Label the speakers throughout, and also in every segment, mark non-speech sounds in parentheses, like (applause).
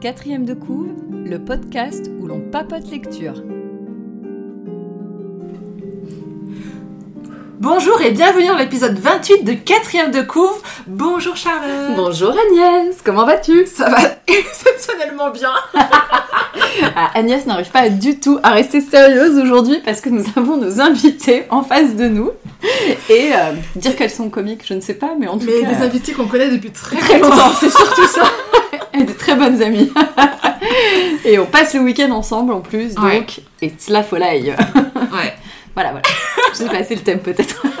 Speaker 1: Quatrième de couve, le podcast où l'on papote lecture.
Speaker 2: Bonjour et bienvenue dans l'épisode 28 de 4ème de couvre. Bonjour Charlotte.
Speaker 3: Bonjour Agnès, comment vas-tu
Speaker 2: Ça va exceptionnellement bien.
Speaker 3: Ah, Agnès n'arrive pas du tout à rester sérieuse aujourd'hui parce que nous avons nos invités en face de nous. Et euh, dire qu'elles sont comiques, je ne sais pas, mais en tout
Speaker 2: Mais
Speaker 3: cas...
Speaker 2: des
Speaker 3: euh,
Speaker 2: invités qu'on connaît depuis très,
Speaker 3: très longtemps, c'est surtout ça. Et des très bonnes amies. (laughs) Et on passe le week-end ensemble en plus, donc...
Speaker 2: Ouais.
Speaker 3: Et cela folie.
Speaker 2: Ouais.
Speaker 3: Voilà, voilà. Je sais pas, c'est le thème peut-être. (laughs)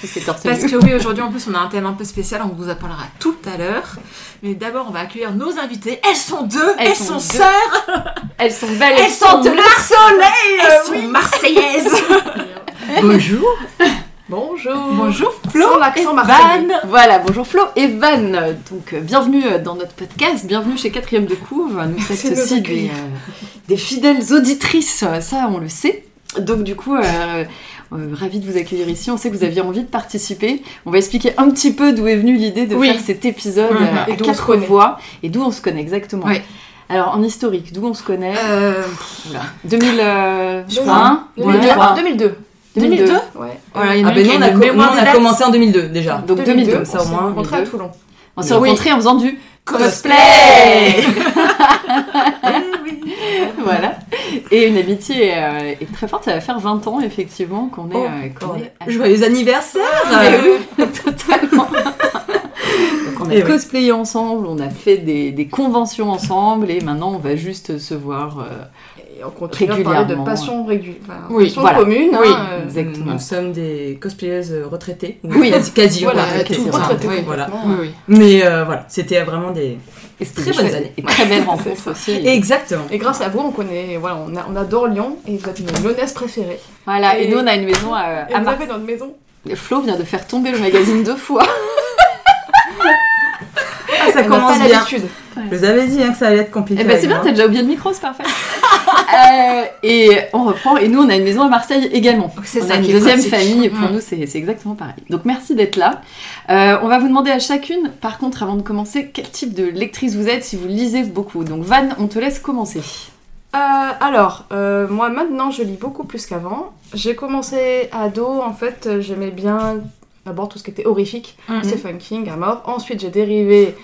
Speaker 3: Tu sais, torse
Speaker 2: Parce
Speaker 3: nu.
Speaker 2: que oui, aujourd'hui en plus on a un thème un peu spécial, on vous en parlera tout à l'heure. Mais d'abord on va accueillir nos invités. Elles sont deux, elles,
Speaker 3: Elles
Speaker 2: sont,
Speaker 3: sont deux.
Speaker 2: sœurs,
Speaker 3: Elles sont belles,
Speaker 2: elles, sont de
Speaker 3: là.
Speaker 2: la soleil, elles
Speaker 3: euh, oui.
Speaker 2: sont (laughs) marseillaises.
Speaker 4: Bonjour. Bonjour.
Speaker 2: Bonjour Flo,
Speaker 4: l'accent
Speaker 2: Van.
Speaker 3: Voilà, bonjour Flo et Van. Donc euh, bienvenue euh, dans notre podcast, bienvenue chez Quatrième de Couve. Nous
Speaker 4: de
Speaker 3: sommes
Speaker 4: nous
Speaker 3: aussi des,
Speaker 4: accueillir.
Speaker 3: euh, des fidèles auditrices, euh, ça on le sait. Donc du coup, euh, euh, ravi de vous accueillir ici. On sait que vous aviez envie de participer. On va expliquer un petit peu d'où est venue l'idée de
Speaker 4: Oui. Hum,
Speaker 3: faire cet épisode
Speaker 2: Mhm.
Speaker 3: euh,
Speaker 4: Et
Speaker 3: à
Speaker 4: d'où on se
Speaker 3: quatre
Speaker 4: connaît.
Speaker 3: voix et d'où on se connaît exactement.
Speaker 2: Ouais.
Speaker 3: Alors en historique, d'où on se connaît
Speaker 2: Euh,
Speaker 3: Oula. 2000, euh,
Speaker 4: Je
Speaker 3: un, ouais,
Speaker 4: 2002.
Speaker 3: trois,
Speaker 4: 2002.
Speaker 3: 2002.
Speaker 2: 2002
Speaker 4: Ouais.
Speaker 2: Voilà, il y en a
Speaker 5: Ah ben
Speaker 2: une
Speaker 5: nous
Speaker 2: qui
Speaker 5: on
Speaker 2: a
Speaker 5: a,
Speaker 2: une
Speaker 5: com-
Speaker 2: mémoire
Speaker 5: nous,
Speaker 2: de
Speaker 5: on a
Speaker 2: date.
Speaker 5: commencé en 2002 déjà.
Speaker 3: Donc 2002,
Speaker 4: on
Speaker 3: ça au
Speaker 4: s'est
Speaker 3: moins.
Speaker 4: rencontrés à
Speaker 3: 2002.
Speaker 4: Toulon.
Speaker 3: On s'est
Speaker 5: Oui.
Speaker 3: rencontrés en faisant du (laughs) Eh
Speaker 2: Cosplay.
Speaker 3: Voilà. Et une amitié euh, est très forte. Ça va faire 20 ans, effectivement, qu'on est,
Speaker 5: Oh,
Speaker 3: euh, qu'on est à-
Speaker 5: Joyeux anniversaire
Speaker 4: Ah
Speaker 3: Mais oui, (laughs) totalement. Donc on a
Speaker 4: Eh
Speaker 5: Et oui.
Speaker 3: cosplayé ensemble, on a fait des, des conventions ensemble et maintenant on va juste se voir. euh,
Speaker 4: Et on continue à parler de
Speaker 3: Régulièrement.
Speaker 4: passion régul... enfin,
Speaker 5: Oui,
Speaker 4: passion
Speaker 3: voilà.
Speaker 4: commune.
Speaker 5: Oui.
Speaker 4: hein, euh,
Speaker 3: exactement.
Speaker 5: Nous sommes des cosplayeuses retraitées.
Speaker 3: Oui.
Speaker 5: quasi, quasi
Speaker 4: Voilà,
Speaker 5: retraitées.
Speaker 4: tout
Speaker 5: c'est ça.
Speaker 4: retraité
Speaker 5: Oui, voilà.
Speaker 4: complètement.
Speaker 5: Mais euh, voilà, c'était vraiment des.
Speaker 3: Et c'était
Speaker 5: Très
Speaker 3: des
Speaker 5: bonnes
Speaker 3: chouettes-
Speaker 5: années.
Speaker 3: Et très belles rencontres aussi.
Speaker 5: Exactement.
Speaker 4: Et grâce à vous, on connaît, voilà, on, a- on adore Lyon et vous êtes nos lyonnaises préférées.
Speaker 3: Voilà, et,
Speaker 4: Et-
Speaker 3: nous on a une maison à,
Speaker 4: Et
Speaker 3: à
Speaker 4: vous
Speaker 3: Mar-
Speaker 4: avez notre maison.
Speaker 3: Flo vient de faire tomber le magazine deux fois.
Speaker 5: Ah, ça
Speaker 4: on n'a
Speaker 5: commence
Speaker 4: pas
Speaker 5: bien.
Speaker 4: l'habitude.
Speaker 5: Je vous avais dit hein, que ça allait être compliqué.
Speaker 3: Eh ben c'est bien,
Speaker 5: avec
Speaker 3: t'as déjà oublié le micro, c'est
Speaker 2: (laughs)
Speaker 3: parfait. Euh, et on reprend. Et nous, on a une maison à Marseille également.
Speaker 2: (laughs) C'est
Speaker 3: on
Speaker 2: ça
Speaker 3: a une
Speaker 2: qui est
Speaker 3: deuxième
Speaker 2: pratique.
Speaker 3: famille. et Pour
Speaker 2: Mm.
Speaker 3: nous, c'est c'est exactement pareil. Donc merci d'être là. Euh, on va vous demander à chacune, par contre, avant de commencer, quel type de lectrice vous êtes si vous lisez beaucoup. Donc Van, on te laisse commencer.
Speaker 4: Euh, alors, euh, moi maintenant, je lis beaucoup plus qu'avant. J'ai commencé ado, en fait, euh, j'aimais bien d'abord tout ce qui était horrifique,
Speaker 2: Mhm.
Speaker 4: Stephen King à mort. Ensuite, j'ai dérivé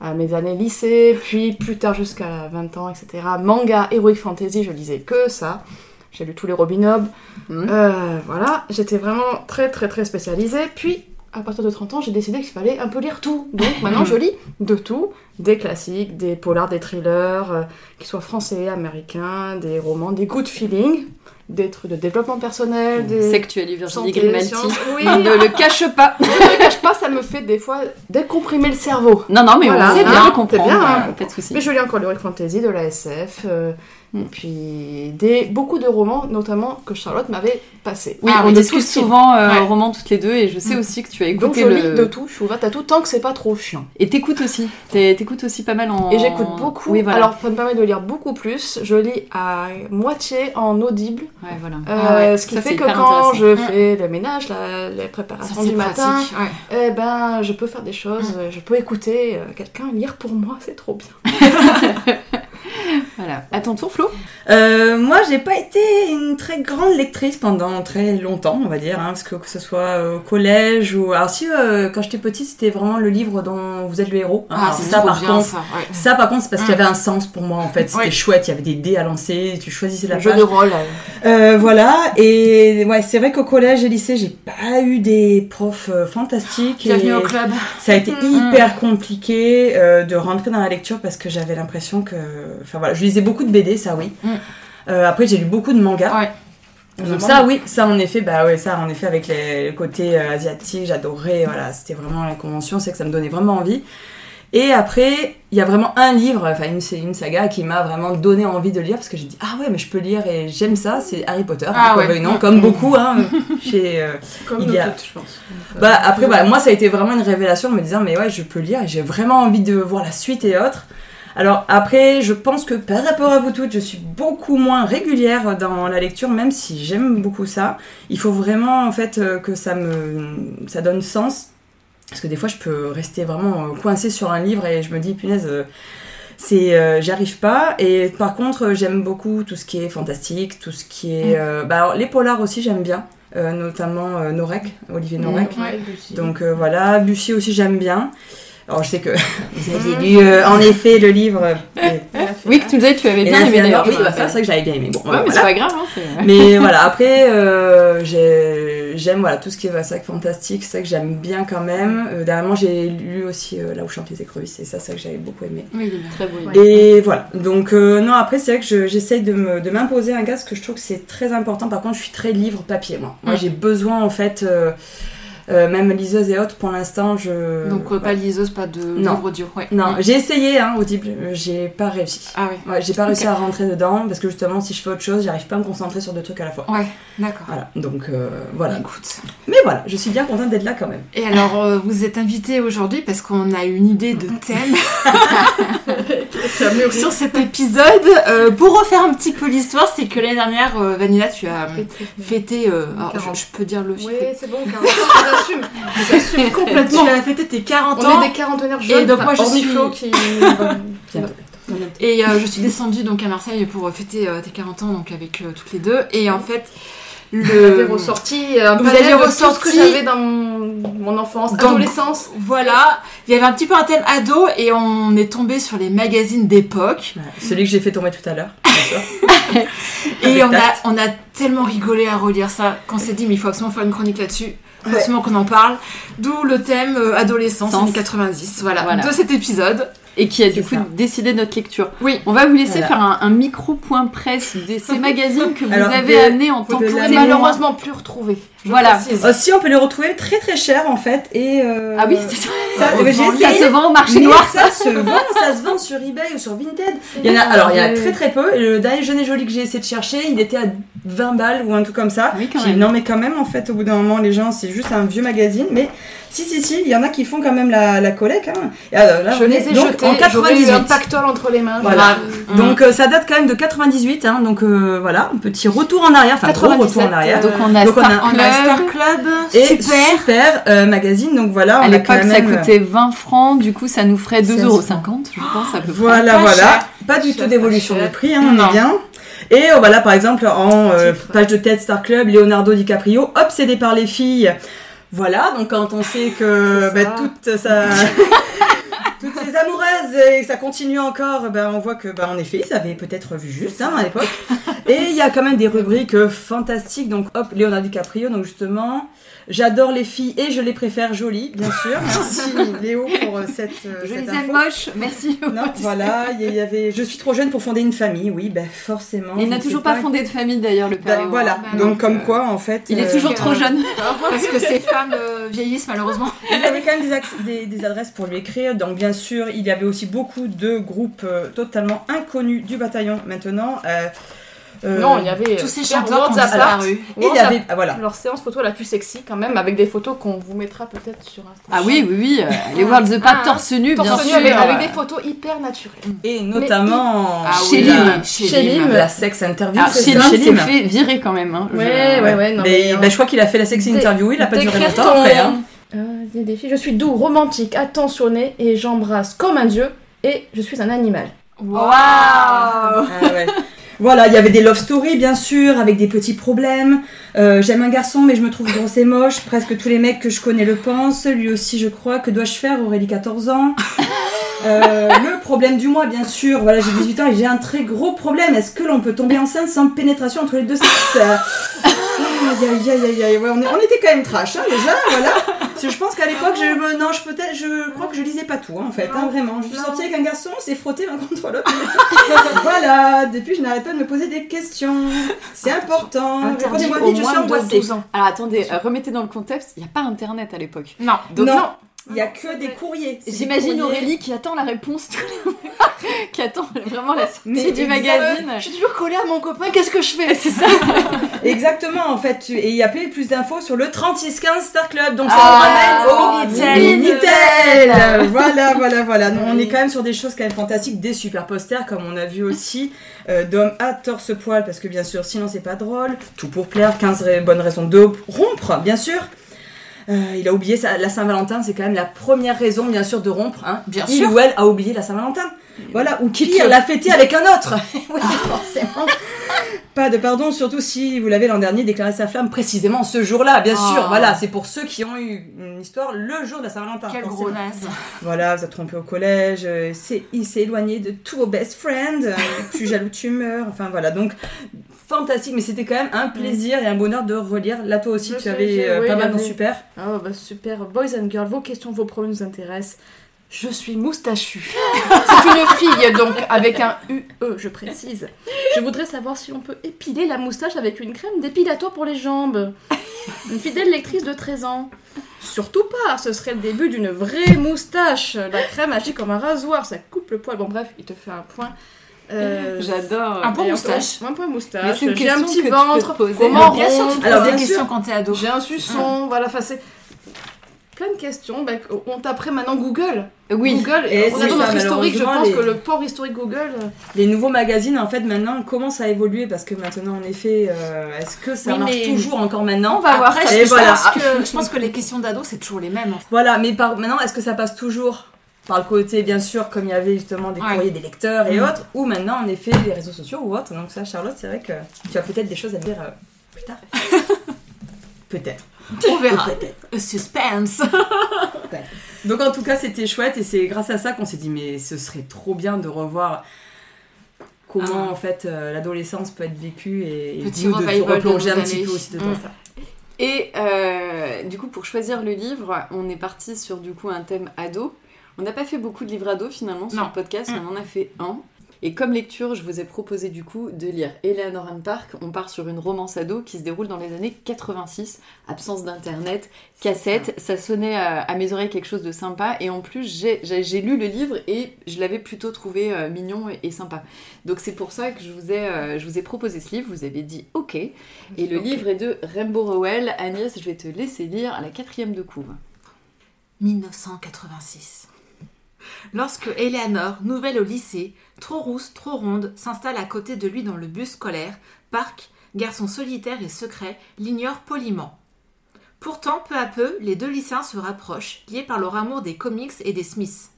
Speaker 4: à mes années lycée, puis plus tard jusqu'à 20 ans, etc. Manga, heroic fantasy, je lisais que ça. J'ai lu tous les Robin Hobb.
Speaker 3: Mhm.
Speaker 4: Euh, voilà, j'étais vraiment très très très spécialisée. Puis, à partir de 30 ans, j'ai décidé qu'il fallait un peu lire tout.
Speaker 3: (laughs)
Speaker 4: Donc maintenant, je lis de tout. Des classiques, des polars, des thrillers, euh, qu'ils soient français, américains, des romans, des good feeling, des trucs de développement personnel, des...
Speaker 3: C'est que tu as lu Virginie
Speaker 4: santé,
Speaker 3: Grimaldi. (laughs)
Speaker 4: sciences. Oui,
Speaker 3: Ne le cache pas.
Speaker 4: je ne cache pas, ça me fait des fois décomprimer le cerveau.
Speaker 3: Non, non, mais
Speaker 4: Voilà,
Speaker 3: on sait
Speaker 4: hein,
Speaker 3: bien
Speaker 4: c'est
Speaker 3: comprendre.
Speaker 4: bien, hein.
Speaker 3: euh, pas de souci.
Speaker 4: Mais je lis encore l'Heroic Fantasy, de la SF, euh,
Speaker 3: Mm.
Speaker 4: et puis des, beaucoup de romans, notamment que Charlotte m'avait passé.
Speaker 3: Oui,
Speaker 4: Ah,
Speaker 3: on
Speaker 4: de tout
Speaker 3: discute
Speaker 4: style.
Speaker 3: souvent euh,
Speaker 4: Ouais. Mm.
Speaker 3: romans toutes les deux, et je sais aussi que tu as
Speaker 4: Donc
Speaker 3: écouté
Speaker 4: je
Speaker 3: le.
Speaker 4: lis de tout, je suis ouverte à tout, tant que c'est pas trop chiant.
Speaker 3: Et t'écoutes aussi. T'es- T'écoutes aussi pas mal en.
Speaker 4: Et j'écoute beaucoup,
Speaker 3: Oh. Oui, voilà.
Speaker 4: alors ça me permet de lire beaucoup plus. Je lis à moitié en audible,
Speaker 3: Ouais, voilà.
Speaker 4: euh,
Speaker 2: Ah ouais,
Speaker 4: ce qui
Speaker 3: ça,
Speaker 4: fait
Speaker 3: c'est
Speaker 4: que
Speaker 3: hyper
Speaker 4: quand
Speaker 3: intéressant.
Speaker 4: je
Speaker 2: Mm.
Speaker 4: fais le ménage, la, les
Speaker 2: Ça
Speaker 4: préparations
Speaker 2: c'est
Speaker 4: du matin,
Speaker 2: pratique. ouais.
Speaker 4: eh ben je peux faire des choses,
Speaker 3: Mm.
Speaker 4: euh, je peux écouter euh, quelqu'un lire pour moi, c'est trop bien.
Speaker 3: Voilà. À ton tour, Flo.
Speaker 5: Euh, moi, j'ai pas été une très grande lectrice pendant très longtemps, on va dire, hein, parce que que ce soit au collège ou. Alors, si euh, quand j'étais petite, c'était vraiment le livre dont vous êtes le héros. hein.
Speaker 2: Ah,
Speaker 5: Alors,
Speaker 2: c'est
Speaker 5: ça,
Speaker 2: trop
Speaker 5: par
Speaker 2: bien
Speaker 5: contre.
Speaker 2: ça. ouais.
Speaker 5: Ça, par contre, c'est parce qu'il y avait un sens pour moi en fait. C'était
Speaker 2: Mm. Ouais.
Speaker 5: chouette, il y avait des dés à lancer, tu choisissais la
Speaker 4: Le jeu
Speaker 5: page.
Speaker 4: de rôle. euh,
Speaker 5: Euh, voilà, et ouais, c'est vrai qu'au collège et lycée, j'ai pas eu des profs euh, fantastiques. et
Speaker 2: Bienvenue au club.
Speaker 5: Ça a été
Speaker 4: Mm.
Speaker 5: hyper compliqué euh, de rentrer dans la lecture parce que j'avais l'impression que. Enfin voilà, je lisais beaucoup de BD, ça oui.
Speaker 2: Mm.
Speaker 5: Euh, après, j'ai lu beaucoup de mangas.
Speaker 2: Ouais.
Speaker 5: Donc ça oui, ça en effet, bah ouais, ça en effet avec les, le côté euh, asiatique, j'adorais, voilà, c'était vraiment la convention, c'est que ça me donnait vraiment envie. Et après, il y a vraiment un livre, enfin une, c'est une saga qui m'a vraiment donné envie de lire parce que j'ai dit ah ouais mais je peux lire et j'aime ça, c'est Harry Potter,
Speaker 2: Ah
Speaker 5: hein, qu'on
Speaker 2: ouais.
Speaker 5: veuille ou non, comme beaucoup hein, chez euh,
Speaker 4: Comme
Speaker 5: Il
Speaker 4: nous
Speaker 5: y a-
Speaker 4: toutes, je pense. Donc, euh,
Speaker 5: bah après voilà, moi ça a été vraiment une révélation en me disant mais ouais je peux lire et j'ai vraiment envie de voir la suite et autres. Alors après, je pense que par rapport à vous toutes, je suis beaucoup moins régulière dans la lecture, même si j'aime beaucoup ça. Il faut vraiment en fait euh, que ça me, ça donne sens, parce que des fois, je peux rester vraiment euh, coincée sur un livre et je me dis punaise. euh, c'est euh, j'arrive pas et par contre euh, j'aime beaucoup tout ce qui est fantastique tout ce qui est euh, bah, alors, les polars aussi j'aime bien euh, notamment euh, Norek Olivier Norek donc euh, voilà, Bussy aussi j'aime bien. Alors je sais que (laughs)
Speaker 3: Ah.
Speaker 5: vous aviez lu euh, en effet le livre. euh,
Speaker 3: Oui, que tu me disais que tu avais
Speaker 5: et
Speaker 3: bien
Speaker 5: la
Speaker 3: aimé
Speaker 5: Fianna-
Speaker 3: d'ailleurs.
Speaker 5: Oui, bah, ça, c'est vrai que j'avais bien aimé. Bon,
Speaker 3: Ouais, mais
Speaker 5: voilà.
Speaker 3: c'est pas grave, hein, c'est-
Speaker 5: Mais voilà, après, euh, j'ai- j'aime voilà, tout ce qui est voilà, c'est vrai que fantastique, c'est vrai que j'aime bien quand même. Euh, dernièrement, j'ai lu aussi euh, Là où chantent les écrevisses, et ça, c'est vrai que j'avais beaucoup aimé.
Speaker 2: Oui, il est bien.
Speaker 3: Très beau.
Speaker 4: Ouais.
Speaker 5: Et voilà, donc euh, non, après, c'est vrai que je- j'essaye de me- de m'imposer un gaz que je trouve que c'est très important. Par contre, je suis très livre papier, moi. Moi,
Speaker 2: Mm.
Speaker 5: j'ai besoin, en fait, euh, euh, même liseuse et autres, pour l'instant, je.
Speaker 2: Donc, euh,
Speaker 5: voilà.
Speaker 2: pas liseuse, pas de
Speaker 5: Non.
Speaker 2: livre dur. Ouais.
Speaker 5: Non, j'ai essayé, hein, Audible, euh, j'ai pas réussi.
Speaker 2: Ah oui.
Speaker 5: Ouais, j'ai pas réussi à rentrer dedans parce que justement, si je fais autre chose, j'arrive pas à me concentrer sur deux trucs à la fois.
Speaker 2: Ouais, d'accord. Bah,
Speaker 5: Voilà, donc euh, voilà.
Speaker 2: Écoute.
Speaker 5: Mais voilà, je suis bien contente d'être là quand même.
Speaker 2: Et alors, euh, vous êtes invité aujourd'hui parce qu'on a une idée de (laughs) thème sur cet épisode. Euh, pour refaire un petit peu l'histoire, c'est que l'année dernière, euh, Vanilla, tu as euh, fêté. euh, alors, je-
Speaker 4: 40.
Speaker 2: je, peux dire le
Speaker 4: Oui, c'est bon, 40 ans, j'assume. J'assume
Speaker 2: Tu
Speaker 4: complètement.
Speaker 2: as fêté tes 40
Speaker 4: On
Speaker 2: ans.
Speaker 4: est des quarantenaires jeunes.
Speaker 2: donc, moi,
Speaker 4: enfin,
Speaker 2: je
Speaker 4: hormis
Speaker 2: suis-
Speaker 4: Flo qui...
Speaker 5: Bientôt.
Speaker 2: Et euh, je suis descendue donc à Marseille pour euh, fêter euh, tes 40 ans donc avec euh, toutes les deux. Et en fait,
Speaker 4: J'avais
Speaker 2: le
Speaker 4: ressorti euh, un
Speaker 2: Vous
Speaker 4: panel
Speaker 2: avez
Speaker 4: de
Speaker 2: ressorti-
Speaker 4: tout ce que j'avais dans mon, mon enfance,
Speaker 2: Dans-
Speaker 4: adolescence.
Speaker 2: voilà, il y avait un petit peu un thème ado et on est tombé sur les magazines d'époque.
Speaker 5: Celui que j'ai fait tomber tout à l'heure, bien sûr.
Speaker 2: Et
Speaker 5: Avec
Speaker 2: on a,
Speaker 5: tact.
Speaker 2: on a tellement rigolé à relire ça qu'on s'est dit mais il faut absolument faire une chronique là-dessus. Il faut absolument qu'on en parle. D'où le thème euh, adolescence
Speaker 3: Sens.
Speaker 2: années 90. Voilà,
Speaker 3: Voilà.
Speaker 2: de cet épisode.
Speaker 3: Et qui a du
Speaker 5: C'est
Speaker 3: coup
Speaker 5: ça.
Speaker 3: décidé notre lecture.
Speaker 2: Oui.
Speaker 3: On va vous laisser
Speaker 5: Voilà.
Speaker 3: faire un, un micro point presse de ces magazines que vous
Speaker 5: Alors,
Speaker 3: avez
Speaker 5: de-
Speaker 3: amenés en tant que
Speaker 5: de la-
Speaker 4: C'est
Speaker 5: témoin.
Speaker 3: malheureusement.
Speaker 4: malheureusement plus retrouvé. je
Speaker 5: Ah.
Speaker 3: Voilà.
Speaker 4: précise.
Speaker 5: Aussi, Euh, on peut les retrouver très très cher en fait. Et, euh,
Speaker 3: Ah oui, c'est ça.
Speaker 5: ça,
Speaker 2: Ça
Speaker 5: euh, j'ai
Speaker 3: ça
Speaker 5: essayé,
Speaker 3: se vend au marché
Speaker 5: mais
Speaker 3: noir.
Speaker 5: Ça se vend, ça se vend sur eBay ou sur Vinted. Il y en a, alors il y en a très très peu. Et Le dernier jeune et joli que j'ai essayé de chercher, il était à 20 balles ou un truc comme ça.
Speaker 3: Oui, quand
Speaker 5: J'ai dit,
Speaker 3: même.
Speaker 5: non mais quand même en fait au bout d'un moment les gens c'est juste un vieux magazine mais si si si il y en a qui font quand même la, la collecte hein. Et alors là,
Speaker 4: Je
Speaker 5: on
Speaker 4: les
Speaker 5: est
Speaker 4: ai
Speaker 5: donc
Speaker 4: jetés,
Speaker 5: en
Speaker 4: j'aurais eu
Speaker 5: 98
Speaker 4: un pactole entre les mains.
Speaker 5: Voilà.
Speaker 2: Grave.
Speaker 5: donc euh, ça date quand même de 98 hein, donc euh, voilà un petit retour en arrière enfin gros retour
Speaker 4: 97,
Speaker 5: en arrière
Speaker 3: Donc on a
Speaker 5: Donc, on a-
Speaker 3: Star
Speaker 2: on a
Speaker 3: Club.
Speaker 2: Star Club.
Speaker 5: et
Speaker 2: super.
Speaker 5: euh, magazine donc voilà
Speaker 3: À
Speaker 5: on a quand
Speaker 3: l'époque, ça
Speaker 5: même, euh,
Speaker 3: coûtait 20 francs, du coup, ça nous ferait 2,50
Speaker 5: 16
Speaker 3: euros, je pense, à peu près.
Speaker 5: Voilà,
Speaker 2: Pas
Speaker 5: voilà.
Speaker 2: cher.
Speaker 5: Pas du
Speaker 4: Cher,
Speaker 5: tout d'évolution
Speaker 4: pas
Speaker 5: des
Speaker 4: cher.
Speaker 5: prix, hein, on
Speaker 2: Non.
Speaker 5: est bien. Et euh, voilà, par exemple, en euh,
Speaker 4: Titre.
Speaker 5: page de tête Star Club, Leonardo DiCaprio, obsédé par les filles. Voilà, donc quand on sait que
Speaker 4: C'est
Speaker 5: bah,
Speaker 4: ça.
Speaker 5: toute sa- toutes ces amoureuses et que ça continue encore, bah, on voit que, bah, en effet, ils avaient peut-être vu juste hein, à l'époque. Et il y a quand même des rubriques euh, fantastiques. Donc, hop, Leonardo DiCaprio, donc justement, j'adore les filles et je les préfère jolies, bien sûr. Merci Léo pour euh, cette, euh,
Speaker 3: Je
Speaker 5: cette
Speaker 3: les aime
Speaker 5: info.
Speaker 3: moches, merci. (laughs)
Speaker 5: Non, voilà, il y avait. Je suis trop jeune pour fonder une famille, oui, ben forcément.
Speaker 3: Il
Speaker 5: je
Speaker 3: n'a
Speaker 5: ne
Speaker 3: toujours
Speaker 5: sais
Speaker 3: pas fondé de famille d'ailleurs, le père.
Speaker 5: Ben,
Speaker 3: Léo.
Speaker 5: voilà,
Speaker 2: Bah non,
Speaker 5: donc comme
Speaker 2: euh,
Speaker 5: quoi en fait.
Speaker 3: Il est
Speaker 5: euh,
Speaker 3: toujours trop
Speaker 2: euh,
Speaker 3: jeune.
Speaker 2: (laughs) Parce que ces femmes euh, vieillissent malheureusement.
Speaker 5: Il avait quand même des, acc- des- des adresses pour lui écrire, donc bien sûr, il y avait aussi beaucoup de groupes euh, totalement inconnus du bataillon maintenant. euh, euh,
Speaker 4: Non, il y avait
Speaker 2: Tous ces
Speaker 4: Faire
Speaker 2: chanteurs qui
Speaker 4: Worlds
Speaker 2: ont
Speaker 4: Apart.
Speaker 2: disparu.
Speaker 5: il y
Speaker 4: Worlds
Speaker 5: avait. ah, voilà.
Speaker 4: leur séance photo la plus sexy quand même avec des photos qu'on vous mettra peut-être sur Instagram.
Speaker 3: Ah oui, oui, oui. euh, les Worlds the Pack,
Speaker 4: Ah,
Speaker 3: torse nu, bien
Speaker 4: Torse nu
Speaker 3: sûr.
Speaker 4: avec, avec des photos hyper naturelles.
Speaker 5: Et notamment.
Speaker 2: Ah
Speaker 3: Chez
Speaker 2: oui,
Speaker 5: la-
Speaker 3: Lim.
Speaker 5: Chez Lim.
Speaker 2: Lim.
Speaker 5: La sex interview.
Speaker 3: Ah,
Speaker 5: c'est
Speaker 3: chez
Speaker 5: ça,
Speaker 3: lui, il s'est fait virer quand même. Hein. Je-
Speaker 4: Ouais, ouais, ouais. Non,
Speaker 5: Mais,
Speaker 4: mais, euh,
Speaker 5: ben, je crois qu'il a fait la sex
Speaker 4: Dé-
Speaker 5: interview, il a pas duré
Speaker 4: décrète
Speaker 5: longtemps
Speaker 4: ton-
Speaker 5: après. hein.
Speaker 4: Euh, il y a des filles. Je suis doux, romantique, attentionné et j'embrasse comme un dieu et je suis un animal.
Speaker 2: Waouh
Speaker 5: Ah ouais. (laughs) Voilà, il y avait des love stories bien sûr, avec des petits problèmes. Euh, J'aime un garçon, mais je me trouve grosse et moche. Presque tous les mecs que je connais le pensent. Lui aussi, je crois. Que dois-je faire Aurélie, 14 (laughs) ans. Euh, le problème du mois, bien sûr. Voilà, j'ai 18 ans et j'ai un très gros problème. Est-ce que l'on peut tomber enceinte sans pénétration entre les deux sexes Euh, Aïe, aïe, aïe, aïe, aïe. Ouais, on, est- on était quand même trash, hein, déjà, voilà. Parce que je pense qu'à l'époque, je me- non, je peut-être, je crois que je lisais pas tout, hein, en fait, hein, vraiment. Je suis sortie avec un garçon, on s'est frotté l'un contre l'autre. (laughs) voilà. Depuis, je n'arrête pas de me poser des questions. C'est important.
Speaker 3: Interdit
Speaker 5: Répondez-moi
Speaker 3: Ah, au
Speaker 5: vite, je suis
Speaker 3: moins de
Speaker 5: angoissée.
Speaker 3: 12 ans. Alors attendez, euh, remettez dans le contexte, il n'y a pas internet à l'époque.
Speaker 2: Non,
Speaker 3: Donc,
Speaker 5: non. Il y a que des courriers. C'est des
Speaker 3: J'imagine
Speaker 5: courriers.
Speaker 3: Aurélie qui attend la réponse, tous les mois, (laughs) qui attend vraiment la sortie
Speaker 5: Mais
Speaker 3: du
Speaker 5: exact.
Speaker 3: magazine.
Speaker 2: suis toujours collée à mon copain, qu'est-ce que je fais
Speaker 3: C'est ça.
Speaker 5: (laughs) Exactement, en fait. tu- Et il y a plus, plus d'infos sur le 3615 Star Club. Donc ça
Speaker 2: Ah,
Speaker 5: nous ramène au
Speaker 2: Minitel.
Speaker 5: Minitel. Voilà, voilà, voilà. Non, on est quand même sur des choses quand même fantastiques, des super posters, comme on a vu aussi, euh, d'hommes à torse-poil, parce que bien sûr, sinon c'est pas drôle. Tout pour plaire, 15 ra- bonnes raisons de rompre, bien sûr. Euh, il a oublié ça, la Saint-Valentin, c'est quand même la première raison, bien sûr, de rompre. Hein.
Speaker 2: Bien
Speaker 5: il
Speaker 2: sûr.
Speaker 5: ou elle a oublié la Saint-Valentin. Voilà, ou
Speaker 2: Quitte
Speaker 5: qui
Speaker 2: le-
Speaker 5: l'a fêté avec un autre. Oui, forcément. Pas de pardon, surtout si vous l'avez l'an dernier déclaré sa flamme précisément ce jour-là, bien sûr.
Speaker 2: Ah.
Speaker 5: Voilà, c'est pour ceux qui ont eu une histoire le jour de la Saint-Valentin.
Speaker 2: Quel
Speaker 5: forcément.
Speaker 2: gros naze.
Speaker 5: Voilà, vous êtes trompé au collège, euh, c'est, il s'est éloigné de tous vos best friends, euh, (laughs) tu jaloux, tu meurs, enfin voilà, donc fantastique, mais c'était quand même un plaisir et un bonheur de relire. Là, toi aussi,
Speaker 4: Je
Speaker 5: tu
Speaker 4: sais,
Speaker 5: avais
Speaker 4: j'ai-
Speaker 5: euh,
Speaker 4: oui,
Speaker 5: pas mal
Speaker 4: j'avais-
Speaker 5: de super.
Speaker 4: Ah bah super, boys and girls, vos questions, vos problèmes nous intéressent. Je suis moustachu. (laughs) C'est une fille donc avec un UE, je précise. Je voudrais savoir si on peut épiler la moustache avec une crème d'épilatoire pour les jambes. Une fidèle lectrice de 13 ans. Surtout pas, ce serait le début d'une vraie moustache. La crème agit comme un rasoir, ça coupe le poil. Bon bref, il te fait un point. Euh,
Speaker 3: J'adore.
Speaker 2: Un point
Speaker 4: et
Speaker 2: moustache.
Speaker 4: Un point
Speaker 3: Mais
Speaker 4: moustache.
Speaker 3: c'est une
Speaker 4: J'ai un
Speaker 3: question
Speaker 4: petit
Speaker 3: que
Speaker 4: ventre.
Speaker 3: tu peux te poser.
Speaker 4: comment
Speaker 2: bien sûr, tu te
Speaker 5: Alors,
Speaker 2: poses des
Speaker 5: bien
Speaker 2: questions
Speaker 5: sûr.
Speaker 2: quand t'es ado.
Speaker 4: J'ai un suçon, voilà, enfin c'est plein de questions. Bah, on taperait maintenant Google.
Speaker 3: Oui.
Speaker 4: Google,
Speaker 5: Et
Speaker 4: on
Speaker 5: c'est
Speaker 4: a dans
Speaker 5: ça,
Speaker 4: notre historique, je
Speaker 5: malheureusement,
Speaker 4: pense
Speaker 5: les-
Speaker 4: que le port historique Google.
Speaker 5: Les nouveaux magazines, en fait, maintenant, commencent à évoluer parce que maintenant, en effet, euh, est-ce que ça
Speaker 2: Oui,
Speaker 5: marche
Speaker 2: mais-
Speaker 5: toujours encore maintenant
Speaker 3: On va voir Ah.
Speaker 2: Après,
Speaker 3: ça.
Speaker 5: Et
Speaker 2: je,
Speaker 5: voilà.
Speaker 2: pense que, je pense que les questions d'ado, c'est toujours les mêmes. hein. en fait.
Speaker 5: (laughs) Voilà, mais par, maintenant, est-ce que ça passe toujours par le côté, bien sûr, comme il y avait justement des
Speaker 2: Ouais.
Speaker 5: courriers des lecteurs et
Speaker 2: Mhm.
Speaker 5: autres, ou maintenant, en effet, les réseaux sociaux ou autres. Donc ça, Charlotte, c'est vrai que tu as peut-être des choses à dire euh,
Speaker 2: (laughs)
Speaker 5: plus tard. peut-être.
Speaker 2: On
Speaker 3: (laughs)
Speaker 2: verra.
Speaker 5: Peut-être.
Speaker 2: Le Suspense.
Speaker 5: Donc en tout cas, c'était chouette et c'est grâce à ça qu'on s'est dit, mais ce serait trop bien de revoir comment,
Speaker 2: Ah.
Speaker 5: en fait, euh, l'adolescence peut être vécue et, et
Speaker 2: Petit
Speaker 5: nous, de se
Speaker 2: revival de
Speaker 5: replonger
Speaker 2: nos
Speaker 5: un petit
Speaker 2: années.
Speaker 5: peu aussi dedans.
Speaker 4: Mm.
Speaker 5: Ça.
Speaker 3: Et euh, du coup, pour choisir le livre, on est parti sur du coup un thème ado. On n'a pas fait beaucoup de livres ado finalement sur
Speaker 2: Non.
Speaker 3: le podcast,
Speaker 2: Mm.
Speaker 3: on en a fait un. Et comme lecture, je vous ai proposé du coup de lire Eleanor and Park. On part sur une romance ado qui se déroule dans les années 86. Absence d'internet,
Speaker 2: Ah.
Speaker 3: cassette, ça sonnait à, à mes oreilles quelque chose de sympa. Et en plus, j'ai- j'ai j'ai lu le livre et je l'avais plutôt trouvé euh, mignon et, et sympa. Donc c'est pour ça que je vous, ai, euh, je vous ai proposé ce livre. Vous avez dit OK. Et le livre est de Rainbow Rowell. Agnès, je vais te laisser lire à la quatrième de couve.
Speaker 2: 1986. Lorsque Eleanor, nouvelle au lycée, trop rousse, trop ronde, s'installe à côté de lui dans le bus scolaire, Park, garçon solitaire et secret, l'ignore poliment. Pourtant, peu à peu, les deux lycéens se rapprochent, liés par leur amour des comics et des Smiths.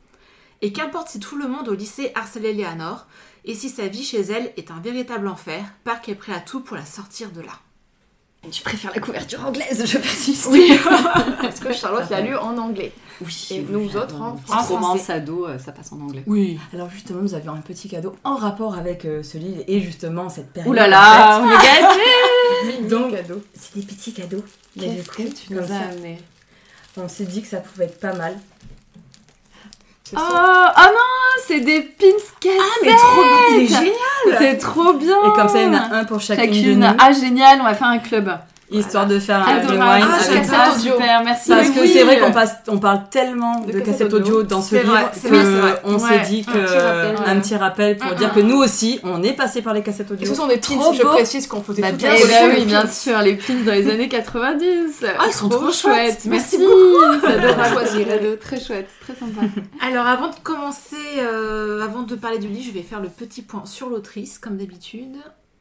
Speaker 2: Et qu'importe si tout le monde au lycée harcèle Eleanor, et si sa vie chez elle est un véritable enfer, Park est prêt à tout pour la sortir de là.
Speaker 3: Je préfère la couverture anglaise, je persiste.
Speaker 4: Oui, parce que Charlotte l'a lu en anglais.
Speaker 3: Oui,
Speaker 4: Et nous
Speaker 3: j'adore.
Speaker 4: autres, en
Speaker 3: Petite
Speaker 2: français.
Speaker 3: romance ado, euh, ça passe en anglais.
Speaker 2: Oui.
Speaker 5: Alors justement, nous avions un petit cadeau en rapport avec euh, ce livre et justement cette période.
Speaker 3: Ouh là
Speaker 5: en
Speaker 3: là, Ah, on est gâtés
Speaker 5: Donc-
Speaker 4: cadeau.
Speaker 5: fait. C'est des petits cadeaux. Mais du
Speaker 3: Qu'est-ce
Speaker 5: coup,
Speaker 3: que tu
Speaker 5: comme
Speaker 3: nous as
Speaker 5: ça,
Speaker 3: amené
Speaker 5: on s'est dit que ça pouvait être pas mal.
Speaker 4: C'est
Speaker 3: Oh,
Speaker 4: ça.
Speaker 3: oh non, c'est des pins cassettes Ah
Speaker 5: Mais trop bien,
Speaker 3: il est C'est trop bien
Speaker 5: Et comme ça, il y en a un pour chacune,
Speaker 3: Chacune.
Speaker 5: de nous,
Speaker 3: Ah génial, on va faire un club.
Speaker 5: histoire de faire un
Speaker 3: Adorable.
Speaker 5: rewind
Speaker 3: Ah,
Speaker 5: avec
Speaker 3: j'aime
Speaker 5: ça.
Speaker 3: ça,
Speaker 4: audio.
Speaker 3: super, merci.
Speaker 5: Parce
Speaker 3: Mais
Speaker 5: que
Speaker 3: oui.
Speaker 5: c'est vrai qu'on passe, on parle tellement de, cassettes audio dans ce
Speaker 2: euh, C'est
Speaker 5: livre
Speaker 2: vrai, c'est vrai, c'est vrai.
Speaker 5: qu'on s'est
Speaker 4: Ouais,
Speaker 5: dit
Speaker 4: un
Speaker 5: que
Speaker 4: petit rappel, ouais.
Speaker 5: un petit rappel pour
Speaker 2: Mm,
Speaker 5: dire
Speaker 2: mm.
Speaker 5: que nous aussi, on est passé par les cassettes
Speaker 4: Et
Speaker 5: audio.
Speaker 4: ce sont des pins,
Speaker 5: Trop
Speaker 4: je
Speaker 5: beau.
Speaker 4: précise qu'on faisait
Speaker 2: Bah,
Speaker 4: tout
Speaker 2: bien
Speaker 4: en
Speaker 3: Eh
Speaker 2: sûr,
Speaker 4: anglais.
Speaker 3: ben
Speaker 2: les
Speaker 3: oui, bien sûr, les pins dans les années 90.
Speaker 2: Ah, ils sont trop chouettes. Merci
Speaker 3: Merci beaucoup. (laughs) C'est adorable,
Speaker 4: Choisir.
Speaker 3: les deux. Très chouette, très sympa.
Speaker 2: Alors avant de commencer, euh, avant de parler du livre, je vais faire le petit point sur l'autrice, comme d'habitude.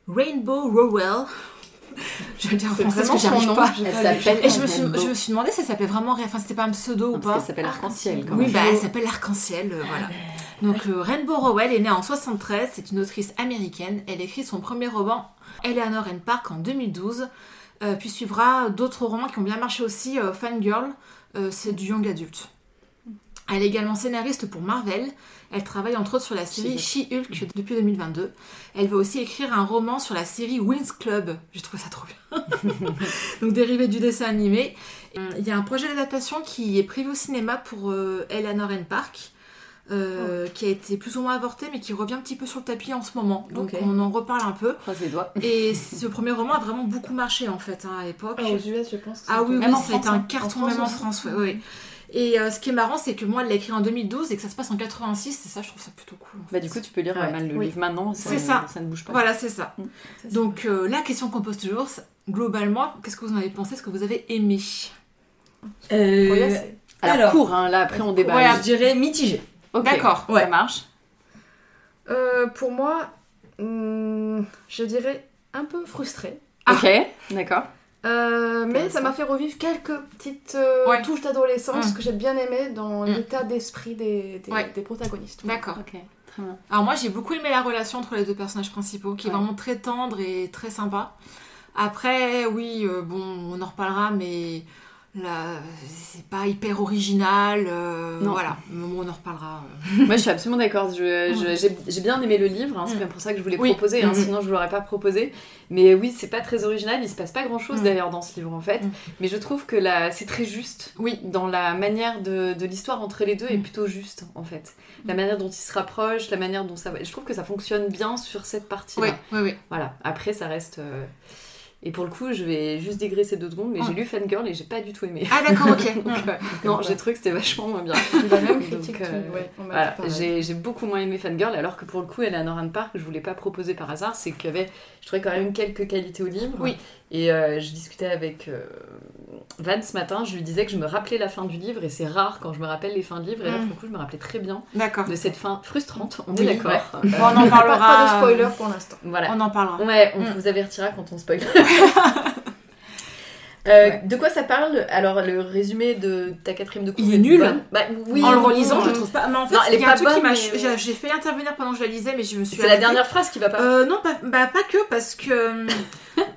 Speaker 2: Rainbow Rowell. (laughs) je vais le dire en
Speaker 4: C'est
Speaker 2: français parce
Speaker 4: vraiment
Speaker 2: que j'y arrive
Speaker 4: son nom.
Speaker 2: pas.
Speaker 4: j'ai
Speaker 3: Elle
Speaker 4: pas lu.
Speaker 3: s'appelle
Speaker 2: Et je me, suis,
Speaker 3: Rainbow.
Speaker 2: je me suis demandé si elle s'appelait vraiment, enfin c'était pas un pseudo ou
Speaker 3: Non, parce
Speaker 2: pas.
Speaker 3: qu'elle s'appelle Arc-en-Ciel, quand
Speaker 2: Oui,
Speaker 3: même.
Speaker 2: bah elle s'appelle Arc-en-Ciel, euh, voilà. Donc euh, Rainbow Rowell est née en 73, c'est une autrice américaine. Elle écrit son premier roman Eleanor and Park en 2012, euh, puis suivra d'autres romans qui ont bien marché aussi, euh, Fangirl, euh, c'est du young adulte. Elle est également scénariste pour Marvel. Elle travaille entre autres sur la série
Speaker 3: Mm.
Speaker 2: She-Hulk depuis 2022. Elle va aussi écrire un roman sur la série Wins Club. J'ai trouvé ça trop bien.
Speaker 3: (laughs)
Speaker 2: Donc dérivé du dessin animé. Hum, Il y a un projet d'adaptation qui est prévu au cinéma pour euh, Eleanor and Park,
Speaker 3: Oh.
Speaker 2: euh, qui a été plus ou moins avorté, mais qui revient un petit peu sur le tapis en ce moment. Donc
Speaker 5: Ok.
Speaker 2: on en reparle un peu.
Speaker 3: Croise les doigts.
Speaker 2: Et (laughs) ce premier roman a vraiment beaucoup marché en fait hein, à l'époque.
Speaker 4: Ah, aux US, je pense. que
Speaker 2: Ah
Speaker 4: c'est
Speaker 2: oui,
Speaker 4: tout.
Speaker 2: oui,
Speaker 3: Même en
Speaker 2: ça a été
Speaker 3: France,
Speaker 2: un
Speaker 3: hein.
Speaker 2: carton
Speaker 4: En
Speaker 2: même en
Speaker 4: France
Speaker 2: France, ouais, ouais. Et euh, ce qui est marrant, c'est que moi, elle l'a écrit en 2012 et que ça se passe en 86, et ça, je trouve ça plutôt cool. en
Speaker 3: Bah,
Speaker 2: fait.
Speaker 3: du coup, tu peux lire
Speaker 5: Ouais.
Speaker 3: euh, mal le
Speaker 4: Oui.
Speaker 3: livre maintenant.
Speaker 2: C'est ça.
Speaker 3: Ça ne bouge pas.
Speaker 2: Voilà, c'est ça.
Speaker 5: C'est ça.
Speaker 2: Donc, euh, la question qu'on pose toujours, c'est, globalement, qu'est-ce que vous en avez pensé Est-ce que vous avez aimé
Speaker 5: Euh,
Speaker 2: Oh,
Speaker 4: Voyez, c'est-
Speaker 3: Alors,
Speaker 5: Alors.
Speaker 3: court, hein, là, après, on débat.
Speaker 2: Voilà.
Speaker 5: je dirais mitigé.
Speaker 3: Ok,
Speaker 2: D'accord.
Speaker 5: Ouais.
Speaker 3: Ça marche.
Speaker 4: Euh, pour moi, hmm, je dirais un peu frustrée.
Speaker 2: Ah.
Speaker 3: Ok, d'accord.
Speaker 4: Euh, mais ça m'a fait revivre quelques petites euh,
Speaker 2: Ouais.
Speaker 4: touches d'adolescence
Speaker 2: Mm.
Speaker 4: que j'ai bien aimées dans
Speaker 2: Mm.
Speaker 4: l'état d'esprit des, des,
Speaker 2: Ouais.
Speaker 4: des protagonistes.
Speaker 2: D'accord.
Speaker 3: Ok, très bien.
Speaker 2: Alors moi j'ai beaucoup aimé la relation entre les deux personnages principaux qui est
Speaker 3: Ouais.
Speaker 2: vraiment très tendre et très sympa. Après oui euh, bon on en reparlera mais là c'est pas hyper original euh,
Speaker 3: Non.
Speaker 2: voilà mais bon, on en reparlera. euh.
Speaker 3: Moi, je suis absolument d'accord. Je- je- J'ai j'ai bien aimé le livre. hein, c'est
Speaker 2: Mm.
Speaker 3: bien pour ça que je voulais
Speaker 2: Oui. Mm-hmm.
Speaker 3: proposer. hein,
Speaker 5: Mhm.
Speaker 3: Sinon, je vous l'aurais pas proposé. Mais oui, c'est pas très original. Il se passe pas grand chose
Speaker 2: Mm.
Speaker 3: d'ailleurs dans ce livre en fait.
Speaker 2: Mm.
Speaker 3: Mais je trouve que là, c'est très juste.
Speaker 2: Oui.
Speaker 3: Dans la manière de, de l'histoire entre les deux est
Speaker 2: Mm.
Speaker 3: plutôt juste en fait. La manière dont ils se rapprochent, la manière dont ça va. Je trouve que ça fonctionne bien sur cette partie-là.
Speaker 2: Oui, oui, oui.
Speaker 3: Voilà. Après, ça reste. euh, Et pour le coup, je vais juste dégraisser deux secondes. Mais
Speaker 2: Mm.
Speaker 3: j'ai lu Fangirl et j'ai pas du tout aimé.
Speaker 2: Ah d'accord, ok.
Speaker 3: Donc, euh, (laughs) non, j'ai trouvé que c'était vachement moins bien.
Speaker 4: La même
Speaker 3: Donc,
Speaker 4: critique.
Speaker 3: euh,
Speaker 4: que- ouais, on m'a
Speaker 3: Voilà,
Speaker 4: dit pareil.
Speaker 3: j'ai j'ai beaucoup moins aimé Fangirl, alors que pour le coup, Eleanor Anne Park, je voulais pas proposer par hasard, c'est qu'il y avait, je trouvais quand même quelques qualités au livre.
Speaker 2: Oui.
Speaker 3: Et euh, je discutais avec euh, Van ce matin, je lui disais que je me rappelais la fin du livre, et c'est rare quand je me rappelle les fins de livres, et là,
Speaker 2: Mm.
Speaker 3: pour le coup, je me rappelais très bien
Speaker 2: D'accord.
Speaker 3: de cette fin frustrante, on
Speaker 5: Oui,
Speaker 3: est d'accord. Euh,
Speaker 2: Bon, on en
Speaker 4: Pas-
Speaker 2: parlera. euh,
Speaker 4: Pas, de spoiler pour l'instant.
Speaker 3: Voilà.
Speaker 2: On en parlera.
Speaker 3: Ouais, on
Speaker 2: Mm.
Speaker 3: vous avertira quand on
Speaker 2: (laughs)
Speaker 3: spoil. Euh, De quoi ça parle Alors, le résumé de ta quatrième de cours
Speaker 2: Il est nul.
Speaker 3: bonne. Bah, oui,
Speaker 2: en le relisant, je
Speaker 3: trouve
Speaker 2: trouve pas. Mais en fait,
Speaker 3: Non, elle
Speaker 2: il
Speaker 3: est
Speaker 2: y a un
Speaker 3: pas
Speaker 2: truc qui
Speaker 3: bonne,
Speaker 2: m'a.
Speaker 3: mais-
Speaker 2: J'ai j'ai failli intervenir pendant que je la lisais, mais je me suis.
Speaker 3: C'est la
Speaker 2: arrêtée.
Speaker 3: dernière phrase qui va pas.
Speaker 2: Euh, non, pas, bah, pas que, parce que euh,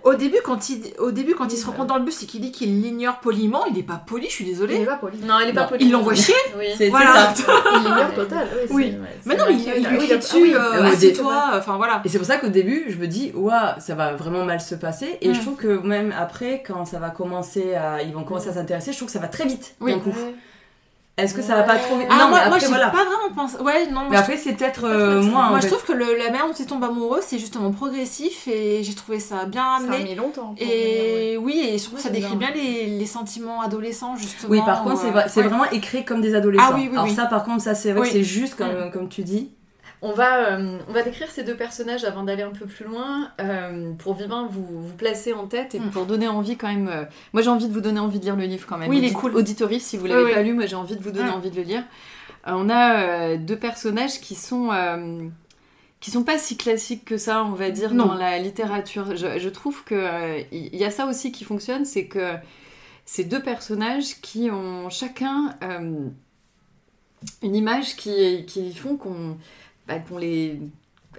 Speaker 2: au début, quand il, au début, quand il se rencontre dans le bus et qu'il dit qu'il l'ignore poliment, il est pas poli, je suis
Speaker 4: Il est
Speaker 2: désolée.
Speaker 4: pas poli.
Speaker 3: Non, elle est pas
Speaker 5: Non.
Speaker 3: polie.
Speaker 2: Il l'envoie chier.
Speaker 3: Oui.
Speaker 5: C'est c'est
Speaker 2: Voilà.
Speaker 5: ça.
Speaker 3: (laughs)
Speaker 4: Il ignore total. Oui.
Speaker 5: Oui.
Speaker 4: c'est-
Speaker 2: Mais non, mais il, il lui
Speaker 4: Oui,
Speaker 2: crie
Speaker 4: ah
Speaker 2: dessus,
Speaker 4: oui.
Speaker 2: euh,
Speaker 5: Ouais,
Speaker 2: assieds-toi, enfin voilà.
Speaker 5: Et c'est pour ça qu'au début, je me dis, waouh, ça va vraiment mal se passer. Et
Speaker 2: Mm.
Speaker 5: je trouve que même après, quand ça va commencer à. Ils vont commencer à s'intéresser, je trouve que ça va très vite
Speaker 2: Oui.
Speaker 5: d'un coup.
Speaker 4: Ouais.
Speaker 5: Est-ce que ça va pas trop vite
Speaker 2: Ah, moi,
Speaker 5: Non, mais
Speaker 2: moi
Speaker 5: après,
Speaker 2: j'ai
Speaker 5: voilà.
Speaker 2: pas vraiment pensé. Ouais, non, moi,
Speaker 5: Mais
Speaker 2: je-
Speaker 5: après, c'est peut-être
Speaker 4: pas trop
Speaker 5: euh,
Speaker 4: de
Speaker 5: moi. en
Speaker 2: moi, je
Speaker 5: fait.
Speaker 2: trouve que le- la manière dont il tombe amoureux, c'est justement progressif et j'ai trouvé ça bien
Speaker 4: Ça a
Speaker 2: amené.
Speaker 4: mis longtemps. pour venir, ouais.
Speaker 2: Et oui, et je trouve que ça
Speaker 4: Ouais,
Speaker 2: décrit
Speaker 4: c'est
Speaker 2: bien les, les sentiments adolescents, justement.
Speaker 5: Oui, par contre,
Speaker 2: euh,
Speaker 5: c'est va- c'est
Speaker 2: ouais.
Speaker 5: vraiment écrit comme des adolescents.
Speaker 2: Ah oui, oui,
Speaker 5: Alors,
Speaker 2: oui.
Speaker 5: ça, par contre, ça, c'est vrai
Speaker 2: Oui.
Speaker 5: que c'est juste comme, comme tu dis.
Speaker 3: On va, euh, on va décrire ces deux personnages avant d'aller un peu plus loin. euh, pour Vivin, vous vous placez en tête et
Speaker 2: Mm.
Speaker 3: pour donner envie quand même. euh, moi, j'ai envie de vous donner envie de lire le livre quand même.
Speaker 2: Oui, il est
Speaker 3: Audit-
Speaker 2: cool.
Speaker 3: Auditoris, si vous l'avez
Speaker 2: Oui,
Speaker 3: pas lu, moi j'ai envie de vous donner
Speaker 2: Mm.
Speaker 3: envie de le lire. Euh, on a euh, deux personnages qui sont. euh, qui sont pas si classiques que ça, on va dire,
Speaker 2: Non.
Speaker 3: dans la littérature. Je, je trouve que euh, il y, a ça aussi qui fonctionne, c'est que euh, ces deux personnages qui ont chacun euh, une image qui, qui font qu'on bah, qu'on les.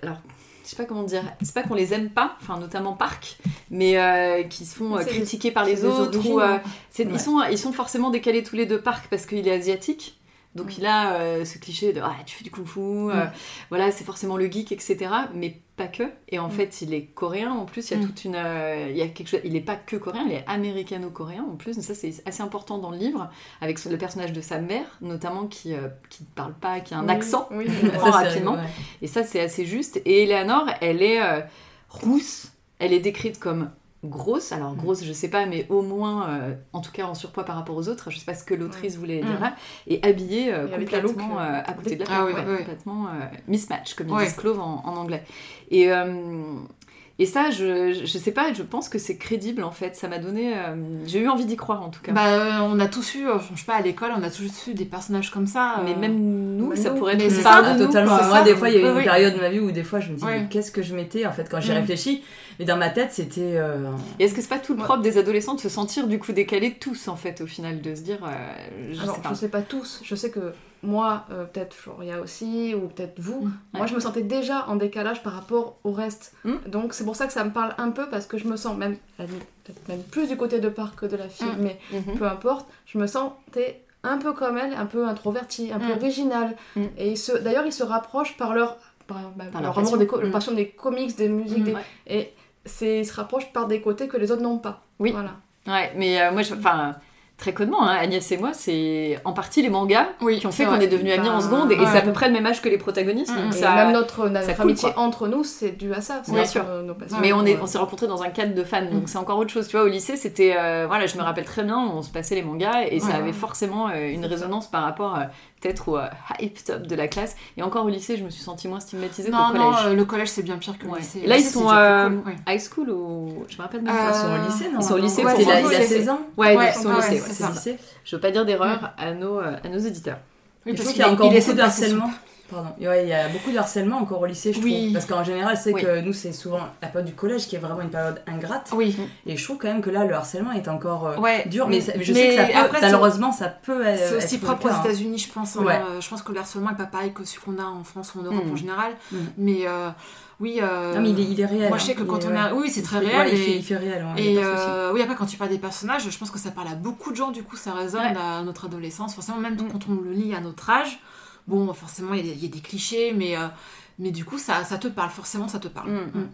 Speaker 3: Alors, je sais pas comment dire, c'est pas qu'on les aime pas, enfin, notamment Park, mais euh, qui se font euh,
Speaker 4: C'est des-
Speaker 3: critiquer par les
Speaker 4: c'est des
Speaker 3: autres.
Speaker 4: origines,
Speaker 3: Ou, euh,
Speaker 4: hein.
Speaker 3: c'est-
Speaker 5: Ouais.
Speaker 3: ils, sont, ils sont forcément décalés tous les deux, Park, parce qu'il est asiatique. Donc il a euh, ce cliché de ah, tu fais du kung fu, euh, voilà c'est forcément le geek etc. Mais pas que. Et en
Speaker 2: Mm.
Speaker 3: fait il est coréen en plus il y a
Speaker 2: Mm.
Speaker 3: toute une euh, il y a quelque chose il est pas que coréen il est américano-coréen en plus. Ça c'est assez important dans le livre avec son- le personnage de sa mère notamment qui euh, qui ne parle pas qui a un
Speaker 4: Oui,
Speaker 3: accent
Speaker 4: Oui.
Speaker 5: Ça,
Speaker 3: prend
Speaker 5: c'est-
Speaker 3: rapidement.
Speaker 5: ouais.
Speaker 3: et ça, c'est assez juste. Et Eleanor, elle est euh, rousse. Elle est décrite comme grosse. Alors, grosse, je sais pas, mais au moins, euh, en tout cas, en surpoids par rapport aux autres. Je sais pas ce que l'autrice voulait dire
Speaker 2: Mm.
Speaker 3: là. Et habillée euh,
Speaker 4: Et avec la
Speaker 3: complètement
Speaker 4: look,
Speaker 3: euh,
Speaker 4: euh,
Speaker 3: à côté de la
Speaker 2: Ah
Speaker 3: plaque,
Speaker 2: oui,
Speaker 3: ouais,
Speaker 2: oui.
Speaker 3: Complètement euh, mismatch, comme ils
Speaker 2: Ouais.
Speaker 3: disent Clove en, en anglais. Et. euh, et ça, je, je sais pas, je pense que c'est crédible en fait. Ça m'a donné. euh, J'ai eu envie d'y croire en tout cas.
Speaker 2: Bah, euh, on a tous eu, euh, je sais pas, à l'école, on a tous eu des personnages comme ça.
Speaker 3: mais
Speaker 2: euh,
Speaker 3: même nous,
Speaker 4: même
Speaker 3: ça
Speaker 4: nous.
Speaker 3: pourrait
Speaker 2: Mais
Speaker 3: être
Speaker 2: c'est
Speaker 3: pas
Speaker 2: ça,
Speaker 5: Ah,
Speaker 3: de nous,
Speaker 5: totalement.
Speaker 3: c'est
Speaker 5: Moi,
Speaker 3: ça.
Speaker 5: des fois, il y a eu
Speaker 2: Oui,
Speaker 5: une
Speaker 2: oui.
Speaker 5: période de ma vie où des fois, je me dis,
Speaker 2: Ouais.
Speaker 5: mais qu'est-ce que je mettais En fait, quand j'y
Speaker 2: Mm.
Speaker 5: réfléchis, mais dans ma tête, c'était. euh,
Speaker 3: Et est-ce que c'est pas tout le propre des adolescents de se sentir du coup décalés tous en fait au final de se dire euh, je
Speaker 4: Alors,
Speaker 3: sais pas.
Speaker 4: je sais pas Ah tous. Je sais que moi, euh, peut-être Floria aussi, ou peut-être vous,
Speaker 2: Mm.
Speaker 4: moi je me sentais déjà en décalage par rapport au reste.
Speaker 3: Mm.
Speaker 4: Donc c'est pour ça que ça me parle un peu parce que je me sens même, à la limite, peut-être même plus du côté de Park que de la fille,
Speaker 2: Mm.
Speaker 4: mais
Speaker 3: Mhm.
Speaker 4: peu importe, je me sentais un peu comme elle, un peu introvertie, un peu
Speaker 2: Mm.
Speaker 4: originale.
Speaker 3: Mm.
Speaker 4: Et ils se- d'ailleurs, ils se rapprochent par leur, par, bah,
Speaker 3: Par leur
Speaker 4: leur
Speaker 3: passion.
Speaker 4: amour des, co- leur
Speaker 3: Mm.
Speaker 4: passion des comics, des musiques,
Speaker 2: Mm.
Speaker 4: des-
Speaker 3: Ouais.
Speaker 4: et c'est- ils se rapprochent par des côtés que les autres n'ont pas.
Speaker 3: Oui.
Speaker 4: Voilà.
Speaker 3: Ouais, mais euh, moi je enfin très connement, hein, Agnès et moi, c'est en partie les mangas
Speaker 2: Oui,
Speaker 3: qui ont fait
Speaker 4: c'est
Speaker 3: qu'on
Speaker 4: vrai.
Speaker 3: est devenus amis
Speaker 4: Ben,
Speaker 3: en seconde, et
Speaker 4: ouais.
Speaker 3: c'est à peu près le même âge que les protagonistes.
Speaker 2: Mm,
Speaker 3: donc
Speaker 2: et
Speaker 4: Et
Speaker 3: ça-
Speaker 4: même notre, notre
Speaker 3: coule,
Speaker 4: amitié
Speaker 3: quoi.
Speaker 4: entre nous, c'est dû à ça. c'est euh,
Speaker 3: Bien
Speaker 4: notre-
Speaker 3: sûr.
Speaker 4: nos passions.
Speaker 3: Mais on est-
Speaker 4: Ouais.
Speaker 3: on s'est rencontrés dans un cadre de fans, donc c'est encore autre chose. Tu vois, au lycée, c'était. euh, voilà, je me rappelle très bien, on se passait les mangas et ça
Speaker 2: Ouais.
Speaker 3: avait forcément euh, une résonance par rapport euh, peut-être au euh, hype top de la classe. Et encore au lycée, je me suis sentie moins stigmatisée
Speaker 2: Non,
Speaker 3: qu'au
Speaker 2: non,
Speaker 3: collège.
Speaker 2: euh, le collège c'est bien pire que le
Speaker 3: Ouais.
Speaker 2: lycée.
Speaker 3: Et là,
Speaker 2: Le
Speaker 3: ils
Speaker 2: lycée,
Speaker 3: sont,
Speaker 2: c'est plus
Speaker 3: euh,
Speaker 2: cool, ouais.
Speaker 3: High school ou. Je me rappelle même
Speaker 5: Ils
Speaker 3: pas.
Speaker 2: Euh,
Speaker 5: sont au lycée, non
Speaker 3: Ils sont au lycée,
Speaker 5: ouais,
Speaker 2: parce qu'il a-
Speaker 5: il
Speaker 2: il
Speaker 5: a
Speaker 2: a
Speaker 5: 16 ans.
Speaker 3: Ouais,
Speaker 2: ouais,
Speaker 3: ils sont au
Speaker 2: ouais,
Speaker 3: lycée,
Speaker 2: c'est
Speaker 3: ouais,
Speaker 2: ça.
Speaker 3: c'est lycée. Je veux pas dire d'erreur à, nos, euh, à nos auditeurs.
Speaker 2: Oui,
Speaker 5: je
Speaker 2: parce
Speaker 5: trouve
Speaker 2: qu'il
Speaker 5: qu'il y a encore
Speaker 2: essaie
Speaker 5: beaucoup de
Speaker 2: passer son-
Speaker 5: harcèlement. Pardon. Ouais, il y a beaucoup de harcèlement encore au lycée, je
Speaker 2: Oui.
Speaker 5: trouve. Parce qu'en général, c'est
Speaker 3: Oui.
Speaker 5: que nous, c'est souvent la période du collège qui est vraiment une période ingrate.
Speaker 2: Oui,
Speaker 5: Et je trouve quand même que là, le harcèlement est encore euh,
Speaker 2: ouais.
Speaker 5: dur. Mais, ça- je
Speaker 2: mais
Speaker 5: sais que ça peut-
Speaker 2: après, c'est-
Speaker 5: malheureusement, ça peut être.
Speaker 2: C'est aussi
Speaker 5: être le
Speaker 2: propre
Speaker 5: cas,
Speaker 2: aux
Speaker 5: hein.
Speaker 2: États-Unis, je pense. hein.
Speaker 5: Ouais.
Speaker 2: Euh, Je pense que le harcèlement n'est pas pareil que celui qu'on a en France ou en Europe
Speaker 3: Mm.
Speaker 2: en général.
Speaker 5: Mm.
Speaker 2: Mais euh, oui. euh,
Speaker 5: Non, mais il est, il est réel.
Speaker 2: Moi, je sais
Speaker 5: hein.
Speaker 2: que
Speaker 5: Il
Speaker 2: quand
Speaker 5: est-
Speaker 2: on
Speaker 5: ouais.
Speaker 2: a. Oui, c'est très
Speaker 5: Ouais,
Speaker 2: réel.
Speaker 5: il, fait,
Speaker 2: et-
Speaker 5: il fait réel. ouais, il
Speaker 2: Et
Speaker 5: y a pas de souci.
Speaker 2: euh, oui, après, quand tu parles des personnages, je pense que ça parle à beaucoup de gens, du coup, ça résonne
Speaker 3: Ouais.
Speaker 2: à notre adolescence. Forcément, même
Speaker 5: Mm.
Speaker 2: quand on le lit à notre âge, bon, forcément, il y a, il y a des clichés, mais, euh, mais du coup, ça, ça te parle, forcément, ça te parle.
Speaker 3: Mm.
Speaker 2: Mm.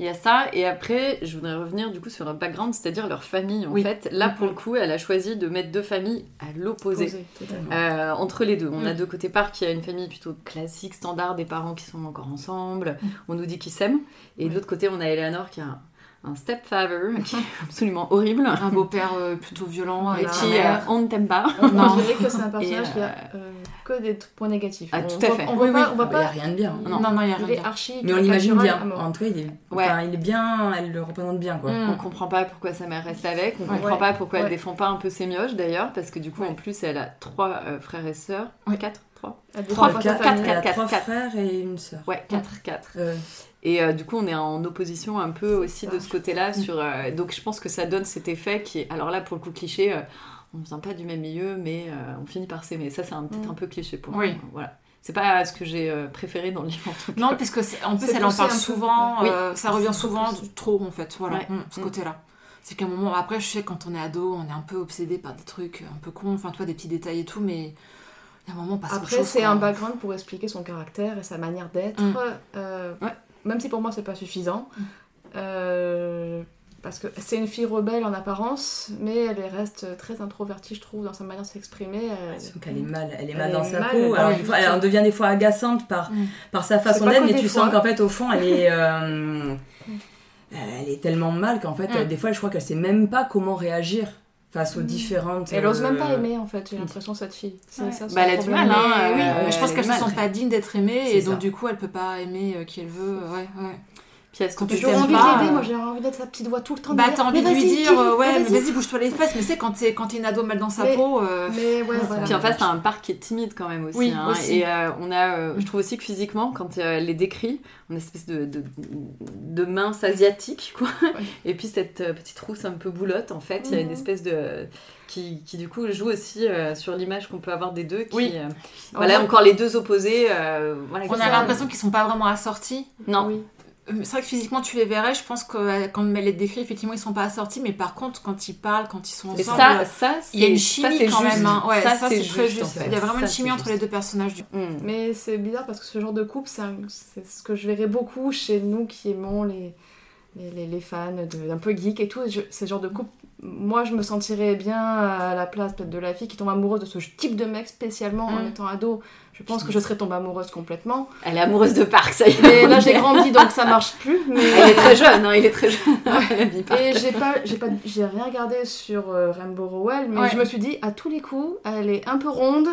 Speaker 3: Il y a ça, et après, je voudrais revenir du coup sur un background, c'est-à-dire leur famille en
Speaker 2: Oui. Mm,
Speaker 3: fait. Là, pour le coup, elle a choisi de mettre deux familles à l'opposé.
Speaker 4: Posé, totalement.
Speaker 3: Euh, entre les deux, on a
Speaker 2: Mm.
Speaker 3: de côté part qui a une famille plutôt classique, standard, des parents qui sont encore ensemble,
Speaker 2: Mm.
Speaker 3: on nous dit qu'ils s'aiment, et de l'autre côté on a Eleanor qui a un, un stepfather qui est (laughs) absolument horrible,
Speaker 2: Un beau-père euh, plutôt violent,
Speaker 3: et
Speaker 2: la
Speaker 3: qui euh,
Speaker 2: mère.
Speaker 3: on ne t'aime pas.
Speaker 2: Non.
Speaker 4: Je dirais que c'est un personnage
Speaker 3: Et,
Speaker 4: qui a euh, que des t- points négatifs.
Speaker 3: Ah,
Speaker 4: on
Speaker 3: tout à
Speaker 4: voit-
Speaker 3: fait.
Speaker 4: On voit
Speaker 2: Oui,
Speaker 4: pas,
Speaker 2: oui.
Speaker 4: on voit
Speaker 5: Ah bah, il y a
Speaker 4: pas-
Speaker 5: rien de bien. hein.
Speaker 2: Non, non, il y a rien de
Speaker 4: Il est
Speaker 2: bien.
Speaker 4: archi.
Speaker 5: Mais on l'imagine
Speaker 4: caricatural,
Speaker 5: bien.
Speaker 4: à
Speaker 5: En tout cas, il est,
Speaker 3: Ouais.
Speaker 5: enfin, il est bien, elle le représente bien, quoi.
Speaker 2: Mm.
Speaker 3: On comprend pas pourquoi sa mère reste avec, on
Speaker 2: Ouais.
Speaker 3: comprend pas pourquoi elle
Speaker 4: Ouais.
Speaker 3: défend pas un peu ses mioches d'ailleurs, parce que du coup en plus elle a trois euh, frères et sœurs,
Speaker 2: Ouais.
Speaker 3: quatre, trois,
Speaker 4: Elle
Speaker 5: Trois,
Speaker 4: défend sa
Speaker 5: quatre,
Speaker 4: famille.
Speaker 5: elle a
Speaker 3: quatre,
Speaker 5: trois
Speaker 3: quatre.
Speaker 5: frères et une sœur.
Speaker 3: ouais quatre, quatre.
Speaker 5: Euh,
Speaker 3: Et euh, du coup, on est en opposition un peu aussi de ce
Speaker 2: Mm.
Speaker 3: côté-là. Sur, euh, donc, je pense que ça donne cet effet qui est, alors là, pour le coup, cliché, euh, on ne vient pas du même milieu, mais euh, on finit par s'aimer. Ça, c'est un- peut-être un peu cliché pour
Speaker 2: Mm. Oui.
Speaker 3: moi. Voilà. C'est pas ce que j'ai euh, préféré dans le livre, en tout cas.
Speaker 2: Non, puisque c'est- en plus,
Speaker 4: C'est
Speaker 2: elle en
Speaker 4: poussé
Speaker 2: parle
Speaker 4: un peu.
Speaker 2: souvent,
Speaker 3: Oui.
Speaker 2: euh, ça revient souvent
Speaker 4: poussé.
Speaker 2: trop en fait, voilà,
Speaker 3: Ouais.
Speaker 2: Mm, ce
Speaker 3: Mm.
Speaker 2: côté-là. C'est qu'à un moment, après, je sais, quand on est ado, on est un peu obsédé par des trucs un peu cons, enfin, toi, des petits détails et tout, mais il y a un moment, on passe à autre
Speaker 4: Après,
Speaker 2: chose,
Speaker 4: c'est
Speaker 2: quoi.
Speaker 4: un background pour expliquer son caractère et sa manière d'être.
Speaker 2: Mm.
Speaker 4: euh,
Speaker 3: Ouais.
Speaker 4: Même si pour moi, c'est pas suffisant. euh, parce que c'est une fille rebelle en apparence, mais elle reste très introvertie, je trouve, dans sa manière de s'exprimer. Elle-
Speaker 5: Sauf qu'elle est mal, elle est mal
Speaker 4: Elle
Speaker 5: dans
Speaker 4: est
Speaker 5: sa
Speaker 4: mal,
Speaker 5: peau.
Speaker 4: elle-
Speaker 5: Alors,
Speaker 4: ouais.
Speaker 5: des fois, elle en devient des fois agaçante par,
Speaker 2: Mm.
Speaker 5: par sa façon
Speaker 4: pas
Speaker 5: d'être,
Speaker 4: que
Speaker 5: mais
Speaker 4: des
Speaker 5: tu
Speaker 4: fois.
Speaker 5: sens qu'en fait, au fond, elle est. euh, elle est tellement mal qu'en fait,
Speaker 2: Mm.
Speaker 5: euh, des fois, je crois qu'elle sait même pas comment réagir face aux différentes.
Speaker 4: Elle ose même
Speaker 5: euh,
Speaker 4: pas aimer, en fait, j'ai
Speaker 5: oui.
Speaker 4: l'impression, cette fille. C'est
Speaker 2: Ouais.
Speaker 4: ça, son
Speaker 3: Bah, elle a du
Speaker 4: problème.
Speaker 3: mal, hein,
Speaker 2: Mais oui,
Speaker 3: euh,
Speaker 2: mais je pense
Speaker 3: elle
Speaker 2: qu'elle
Speaker 3: est
Speaker 2: se
Speaker 3: mal.
Speaker 2: sent pas digne d'être aimée,
Speaker 5: C'est
Speaker 2: et donc
Speaker 5: ça.
Speaker 2: du coup, elle peut pas aimer euh, qui elle veut, ouais, ouais.
Speaker 3: Puis, est-ce que
Speaker 2: Quand
Speaker 3: tu
Speaker 2: tu
Speaker 4: J'aurais
Speaker 2: t'aimes
Speaker 3: t'aimes
Speaker 4: envie
Speaker 2: pas,
Speaker 4: de l'aider,
Speaker 2: euh,
Speaker 4: moi j'ai envie d'être sa petite voix tout le temps. de
Speaker 2: Bah,
Speaker 4: dire,
Speaker 2: t'as envie
Speaker 4: Mais
Speaker 2: de lui
Speaker 4: vas-y,
Speaker 2: dire,
Speaker 4: Kiri,
Speaker 2: euh, ouais,
Speaker 4: vas-y.
Speaker 2: mais vas-y, bouge-toi les fesses, mais c'est quand t'es quand t'es une ado mal dans sa
Speaker 4: Mais-
Speaker 2: peau. euh,
Speaker 4: Mais ouais, voilà.
Speaker 3: Puis en face, t'as un parc qui est timide quand même aussi.
Speaker 2: Oui,
Speaker 3: hein.
Speaker 2: aussi.
Speaker 3: Et euh, on a, euh, je trouve aussi que physiquement, quand euh, elle les décrit, une espèce de, de, de mince asiatique, quoi. Et puis cette euh, petite rousse un peu boulotte, en fait, il y a une
Speaker 4: Mhm.
Speaker 3: espèce de. Qui, qui du coup joue aussi euh, sur l'image qu'on peut avoir des deux. Qui,
Speaker 2: Oui.
Speaker 3: euh, voilà,
Speaker 4: Ouais.
Speaker 3: encore les deux opposés. euh, voilà,
Speaker 2: On
Speaker 3: qui
Speaker 2: a
Speaker 3: sont-
Speaker 2: l'impression qu'ils sont pas vraiment assortis.
Speaker 3: Non.
Speaker 4: Oui.
Speaker 2: Euh, C'est vrai que physiquement, tu les verrais. Je pense que euh, quand elle les décrit, effectivement, ils sont pas assortis. Mais par contre, quand ils parlent, quand ils sont
Speaker 3: Mais
Speaker 2: ensemble,
Speaker 3: ça, ça, c'est.
Speaker 2: euh, il y a une
Speaker 3: ça,
Speaker 2: chimie
Speaker 3: c'est
Speaker 2: quand
Speaker 3: juste.
Speaker 2: même. hein. Ouais, ça,
Speaker 3: ça,
Speaker 2: c'est très juste.
Speaker 3: en fait.
Speaker 2: Il y a vraiment
Speaker 5: Ça,
Speaker 2: une
Speaker 5: c'est
Speaker 2: chimie entre
Speaker 5: juste.
Speaker 2: les deux personnages. Du...
Speaker 3: Mhm.
Speaker 4: Mais c'est bizarre parce que ce genre de couple, c'est un- c'est ce que je verrais beaucoup chez nous qui aimons les, les, les- les fans de- un peu geek et tout. Je- ce genre de couple, moi je me sentirais bien à la place peut-être de la fille qui tombe amoureuse de ce type de mec spécialement en
Speaker 2: Mm.
Speaker 4: étant ado. Je pense que je serais tombée amoureuse complètement.
Speaker 2: (laughs)
Speaker 3: Elle est amoureuse de Park, ça y est.
Speaker 4: Mais là j'ai grandi donc ça marche plus. Mais...
Speaker 3: Elle est très jeune, hein, il est très
Speaker 2: (laughs)
Speaker 3: jeune. Elle vit pas.
Speaker 4: Et j'ai pas, j'ai pas, j'ai rien regardé sur euh, Rainbow Rowell, mais
Speaker 2: Ouais.
Speaker 4: je me suis dit à tous les coups, elle est un peu ronde,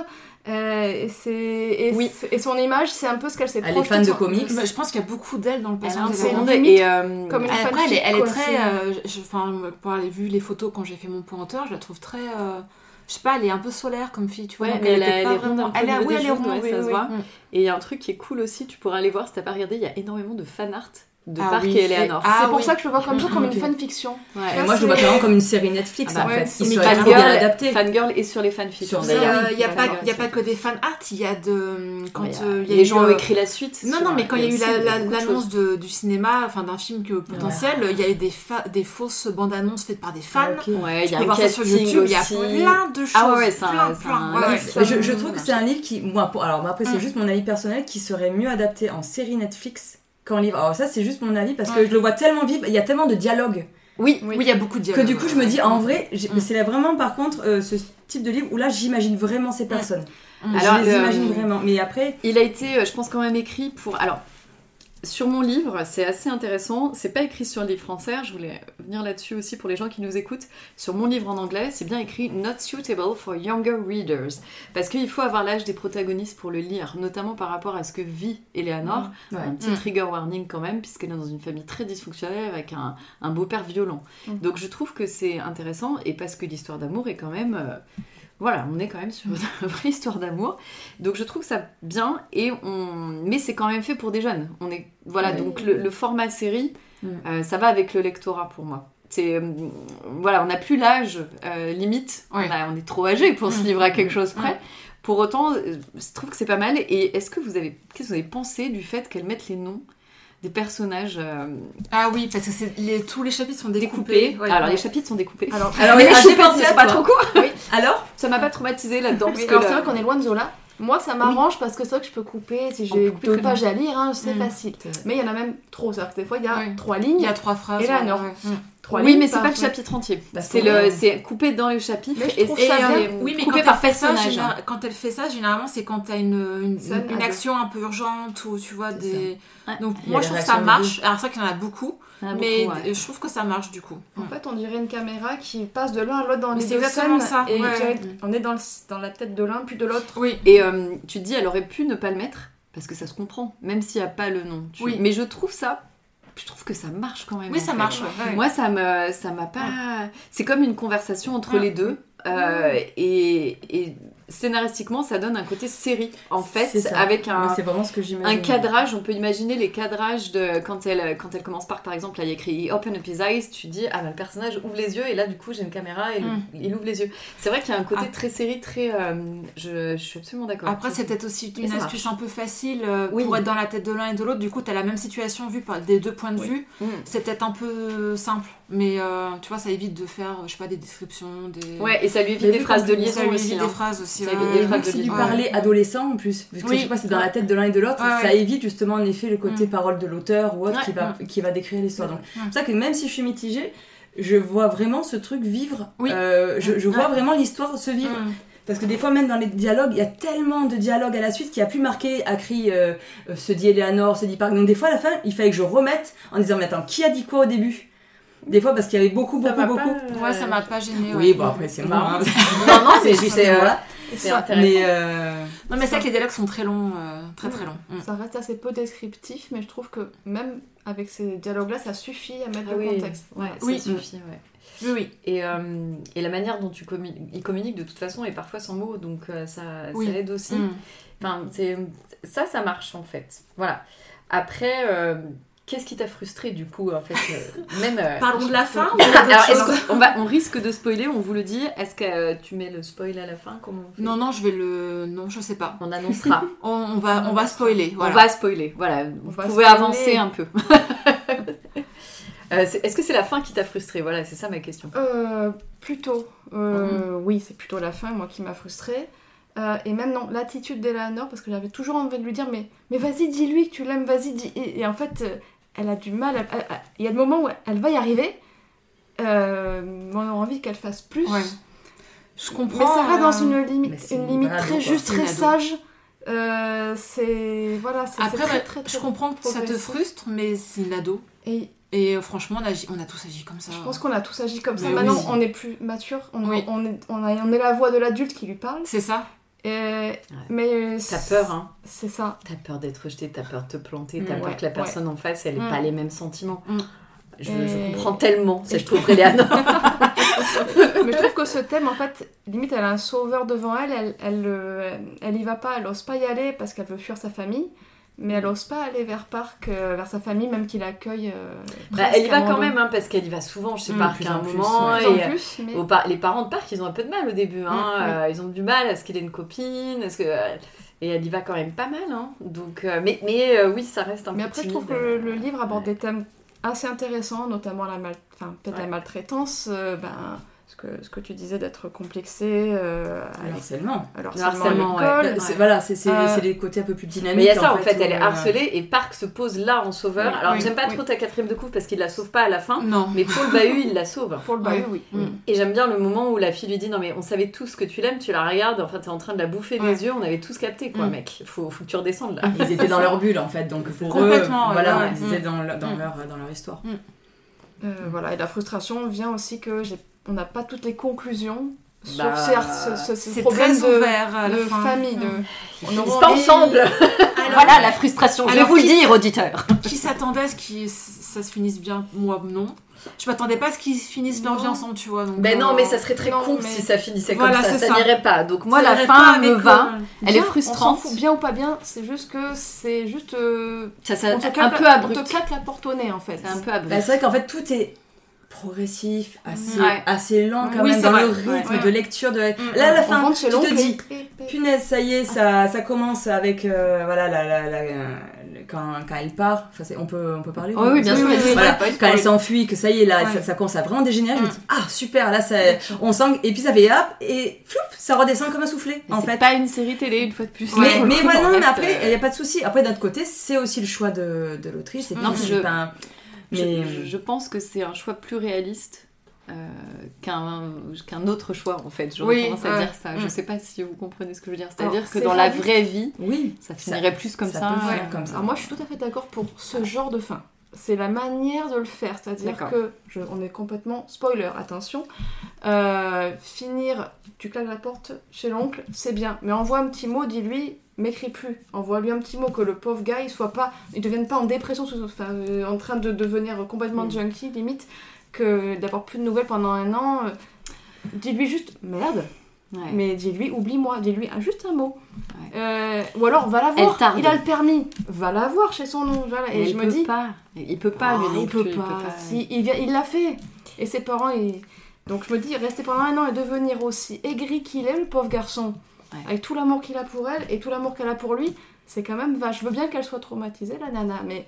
Speaker 4: euh, et c'est, et,
Speaker 3: Oui.
Speaker 4: c'est- et son image, c'est un peu ce qu'elle s'est
Speaker 5: Elle est
Speaker 4: projetée
Speaker 5: fan de
Speaker 4: sur-
Speaker 5: comics.
Speaker 2: Mais Bah, Je pense qu'il y a beaucoup d'elle dans le
Speaker 3: Elle a un
Speaker 2: personnage.
Speaker 4: c'est
Speaker 3: peu
Speaker 2: vraiment.
Speaker 3: monde
Speaker 4: limite
Speaker 3: et. euh,
Speaker 4: comme une
Speaker 2: Après, elle est, elle est
Speaker 4: Quoi,
Speaker 2: très.
Speaker 4: c'est-
Speaker 2: euh, je- je- Enfin, pour avoir vu les photos quand j'ai fait mon point hauteur, je la trouve très. euh, je sais pas, elle est un peu solaire comme fille, tu vois.
Speaker 3: Ouais,
Speaker 2: donc
Speaker 3: mais elle
Speaker 2: était
Speaker 3: a-
Speaker 2: pas
Speaker 3: elle est ronde
Speaker 2: vraiment-
Speaker 3: un peu
Speaker 2: Elle
Speaker 3: au
Speaker 2: a-
Speaker 3: niveau
Speaker 2: oui,
Speaker 3: des
Speaker 2: elle est
Speaker 3: genoux,
Speaker 2: ronde,
Speaker 3: ouais,
Speaker 2: oui,
Speaker 3: ça se
Speaker 2: oui, Mm.
Speaker 3: voit.
Speaker 2: oui.
Speaker 3: Et il y a un truc qui est cool aussi, tu pourras aller voir si t'as pas regardé, il y a énormément de fanart de
Speaker 2: Ah
Speaker 3: Park
Speaker 2: oui.
Speaker 3: et Eleanor.
Speaker 2: Ah
Speaker 4: c'est pour
Speaker 2: oui.
Speaker 4: ça que je le vois comme ça, comme une
Speaker 5: Ok.
Speaker 4: fanfiction.
Speaker 3: Ouais.
Speaker 5: Et moi, je le vois
Speaker 4: c'est-
Speaker 5: vraiment comme une série Netflix,
Speaker 3: Ah bah
Speaker 5: en
Speaker 4: ouais,
Speaker 5: fait. Ils
Speaker 2: mais
Speaker 5: seraient trop bien
Speaker 3: Fangirl,
Speaker 5: adaptés.
Speaker 3: fangirl et sur les fanfics.
Speaker 5: Sur
Speaker 2: Mais,
Speaker 5: D'ailleurs,
Speaker 2: euh,
Speaker 3: oui,
Speaker 2: Il n'y a,
Speaker 3: la
Speaker 2: pas-
Speaker 3: fangirl,
Speaker 2: il y a
Speaker 3: c'est
Speaker 2: pas que des fan art, il y a de. Quand
Speaker 3: Ouais,
Speaker 2: euh, il y a
Speaker 3: les
Speaker 2: eu,
Speaker 3: gens ont
Speaker 2: euh,
Speaker 3: écrit la suite.
Speaker 2: Non,
Speaker 3: sur-
Speaker 2: non, mais quand il y a eu
Speaker 3: aussi
Speaker 2: la- la-
Speaker 3: beaucoup de
Speaker 2: l'annonce
Speaker 3: choses.
Speaker 2: de- du cinéma, enfin d'un film que, potentiel, il y a eu des, fa- des fausses bandes annonces faites par des fans.
Speaker 5: Ok.
Speaker 3: Ouais, il y
Speaker 2: Tu
Speaker 3: a
Speaker 2: peux
Speaker 3: un
Speaker 2: voir ça
Speaker 3: casting
Speaker 2: sur YouTube, il y a
Speaker 3: aussi.
Speaker 2: plein de choses.
Speaker 3: Ah ouais, ouais, c'est
Speaker 2: plein,
Speaker 3: un- c'est
Speaker 2: plein.
Speaker 3: un-
Speaker 2: Ouais,
Speaker 3: Ouais,
Speaker 2: ouais.
Speaker 5: Mais je, je trouve que c'est un livre qui, moi, pour, alors moi, après
Speaker 2: Mm.
Speaker 5: c'est juste mon avis personnel, qui serait mieux adapté en série Netflix qu'en livre. Alors ça c'est juste mon avis parce que je le vois tellement vivre, il y a tellement de dialogues.
Speaker 3: Oui.
Speaker 4: Oui.
Speaker 2: Oui, il y a beaucoup de
Speaker 5: Que
Speaker 2: dialogues.
Speaker 5: du coup, je me dis, en vrai, j'ai-
Speaker 2: Mm.
Speaker 5: c'est là vraiment par contre euh, ce type de livre où là, j'imagine vraiment ces personnes.
Speaker 2: Mm.
Speaker 5: Alors,
Speaker 3: Alors,
Speaker 5: je les
Speaker 3: euh,
Speaker 5: imagine vraiment. Mais après,
Speaker 3: Il a été, euh, je pense, quand même écrit pour. Alors, sur mon livre, c'est assez intéressant. C'est pas écrit sur le livre français. Je voulais venir là-dessus aussi pour les gens qui nous écoutent. Sur mon livre en anglais, c'est bien écrit Not suitable for younger readers. Parce qu'il faut avoir l'âge des protagonistes pour le lire, notamment par rapport à ce que vit Eleanor.
Speaker 5: Ouais.
Speaker 3: Un petit
Speaker 2: Mm.
Speaker 3: trigger warning quand même, puisqu'elle est dans une famille très dysfonctionnelle avec un, un beau-père violent.
Speaker 4: Mm.
Speaker 3: Donc je trouve que c'est intéressant et parce que l'histoire d'amour est quand même. euh, voilà, on est quand même sur (laughs) une vraie histoire d'amour. Donc je trouve ça bien et on mais c'est quand même fait pour des jeunes. On est voilà
Speaker 5: Ouais.
Speaker 3: donc le, le format série
Speaker 5: Mm.
Speaker 3: euh, ça va avec le lectorat pour moi. C'est euh, voilà on n'a plus l'âge euh, limite
Speaker 2: Ouais.
Speaker 3: on, a- on est trop âgé pour se
Speaker 2: Mm.
Speaker 3: livrer à quelque chose près. Pour autant euh, je trouve que c'est pas mal et est-ce que vous avez qu'est-ce que vous avez pensé du fait qu'elles mettent les noms des personnages euh,
Speaker 2: Ah oui, parce que c'est- les- tous les chapitres sont découpés.
Speaker 3: découpés
Speaker 2: Ouais.
Speaker 3: alors les chapitres sont découpés.
Speaker 4: Alors,
Speaker 5: Alors,
Speaker 3: mais (laughs)
Speaker 5: oui,
Speaker 3: les
Speaker 5: ah,
Speaker 3: choupins,
Speaker 5: dépend-
Speaker 3: c'est pas trop court.
Speaker 5: alors
Speaker 3: Ça m'a pas traumatisé là-dedans. parce
Speaker 4: Oui,
Speaker 3: que
Speaker 4: alors
Speaker 3: le-
Speaker 4: c'est vrai qu'on est loin de Zola. Moi, ça m'arrange parce que c'est vrai que je peux couper. Si
Speaker 3: On peut
Speaker 4: j'ai
Speaker 3: couper
Speaker 4: deux
Speaker 3: très
Speaker 4: pages à lire, hein, c'est
Speaker 2: Mm.
Speaker 4: facile.
Speaker 5: C'est vrai.
Speaker 4: Mais il y en a même trop. C'est-à-dire que des fois, il y a
Speaker 2: Oui.
Speaker 4: trois
Speaker 2: Il
Speaker 4: lignes.
Speaker 2: y a trois phrases.
Speaker 4: Et là, non.
Speaker 2: ouais. Mm.
Speaker 4: trois
Speaker 3: oui,
Speaker 4: lignes
Speaker 3: mais c'est
Speaker 4: par-
Speaker 3: pas le chapitre entier.
Speaker 5: Parce
Speaker 3: Bah, C'est
Speaker 5: qu'on-
Speaker 3: le, c'est coupé dans le chapitre.
Speaker 4: Mais je
Speaker 3: et
Speaker 4: trouve
Speaker 3: c'est,
Speaker 4: ça bien.
Speaker 3: euh,
Speaker 2: Oui, mais
Speaker 3: coupé
Speaker 2: quand,
Speaker 3: par
Speaker 2: elle fait ça,
Speaker 3: personnage.
Speaker 2: général- quand elle fait ça, généralement, c'est quand t'as une, une,
Speaker 4: Scène,
Speaker 2: une
Speaker 4: ah bah.
Speaker 2: action un peu urgente ou tu vois
Speaker 5: C'est
Speaker 2: des.
Speaker 3: ça. Ouais.
Speaker 2: Donc,
Speaker 5: Il y
Speaker 2: moi,
Speaker 5: a
Speaker 2: je
Speaker 5: les
Speaker 2: trouve que ça
Speaker 5: réactions
Speaker 2: marche. Alors, c'est vrai qu'il y en a beaucoup,
Speaker 3: Ah, beaucoup,
Speaker 2: mais
Speaker 3: ouais.
Speaker 2: je trouve que ça marche du coup.
Speaker 4: En fait, on dirait une caméra qui passe de l'un à l'autre dans
Speaker 2: Mais
Speaker 4: les
Speaker 2: c'est
Speaker 4: deux
Speaker 2: exactement
Speaker 4: scènes.
Speaker 2: ça,
Speaker 4: Et
Speaker 2: ouais.
Speaker 4: tu vois, on est dans, le- dans la tête de l'un puis de l'autre.
Speaker 2: Oui.
Speaker 3: Et euh, tu te dis, elle aurait pu ne pas le mettre parce que ça se comprend, même s'il n'y a pas le nom. tu-
Speaker 2: Oui.
Speaker 3: Mais je trouve ça, je trouve que ça Ah. marche quand même.
Speaker 2: Oui,
Speaker 3: en
Speaker 2: ça
Speaker 3: fait.
Speaker 2: marche. ouais.
Speaker 3: Moi, ça me, ça m'a pas. C'est comme une conversation entre
Speaker 2: Ouais.
Speaker 3: les deux. euh, et, et scénaristiquement, ça donne un côté série en
Speaker 5: C'est
Speaker 3: fait,
Speaker 5: ça.
Speaker 3: avec
Speaker 5: Moi,
Speaker 3: un,
Speaker 5: c'est vraiment ce que j'imagine.
Speaker 3: un cadrage, on peut imaginer les cadrages de quand elle, quand elle commence par, par exemple, là, il y a écrit Open up his eyes, tu dis, ah, bah, le personnage ouvre les yeux, et là, du coup, j'ai une caméra, et le-
Speaker 2: Mm.
Speaker 3: il ouvre les yeux. C'est vrai qu'il y a un côté
Speaker 2: Ah.
Speaker 3: très série, très. euh, je, je suis absolument d'accord.
Speaker 2: Après, c'est peut-être aussi
Speaker 3: Et
Speaker 2: une
Speaker 3: ça
Speaker 2: astuce un peu facile euh,
Speaker 3: Oui.
Speaker 2: pour être dans la tête de l'un et de l'autre. Du coup, t'as la même situation vue par des deux points de
Speaker 4: Oui.
Speaker 2: vue.
Speaker 3: Mm.
Speaker 2: C'est peut-être un peu simple, mais euh, tu vois, ça évite de faire, je sais pas, des descriptions, des.
Speaker 3: Ouais, et ça lui
Speaker 5: Mais
Speaker 3: évite des
Speaker 5: vu
Speaker 3: phrases de
Speaker 5: qu'on-
Speaker 2: Ça
Speaker 3: liaison
Speaker 2: lui
Speaker 3: aussi.
Speaker 2: évite
Speaker 3: hein.
Speaker 2: des phrases aussi.
Speaker 3: Ça
Speaker 2: ouais,
Speaker 3: évite des
Speaker 2: ouais,
Speaker 5: Et
Speaker 2: ouais.
Speaker 5: vu
Speaker 3: phrases
Speaker 5: que c'est
Speaker 3: de
Speaker 5: du
Speaker 3: livre.
Speaker 5: parler adolescent en plus, parce que
Speaker 2: Oui.
Speaker 5: je sais pas, c'est dans la tête de l'un et de l'autre,
Speaker 2: Ouais,
Speaker 5: ça
Speaker 2: ouais.
Speaker 5: évite justement en effet le côté
Speaker 2: Mm.
Speaker 5: parole de l'auteur ou autre qui, va, qui va décrire l'histoire. Donc, c'est pour ça que même si je suis mitigée, je vois vraiment ce truc vivre.
Speaker 2: Oui.
Speaker 5: Euh, je, je vois
Speaker 2: Ouais.
Speaker 5: vraiment l'histoire se vivre.
Speaker 2: Mm.
Speaker 5: Parce que des fois, même dans les dialogues, il y a tellement de dialogues à la suite qui a pu marquer, a cri, euh, euh, se dit Eleanor, se dit Park. Donc des fois, à la fin, il fallait que je remette en disant, mais attends, qui a dit quoi au début Des fois, parce qu'il y avait beaucoup, beaucoup, beaucoup.
Speaker 3: Euh,
Speaker 2: Ouais, ça m'a pas euh, gêné.
Speaker 5: Oui,
Speaker 3: bah,
Speaker 5: bon, après, c'est
Speaker 3: Non,
Speaker 5: marrant.
Speaker 3: non, mais
Speaker 5: c'est
Speaker 3: juste.
Speaker 5: juste, euh, voilà.
Speaker 3: C'est
Speaker 4: Ça-
Speaker 3: intéressant.
Speaker 5: Mais euh,
Speaker 2: Non, mais c'est vrai que les dialogues sont très longs, euh, très très longs. Mm.
Speaker 4: Ça reste assez peu descriptif, mais je trouve que même avec ces dialogues-là, ça suffit à mettre
Speaker 3: Ah
Speaker 4: le
Speaker 3: oui.
Speaker 4: contexte.
Speaker 3: Ouais,
Speaker 2: Oui.
Speaker 3: ça suffit, ouais.
Speaker 2: Oui, oui.
Speaker 3: Et, euh, et la manière dont tu communi- il communique de toute façon est parfois sans mots, donc euh, ça,
Speaker 2: Oui.
Speaker 3: ça aide aussi.
Speaker 2: Mm.
Speaker 3: Enfin, c'est- ça, ça marche en fait. Voilà. Après, euh, qu'est-ce qui t'a frustré du coup en fait euh, Même.
Speaker 4: Bah,
Speaker 3: euh,
Speaker 2: Parlons de la fin.
Speaker 3: Alors,
Speaker 2: (laughs)
Speaker 3: est-ce qu'on- on, va- on risque de spoiler, on vous le dit. Est-ce que euh, tu mets le spoil à la fin Comment on fait
Speaker 2: Non, non, je vais le. Non, je sais pas.
Speaker 3: On annoncera.
Speaker 2: On, on va, on va spoiler. Voilà.
Speaker 3: On va spoiler. Voilà. Vous
Speaker 4: va
Speaker 3: pouvez
Speaker 4: spoiler.
Speaker 3: avancer un peu. Euh, c'est- Est-ce que c'est la fin qui t'a frustré Voilà, c'est ça ma question.
Speaker 4: Euh, plutôt. Euh, Oui, c'est plutôt la fin, moi, qui m'a frustrée. Euh, et même non, l'attitude d'Eleanor, parce que j'avais toujours envie de lui dire, mais, mais vas-y, dis-lui que tu l'aimes, vas-y, dis. Et, et en fait, euh, elle a du mal. elle- elle- elle- Il y a des moments où elle va y arriver. Euh, mais on a envie qu'elle fasse plus.
Speaker 2: Ouais. Je comprends.
Speaker 4: Mais ça reste dans
Speaker 2: euh,
Speaker 4: une
Speaker 5: mais
Speaker 4: limite,
Speaker 5: c'est
Speaker 4: une
Speaker 5: une
Speaker 4: limite
Speaker 5: ado,
Speaker 4: très
Speaker 5: quoi.
Speaker 4: juste,
Speaker 2: C'est une
Speaker 4: très
Speaker 2: ado.
Speaker 4: sage. Euh, c'est voilà, c'est c'est
Speaker 2: Après,
Speaker 4: très,
Speaker 2: bah,
Speaker 4: très, très-
Speaker 2: je comprends que ça te
Speaker 4: progressif.
Speaker 2: frustre, mais c'est une ado.
Speaker 4: Et
Speaker 2: Et euh, franchement, on a, on a tous agi comme ça.
Speaker 3: Ah.
Speaker 4: je pense qu'on a tous agi comme ça.
Speaker 2: Mais
Speaker 4: Maintenant,
Speaker 2: oui.
Speaker 4: on est plus mature, on,
Speaker 2: Oui.
Speaker 4: on, est, on, a- on est la voix de l'adulte qui lui parle.
Speaker 2: C'est ça.
Speaker 4: Et- Mais euh,
Speaker 3: T'as peur, hein
Speaker 4: C'est ça. (laughs)
Speaker 3: T'as peur d'être rejeté, t'as peur de te planter, t'as
Speaker 2: Mm,
Speaker 3: peur
Speaker 4: ouais,
Speaker 3: que la
Speaker 4: ouais.
Speaker 3: personne en face, elle n'ait
Speaker 2: Mm.
Speaker 3: pas les mêmes sentiments.
Speaker 2: Mm.
Speaker 3: Je,
Speaker 4: Et-
Speaker 3: je comprends tellement,
Speaker 4: Et
Speaker 3: c'est je
Speaker 4: je
Speaker 3: trouve Eleanor.
Speaker 4: Mais je trouve que ce thème, en fait, limite, elle a un sauveur devant elle. Elle, elle, euh, elle y va pas, elle ose pas y aller parce qu'elle veut fuir sa famille. Mais elle ose pas aller vers Parc, euh, vers sa famille, même qu'il accueille. euh,
Speaker 3: Bah,
Speaker 4: presque
Speaker 3: elle y va
Speaker 4: abandon.
Speaker 3: quand même, hein, parce qu'elle y va souvent, je sais
Speaker 2: Mm,
Speaker 3: pas,
Speaker 5: plus
Speaker 3: qu'à un
Speaker 5: en plus,
Speaker 3: moment.
Speaker 5: ouais.
Speaker 4: Plus
Speaker 3: et, euh,
Speaker 4: en plus, mais
Speaker 3: Au par- les parents de Park, ils ont un peu de mal au début. Hein.
Speaker 4: Mm,
Speaker 3: euh, ils ont du mal. Est-ce qu'il a une copine Est-ce que euh, et elle y va quand même pas mal. Hein. Donc, euh, mais mais euh, oui, ça reste un
Speaker 4: Mais
Speaker 3: peu
Speaker 4: après, je
Speaker 3: timide.
Speaker 4: trouve que le, le livre aborde
Speaker 3: ouais.
Speaker 4: des thèmes assez intéressants, notamment la mal, enfin, peut-être
Speaker 3: Ouais.
Speaker 4: la maltraitance, euh, ben, ce que, ce que tu disais d'être complexé euh,
Speaker 5: Le
Speaker 4: à
Speaker 5: harcèlement.
Speaker 4: alors
Speaker 3: Le harcèlement,
Speaker 4: harcèlement
Speaker 3: ouais.
Speaker 4: à
Speaker 5: Bah,
Speaker 4: l'école.
Speaker 5: c'est- Voilà, c'est c'est-
Speaker 4: Euh,
Speaker 5: c'est les côtés un peu plus dynamiques.
Speaker 3: Mais il y a ça en fait,
Speaker 5: où,
Speaker 3: elle est
Speaker 5: euh,
Speaker 3: harcelée et Park se pose là en sauveur.
Speaker 4: Oui,
Speaker 3: Alors
Speaker 4: oui,
Speaker 3: j'aime pas
Speaker 4: oui. Mm.
Speaker 3: trop ta quatrième de couve parce qu'il la sauve pas à la
Speaker 4: Hein
Speaker 3: fin,
Speaker 2: Non.
Speaker 3: mais Paul Bahut il la sauve.
Speaker 2: Pour le
Speaker 4: bahut,
Speaker 2: oui.
Speaker 3: Et j'aime bien le moment où la fille lui dit non mais on savait tous que tu l'aimes, tu la regardes, enfin t'es en train de la bouffer des
Speaker 2: Ouais.
Speaker 3: yeux, on avait tous capté quoi
Speaker 2: Mm.
Speaker 3: mec, faut, faut que tu redescendes là.
Speaker 4: Ah,
Speaker 5: Ils étaient dans leur bulle en fait, donc pour
Speaker 2: Complètement,
Speaker 5: eux,
Speaker 2: ouais,
Speaker 5: voilà,
Speaker 2: ouais.
Speaker 5: ils étaient dans, le- dans
Speaker 2: Mm.
Speaker 5: leur, dans leur histoire.
Speaker 3: Mm.
Speaker 4: Euh, voilà, et la frustration vient aussi que j'ai- on n'a pas toutes les conclusions sur
Speaker 5: Bah,
Speaker 4: ces har- ce, ce- ces
Speaker 2: C'est
Speaker 4: problèmes
Speaker 2: très
Speaker 4: de,
Speaker 2: ouvert à la
Speaker 4: de
Speaker 2: fin.
Speaker 4: famille. de-
Speaker 3: Ils
Speaker 4: on
Speaker 3: finissent
Speaker 4: aura
Speaker 3: Mm. pas
Speaker 4: envie-
Speaker 3: ensemble Voilà
Speaker 5: bah,
Speaker 3: la frustration, je vais
Speaker 2: Alors,
Speaker 3: vous le
Speaker 2: qui-
Speaker 3: dire auditeur.
Speaker 2: Qui s'attendait à ce que ça se finisse bien Moi, non. Je m'attendais pas à ce qu'ils finissent leur vie
Speaker 4: Non.
Speaker 2: ensemble, tu vois. Donc,
Speaker 3: Ben non
Speaker 2: euh,
Speaker 3: mais ça serait très
Speaker 4: non,
Speaker 3: con
Speaker 4: mais-
Speaker 3: si ça finissait
Speaker 2: Voilà,
Speaker 3: comme ça,
Speaker 2: c'est
Speaker 3: ça
Speaker 2: ça.
Speaker 3: n'irait pas. hein, Donc moi
Speaker 2: ça
Speaker 3: la
Speaker 2: irait
Speaker 3: fin
Speaker 2: pas
Speaker 3: me
Speaker 2: avec,
Speaker 3: va.
Speaker 2: euh,
Speaker 3: Elle
Speaker 4: Bien,
Speaker 3: est frustrante.
Speaker 4: On s'en fout, bien ou pas bien, c'est juste que c'est juste. euh,
Speaker 3: Ça, ça
Speaker 4: on te
Speaker 3: un
Speaker 4: claque
Speaker 3: peu
Speaker 4: la-
Speaker 3: abrupt.
Speaker 4: On te claque la porte au nez en fait.
Speaker 3: C'est un peu abrupt.
Speaker 5: Bah, c'est vrai qu'en fait tout est progressif, assez,
Speaker 3: Mm. Ouais.
Speaker 5: assez lent quand
Speaker 2: Oui,
Speaker 5: même
Speaker 2: c'est
Speaker 5: dans
Speaker 2: vrai.
Speaker 5: le rythme
Speaker 2: Ouais.
Speaker 5: de lecture. De...
Speaker 3: Mm,
Speaker 5: Là, à la
Speaker 4: On
Speaker 5: fin,
Speaker 4: rentre
Speaker 5: tu
Speaker 4: chez
Speaker 5: te
Speaker 4: l'oncle
Speaker 5: dis,
Speaker 4: et-
Speaker 5: punaise, ça y est, ça, ça commence avec euh, voilà la, la- la- le- quand, quand elle part. Enfin, c'est- on peut on peut parler.
Speaker 3: Oh oui, bien
Speaker 5: on-
Speaker 3: sûr,
Speaker 5: voilà.
Speaker 3: bien sûr.
Speaker 5: Quand elle s'enfuit, que ça y est là,
Speaker 2: Ouais.
Speaker 5: ça, ça commence à vraiment dégénérer. Je me
Speaker 2: Mm.
Speaker 5: dis ah super, là ça, on sent et puis ça fait hop et floup, ça redescend comme un soufflé en fait.
Speaker 3: pas une série télé une fois de plus.
Speaker 5: Mais, mais voilà, non, mais
Speaker 4: euh,
Speaker 5: après, il n'y a pas de souci. Après, d'un autre côté, c'est aussi le choix de, de l'autrice. C'est
Speaker 3: Non,
Speaker 5: que
Speaker 3: je-
Speaker 5: c'est pas un- Mais
Speaker 3: Je, je pense que c'est un choix plus réaliste euh, qu'un qu'un autre choix, en fait. J'aurais
Speaker 4: Oui,
Speaker 3: tendance à
Speaker 4: ouais.
Speaker 3: dire ça. Je sais pas si vous comprenez ce que je veux dire.
Speaker 4: Alors,
Speaker 3: C'est-à-dire que
Speaker 4: c'est
Speaker 3: dans
Speaker 4: réaliste.
Speaker 3: la vraie vie,
Speaker 5: oui,
Speaker 3: ça finirait plus comme ça.
Speaker 5: peut
Speaker 4: ouais.
Speaker 5: faire euh, comme ça.
Speaker 4: Alors moi, je suis tout à fait d'accord pour ce genre de fin. C'est la manière de le faire, c'est-à-dire
Speaker 3: D'accord.
Speaker 4: que je- on est complètement spoiler, attention. Euh, finir, tu claques la porte chez l'oncle, c'est bien, mais envoie un petit mot, dis-lui, m'écris plus, envoie-lui un petit mot que le pauvre gars, il soit pas, il devienne pas en dépression, sous- enfin, euh, en train de devenir complètement
Speaker 3: Mm.
Speaker 4: junkie limite, que d'avoir plus de nouvelles pendant un an. euh, Dis-lui juste merde,
Speaker 3: Ouais.
Speaker 4: mais dis-lui, oublie-moi, dis-lui un- juste un mot. Euh, ou alors, va la
Speaker 3: Elle
Speaker 4: voir.
Speaker 3: tarde.
Speaker 4: Il a le permis. Va la voir chez son oncle. voilà.
Speaker 3: Mais
Speaker 4: Et
Speaker 3: il
Speaker 4: je me
Speaker 3: peut
Speaker 4: dis,
Speaker 3: pas. Il peut pas,
Speaker 4: oh,
Speaker 3: lui, non
Speaker 4: il peut
Speaker 3: plus,
Speaker 4: pas. Si, il vient- il l'a fait. Et ses parents, ils- donc je me dis, rester pendant un an et devenir aussi aigri qu'il est, le pauvre garçon,
Speaker 3: Ouais.
Speaker 4: avec tout l'amour qu'il a pour elle et tout l'amour qu'elle a pour lui, c'est quand même vache. Je veux bien qu'elle soit traumatisée, la nana, mais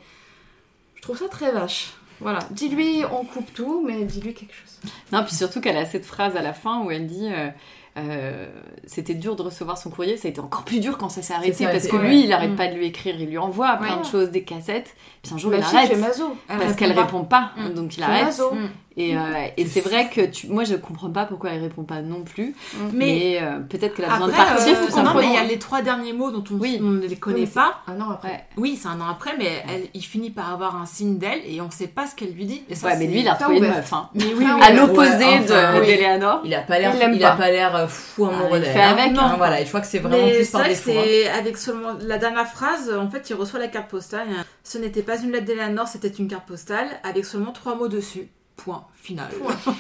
Speaker 4: je trouve ça très vache. Voilà, dis-lui, on coupe tout, mais dis-lui quelque chose.
Speaker 3: Non, puis surtout qu'elle a cette phrase à la fin où elle dit euh, euh, C'était dur de recevoir son courrier, ça a été encore plus dur quand ça s'est arrêté
Speaker 5: ça,
Speaker 3: parce
Speaker 5: c'est-
Speaker 3: que
Speaker 5: ouais.
Speaker 3: lui, il arrête
Speaker 2: Mm.
Speaker 3: pas de lui écrire, il lui envoie plein
Speaker 4: Ouais.
Speaker 3: de choses, des cassettes, puis un
Speaker 2: Bah,
Speaker 3: jour
Speaker 4: Même
Speaker 3: il
Speaker 4: si
Speaker 3: arrête
Speaker 4: tu es maso.
Speaker 3: parce qu'elle répond pas,
Speaker 2: Mm.
Speaker 3: donc il
Speaker 4: Tu es
Speaker 3: arrête.
Speaker 4: maso.
Speaker 2: Mm.
Speaker 3: Et, euh, et c'est vrai que tu... moi je comprends pas pourquoi elle répond pas non plus,
Speaker 2: Mais
Speaker 3: mais, euh, peut-être qu'elle a besoin
Speaker 2: après,
Speaker 3: de partir
Speaker 2: euh,
Speaker 3: tout
Speaker 2: non, mais
Speaker 3: simplement.
Speaker 2: il y a les trois derniers mots dont on,
Speaker 3: Oui.
Speaker 2: on ne les connaît
Speaker 4: mais c'est-
Speaker 2: pas.
Speaker 4: Un an Ah après.
Speaker 3: Ouais.
Speaker 2: Oui, c'est un an après, mais elle- il finit par avoir un signe d'elle et on sait pas ce qu'elle lui dit. Et ça,
Speaker 3: ouais, mais
Speaker 2: c'est-
Speaker 3: lui il a
Speaker 4: pas
Speaker 3: retrouvé une
Speaker 4: ouvert.
Speaker 3: meuf, hein.
Speaker 2: Mais oui,
Speaker 4: Ah
Speaker 2: oui,
Speaker 3: à
Speaker 5: ouais,
Speaker 3: l'opposé
Speaker 5: enfin,
Speaker 3: de
Speaker 5: oui.
Speaker 3: d'Eleanor.
Speaker 5: Il a pas l'air,
Speaker 3: Il l'aime
Speaker 5: il a
Speaker 3: pas.
Speaker 5: pas l'air euh, fou amoureux
Speaker 3: Ah, il
Speaker 5: d'elle.
Speaker 3: fait
Speaker 5: hein.
Speaker 3: avec,
Speaker 5: Non,
Speaker 3: hein.
Speaker 5: voilà, et je crois que c'est vraiment
Speaker 2: Mais
Speaker 5: plus
Speaker 2: c'est
Speaker 5: par
Speaker 2: vrai que
Speaker 5: défaut. hein.
Speaker 2: c'est avec seulement la dernière phrase, en fait, il reçoit la carte postale. Ce n'était pas une lettre d'Eleanor, c'était une carte postale avec seulement trois mots dessus. Point final.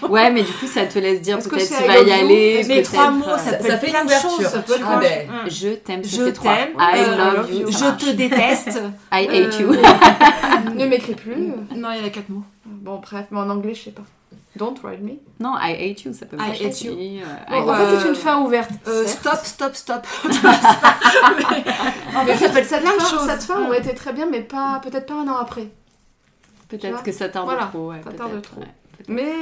Speaker 3: Ouais, mais du coup ça te laisse dire
Speaker 4: Est-ce que
Speaker 3: peut-être
Speaker 4: c'est
Speaker 3: tu
Speaker 4: I
Speaker 3: vas y
Speaker 4: love you
Speaker 3: aller.
Speaker 2: Mais trois
Speaker 3: peut-être,
Speaker 2: mots, ça,
Speaker 3: euh,
Speaker 2: peut
Speaker 5: ça
Speaker 2: être
Speaker 5: fait
Speaker 2: plein
Speaker 5: une
Speaker 2: de choses.
Speaker 5: ouverture.
Speaker 2: Ça peut être plein
Speaker 5: Ah
Speaker 2: de-
Speaker 5: ben,
Speaker 2: Mm.
Speaker 3: Je t'aime, ça
Speaker 2: Je
Speaker 3: fait trois.
Speaker 2: t'aime.
Speaker 3: I
Speaker 2: Euh,
Speaker 3: love you.
Speaker 2: Je te déteste.
Speaker 3: I
Speaker 2: Euh,
Speaker 3: hate you.
Speaker 4: (laughs) Ne m'écris plus.
Speaker 2: Non, il y en a quatre mots.
Speaker 4: Bon, bref, mais en anglais, je sais pas. Don't write me.
Speaker 3: (laughs) Non, I hate you, ça peut
Speaker 2: I
Speaker 3: marcher
Speaker 2: hate
Speaker 3: aussi,
Speaker 2: you.
Speaker 3: euh,
Speaker 4: Bon,
Speaker 3: I-
Speaker 4: en fait, Ah, c'est une fin ouverte.
Speaker 2: Euh,
Speaker 4: certes.
Speaker 2: stop, stop, stop.
Speaker 4: mais (laughs) cette, cette
Speaker 2: plein de
Speaker 4: fin,
Speaker 2: choses.
Speaker 4: cette fin aurait été très bien, mais pas peut-être pas un an après. tu vois.
Speaker 3: Peut-être que ça tarde
Speaker 4: Voilà,
Speaker 3: trop. ouais,
Speaker 4: ça tarde
Speaker 3: peut-être,
Speaker 4: trop.
Speaker 3: ouais.
Speaker 4: Mais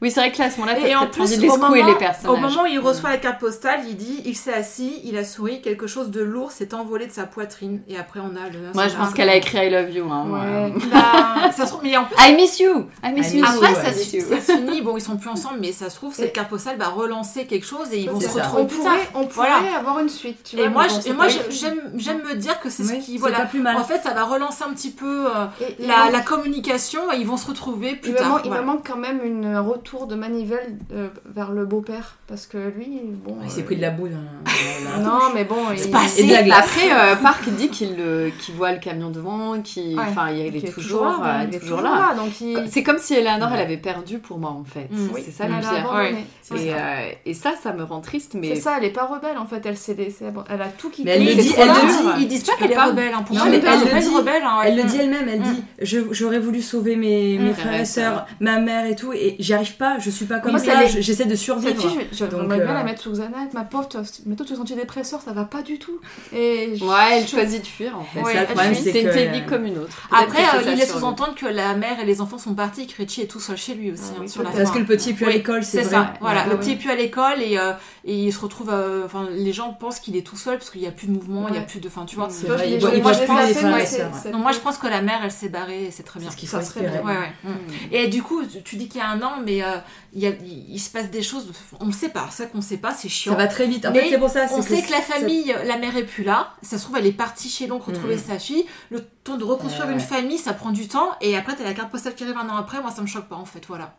Speaker 3: Oui, c'est vrai que là, à ce moment-là,
Speaker 2: Et
Speaker 3: t'as t'as
Speaker 2: en
Speaker 3: envie
Speaker 2: plus,
Speaker 3: de les
Speaker 2: au
Speaker 3: secouer,
Speaker 2: moment-
Speaker 3: les
Speaker 2: Au
Speaker 3: personnages.
Speaker 2: moment où il reçoit la carte postale, il dit il s'est assis, il a souri, quelque chose de lourd s'est envolé de sa poitrine. Et après, on a le. Ah.
Speaker 3: Moi, je pense qu'elle a écrit I love you. hein, moi.
Speaker 4: ouais.
Speaker 2: Bah, ça se trouve, mais en plus,
Speaker 3: I miss you. I miss
Speaker 5: I
Speaker 3: you.
Speaker 5: miss
Speaker 2: après,
Speaker 5: you,
Speaker 2: ça,
Speaker 3: I miss
Speaker 2: se-
Speaker 3: you.
Speaker 2: ça se finit. Bon, ils sont plus ensemble, mais ça se trouve, cette carte postale va relancer quelque chose et ils vont
Speaker 5: C'est
Speaker 2: se
Speaker 5: ça.
Speaker 2: retrouver
Speaker 4: on
Speaker 2: plus tard.
Speaker 4: pourrait, on pourrait
Speaker 2: Voilà.
Speaker 4: avoir une suite. Tu vois,
Speaker 2: Et moi,
Speaker 4: mais bon,
Speaker 2: je-
Speaker 4: c'est
Speaker 2: et moi,
Speaker 4: pas-
Speaker 2: je- j'aime j'aime me dire que c'est
Speaker 5: Oui,
Speaker 2: ce
Speaker 5: c'est
Speaker 2: qui. Voilà.
Speaker 5: pas plus mal.
Speaker 2: En fait, ça va relancer un petit peu euh,
Speaker 4: Et- et
Speaker 2: la,
Speaker 4: moi,
Speaker 2: la communication et ils vont se retrouver
Speaker 4: Il
Speaker 2: plus
Speaker 4: me,
Speaker 2: tard.
Speaker 4: manque, il me
Speaker 2: voilà.
Speaker 4: manque quand même une- un retour de manivelle euh, vers le beau-père parce que lui, bon.
Speaker 5: Il
Speaker 4: euh,
Speaker 5: s'est pris de la boue. hein. (laughs)
Speaker 4: Non, mais bon, il,
Speaker 2: Ah, pas
Speaker 5: Et de la glace.
Speaker 3: Après, euh, Park dit qu'il euh, qu'il voit le camion devant, qu'il
Speaker 4: Ouais.
Speaker 3: enfin, il
Speaker 4: il
Speaker 3: est
Speaker 4: est
Speaker 3: toujours, euh,
Speaker 4: il est
Speaker 3: toujours là.
Speaker 4: Donc il,
Speaker 3: C'est comme si Eleanor,
Speaker 5: Ouais.
Speaker 3: elle avait perdu pour moi, en fait.
Speaker 2: Mm,
Speaker 3: C'est
Speaker 4: oui,
Speaker 3: ça que
Speaker 4: il
Speaker 3: je
Speaker 4: l'a
Speaker 3: veux dire.
Speaker 4: abandonné.
Speaker 5: Ouais.
Speaker 3: Et, euh, et ça, ça me rend triste, mais
Speaker 4: C'est ça, elle est pas rebelle en fait. Elle s'est laissée, abandonner. elle a tout quitté.
Speaker 5: Mais elle
Speaker 3: Oui,
Speaker 5: le
Speaker 3: c'est
Speaker 5: dit,
Speaker 3: trop
Speaker 5: elle
Speaker 3: dur.
Speaker 5: le dit.
Speaker 2: Ils disent pas
Speaker 3: peux
Speaker 2: qu'elle est
Speaker 3: pas-
Speaker 2: rebelle. hein. Pour
Speaker 5: Non,
Speaker 2: moi,
Speaker 5: mais
Speaker 2: elle est
Speaker 5: elle le
Speaker 2: une belle
Speaker 5: dit.
Speaker 2: rebelle. hein.
Speaker 5: Elle le dit elle-même, elle
Speaker 2: Mm.
Speaker 5: dit je- J'aurais voulu sauver mes, mes frères et sœurs, ma mère et tout, et j'y arrive arrive pas, je suis pas comme
Speaker 4: Moi,
Speaker 5: ça,
Speaker 4: ça l'est.
Speaker 5: je- j'essaie de
Speaker 4: Cette
Speaker 5: survivre.
Speaker 4: fille, je- j'aurais
Speaker 5: Donc,
Speaker 4: vraiment aimé
Speaker 5: euh,
Speaker 4: la mettre sous Xanax, ma pauvre, tu vas- mais toi tu es antidépresseur, ça va pas du tout. Et je-
Speaker 3: Ouais, elle
Speaker 4: je-
Speaker 3: choisit de fuir en fait.
Speaker 5: Mais
Speaker 4: Ouais,
Speaker 5: ça, le
Speaker 4: elle
Speaker 5: problème,
Speaker 4: fuit.
Speaker 5: c'est
Speaker 3: C'est une
Speaker 5: que-
Speaker 3: technique comme une autre. Peut-être
Speaker 2: Après,
Speaker 3: que c'est
Speaker 2: euh,
Speaker 3: ça
Speaker 2: il laisse
Speaker 3: sur-
Speaker 2: sous-entendre que la mère et les enfants sont partis, que Richie est tout seul chez lui aussi,
Speaker 4: Ah
Speaker 2: hein,
Speaker 4: oui,
Speaker 2: sur la
Speaker 4: peut-être.
Speaker 5: Parce
Speaker 2: fin.
Speaker 5: que le petit est plus à
Speaker 2: Oui,
Speaker 5: l'école, c'est
Speaker 2: C'est
Speaker 5: vrai.
Speaker 2: ça, voilà.
Speaker 4: Ouais.
Speaker 2: Le petit est plus à l'école et, euh, et il se retrouve. euh, Enfin, les gens pensent qu'il est tout seul parce qu'il n'y a plus de mouvement, il n'y a
Speaker 4: Ouais.
Speaker 2: plus de. Enfin, tu vois.
Speaker 3: Mm.
Speaker 5: C'est
Speaker 4: Toi,
Speaker 5: vrai,
Speaker 4: je
Speaker 5: il
Speaker 4: l'ai-
Speaker 5: voit-
Speaker 4: je
Speaker 5: il
Speaker 4: l'ai
Speaker 5: voit
Speaker 4: jamais
Speaker 5: plus les
Speaker 4: fait,
Speaker 5: frères
Speaker 4: moi,
Speaker 5: et
Speaker 4: c'est-
Speaker 5: sœurs, ouais.
Speaker 4: c'est-
Speaker 2: Donc, moi, je pense que la mère, elle s'est barrée et c'est très
Speaker 5: C'est
Speaker 2: bien.
Speaker 5: ce qu'il
Speaker 4: Ça
Speaker 5: faut
Speaker 4: serait
Speaker 5: espérer.
Speaker 4: bien.
Speaker 2: Ouais, ouais. Mm. Et du coup, tu- tu dis qu'il y a un an, mais euh, il y a- il il se passe des choses. On ne sait pas. Ça qu'on ne sait pas, c'est chiant.
Speaker 5: Ça va très vite. En
Speaker 2: Mais
Speaker 5: fait, c'est pour ça. c'est
Speaker 2: On sait que la
Speaker 5: ça-
Speaker 2: famille, la mère est plus là. Ça se trouve, elle est partie chez l'oncle retrouver
Speaker 5: Mm.
Speaker 2: sa fille. Le temps de reconstruire
Speaker 5: Ouais,
Speaker 2: une
Speaker 5: ouais.
Speaker 2: famille, ça prend du temps. Et après, t'as la carte postale qui arrive un an après. Moi, ça me choque pas, en fait. Voilà.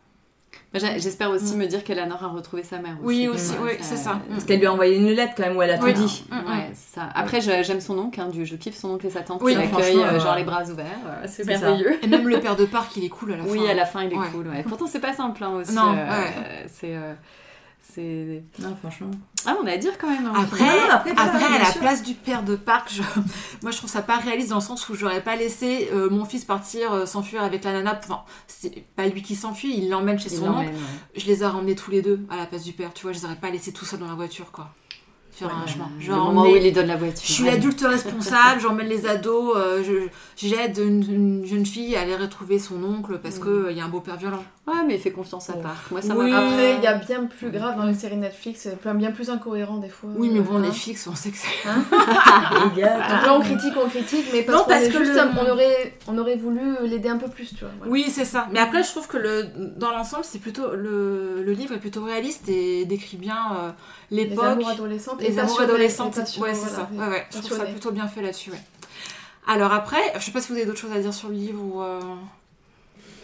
Speaker 3: Moi, j'a- J'espère aussi me dire qu'Elanor a retrouvé sa mère.
Speaker 2: Mm.
Speaker 3: Mm.
Speaker 2: Oui, aussi, oui, c'est ça.
Speaker 5: Parce qu'elle lui a envoyé une lettre quand même où elle a tout
Speaker 2: Oui.
Speaker 5: dit.
Speaker 2: Mm, mm.
Speaker 3: euh, Ouais, c'est ça. Après, je- j'aime son oncle, hein, du, je kiffe son oncle et sa tante
Speaker 2: Oui,
Speaker 3: qui l'accueille
Speaker 5: franchement,
Speaker 3: euh,
Speaker 5: euh,
Speaker 3: genre les bras ouverts. euh, c'est
Speaker 5: c'est ça.
Speaker 3: merveilleux.
Speaker 2: Et même le père de parc, il est cool à la fin.
Speaker 3: Oui, à la fin, il est
Speaker 2: Ouais.
Speaker 3: cool. ouais. Pourtant, c'est pas simple hein, aussi.
Speaker 2: Non,
Speaker 3: euh,
Speaker 2: ouais.
Speaker 3: C'est. euh, c'est-
Speaker 5: Non, franchement.
Speaker 3: Ah, on a à dire quand même. hein.
Speaker 2: Après,
Speaker 5: Non, non,
Speaker 2: (laughs)
Speaker 5: après,
Speaker 2: après,
Speaker 5: ça, bien
Speaker 2: à la
Speaker 5: sûr.
Speaker 2: place du père de parc, je- (laughs) moi je trouve ça pas réaliste dans le sens où j'aurais pas laissé euh, mon fils partir euh, s'enfuir avec la nana. Enfin, c'est pas lui qui s'enfuit, il l'emmène chez
Speaker 3: Il
Speaker 2: son oncle.
Speaker 3: l'emmène, ouais.
Speaker 2: Je les ai ramenés tous les deux à la place du père, tu vois, je les aurais pas laissés tout seuls dans la voiture, quoi. Faire un chemin. Je
Speaker 3: le
Speaker 2: leur ai
Speaker 3: moment où
Speaker 2: emmené-
Speaker 3: il lui donne la voiture.
Speaker 2: Je suis l'adulte responsable, j'emmène les ados, euh, je- j'aide une, une jeune fille à aller retrouver son oncle
Speaker 3: Mm.
Speaker 2: parce qu'il y a un beau-père violent.
Speaker 3: Ouais, mais il fait confiance à
Speaker 4: Ouais.
Speaker 3: Park. Moi, ça
Speaker 2: Oui.
Speaker 3: m'a.
Speaker 4: Après, il y a bien plus grave dans les séries Netflix, c'est plein- bien plus incohérent des fois.
Speaker 2: Oui, mais bon,
Speaker 4: Hein.
Speaker 2: les fixes, on sait que c'est.
Speaker 5: Les gars,
Speaker 4: Donc là, on critique, on critique, mais parce,
Speaker 2: Non,
Speaker 4: qu'on
Speaker 2: parce
Speaker 4: est
Speaker 2: que
Speaker 4: juste
Speaker 2: le-
Speaker 4: un- on, aurait, on aurait voulu l'aider un peu plus, tu vois. voilà.
Speaker 2: Oui, c'est ça. Mais après, je trouve que le, dans l'ensemble, c'est plutôt le, le livre est plutôt réaliste et décrit bien euh,
Speaker 4: Les
Speaker 2: l'époque,
Speaker 4: amours adolescentes. et
Speaker 2: les
Speaker 4: pas
Speaker 2: amours
Speaker 4: sur des-
Speaker 2: adolescentes.
Speaker 4: et pas sur-
Speaker 2: ouais, c'est
Speaker 4: voilà,
Speaker 2: ça.
Speaker 4: et-
Speaker 2: Ouais, ouais. Je trouve ça
Speaker 4: passionnés.
Speaker 2: plutôt bien fait là-dessus. ouais. Alors après, je sais pas si vous avez d'autres choses à dire sur le livre ou euh,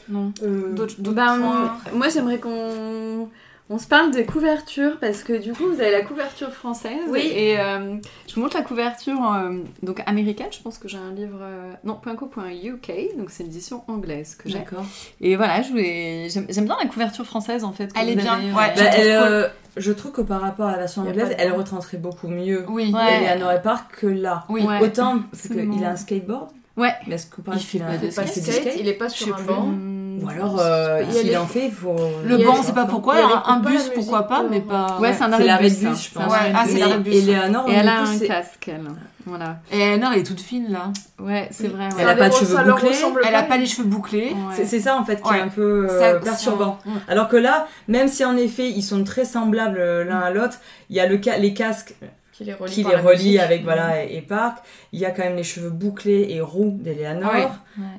Speaker 2: non.
Speaker 4: Euh,
Speaker 2: D'autres d'autres
Speaker 3: Ben,
Speaker 2: points
Speaker 3: moi, j'aimerais qu'on on se parle des couvertures parce que du coup, vous avez la couverture française.
Speaker 2: Oui.
Speaker 3: Et euh, je vous montre la couverture euh, donc américaine. Je pense que j'ai un livre euh, non .co.uk donc c'est l'édition anglaise que j'ai.
Speaker 5: D'accord.
Speaker 3: Et voilà, je voulais j'aime j'aime bien la couverture française en fait. que
Speaker 2: Elle
Speaker 3: vous
Speaker 2: est bien,
Speaker 3: avez,
Speaker 2: ouais.
Speaker 5: Bah,
Speaker 2: Je trouve
Speaker 5: elle,
Speaker 2: cool.
Speaker 5: euh, je trouve que par rapport à la version
Speaker 4: Y a
Speaker 5: anglaise,
Speaker 4: pas de-
Speaker 5: elle retranscrit beaucoup mieux
Speaker 2: Oui.
Speaker 3: Ouais.
Speaker 5: Eleanor Park que là.
Speaker 2: Oui.
Speaker 3: Ouais.
Speaker 5: Autant parce
Speaker 3: Absolument.
Speaker 5: qu'il a un skateboard.
Speaker 3: Ouais.
Speaker 5: Mais est-ce que
Speaker 3: Il fait
Speaker 5: a
Speaker 3: pas de
Speaker 5: il fait
Speaker 4: Pas de
Speaker 5: du
Speaker 4: skate, il est pas
Speaker 5: Je
Speaker 4: sur
Speaker 5: sais
Speaker 4: un
Speaker 5: plus.
Speaker 4: banc.
Speaker 3: Hum,
Speaker 5: Ou alors, euh,
Speaker 4: Il y a
Speaker 5: s'il
Speaker 4: les-
Speaker 5: en fait, il faut.
Speaker 2: Le hein.
Speaker 4: Il y a
Speaker 2: banc,
Speaker 4: les-
Speaker 2: c'est pas pourquoi.
Speaker 4: il y a les
Speaker 2: Un, un
Speaker 4: combats,
Speaker 2: bus,
Speaker 4: la
Speaker 2: pourquoi
Speaker 4: musique,
Speaker 2: pas,
Speaker 4: euh,
Speaker 2: mais pas.
Speaker 3: Ouais, c'est un
Speaker 5: C'est
Speaker 3: arrêt de
Speaker 5: l'arrêt de
Speaker 3: bus.
Speaker 5: bus, je
Speaker 3: hein.
Speaker 5: pense.
Speaker 2: Ouais. Ah, c'est l'arrêt de bus.
Speaker 5: Eleanor,
Speaker 3: Et elle a un
Speaker 5: du coup, c'est-
Speaker 3: casque, elle. Voilà.
Speaker 2: Et non, elle est toute fine là.
Speaker 3: Ouais, c'est vrai.
Speaker 4: Ça
Speaker 5: Elle
Speaker 3: Ouais.
Speaker 5: a pas de
Speaker 4: leur-
Speaker 5: cheveux
Speaker 4: ça leur
Speaker 5: bouclés,
Speaker 4: ressemble
Speaker 2: Elle a pas
Speaker 4: et
Speaker 2: les cheveux bouclés.
Speaker 3: Ouais.
Speaker 5: c'est c'est ça en fait qui
Speaker 2: Ouais.
Speaker 5: est un peu euh,
Speaker 2: Ça-
Speaker 5: perturbant.
Speaker 2: Mm.
Speaker 5: Alors que là, même si en effet ils sont très semblables euh, l'un à l'autre, il y a le ca- les casques
Speaker 4: Qui les relie.
Speaker 5: qui
Speaker 4: par
Speaker 5: les
Speaker 4: la
Speaker 5: relie
Speaker 4: musique.
Speaker 5: avec voilà et, et Park. Il y a quand même les cheveux bouclés et roux d'Eleanor,
Speaker 2: Ouais.
Speaker 3: Ouais.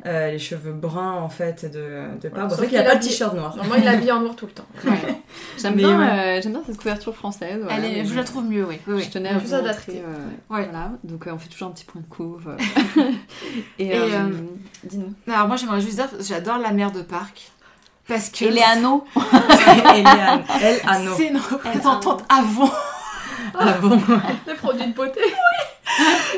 Speaker 5: euh, les cheveux bruns en fait de, de Park. C'est
Speaker 4: Ouais, sauf
Speaker 5: vrai qu'il n'y a
Speaker 4: qu'il
Speaker 5: pas
Speaker 4: a
Speaker 5: de
Speaker 4: dit-
Speaker 5: t-shirt noir.
Speaker 4: Normalement, il l'habille en noir tout le
Speaker 2: (laughs)
Speaker 4: temps.
Speaker 3: J'aime
Speaker 5: Mais
Speaker 3: bien, euh, j'aime bien cette couverture française. voilà,
Speaker 2: Elle est-
Speaker 3: mais
Speaker 2: je la trouve mieux, oui. oui, oui.
Speaker 3: Je tenais à
Speaker 4: Plus
Speaker 3: vous
Speaker 4: adaptée.
Speaker 3: montrer, euh,
Speaker 2: Ouais.
Speaker 3: Voilà. Donc euh, on fait toujours un petit point de couve. euh. et
Speaker 2: Et,
Speaker 3: euh,
Speaker 2: euh,
Speaker 3: dis-nous.
Speaker 2: Alors moi j'aimerais juste dire, j'adore la mère de Parc. Parce que
Speaker 3: Eleano.
Speaker 5: (laughs) Eleanor, elle, ah non.
Speaker 2: c'est une représentante avant.
Speaker 5: Ah bon
Speaker 4: Les produits de (laughs) beauté.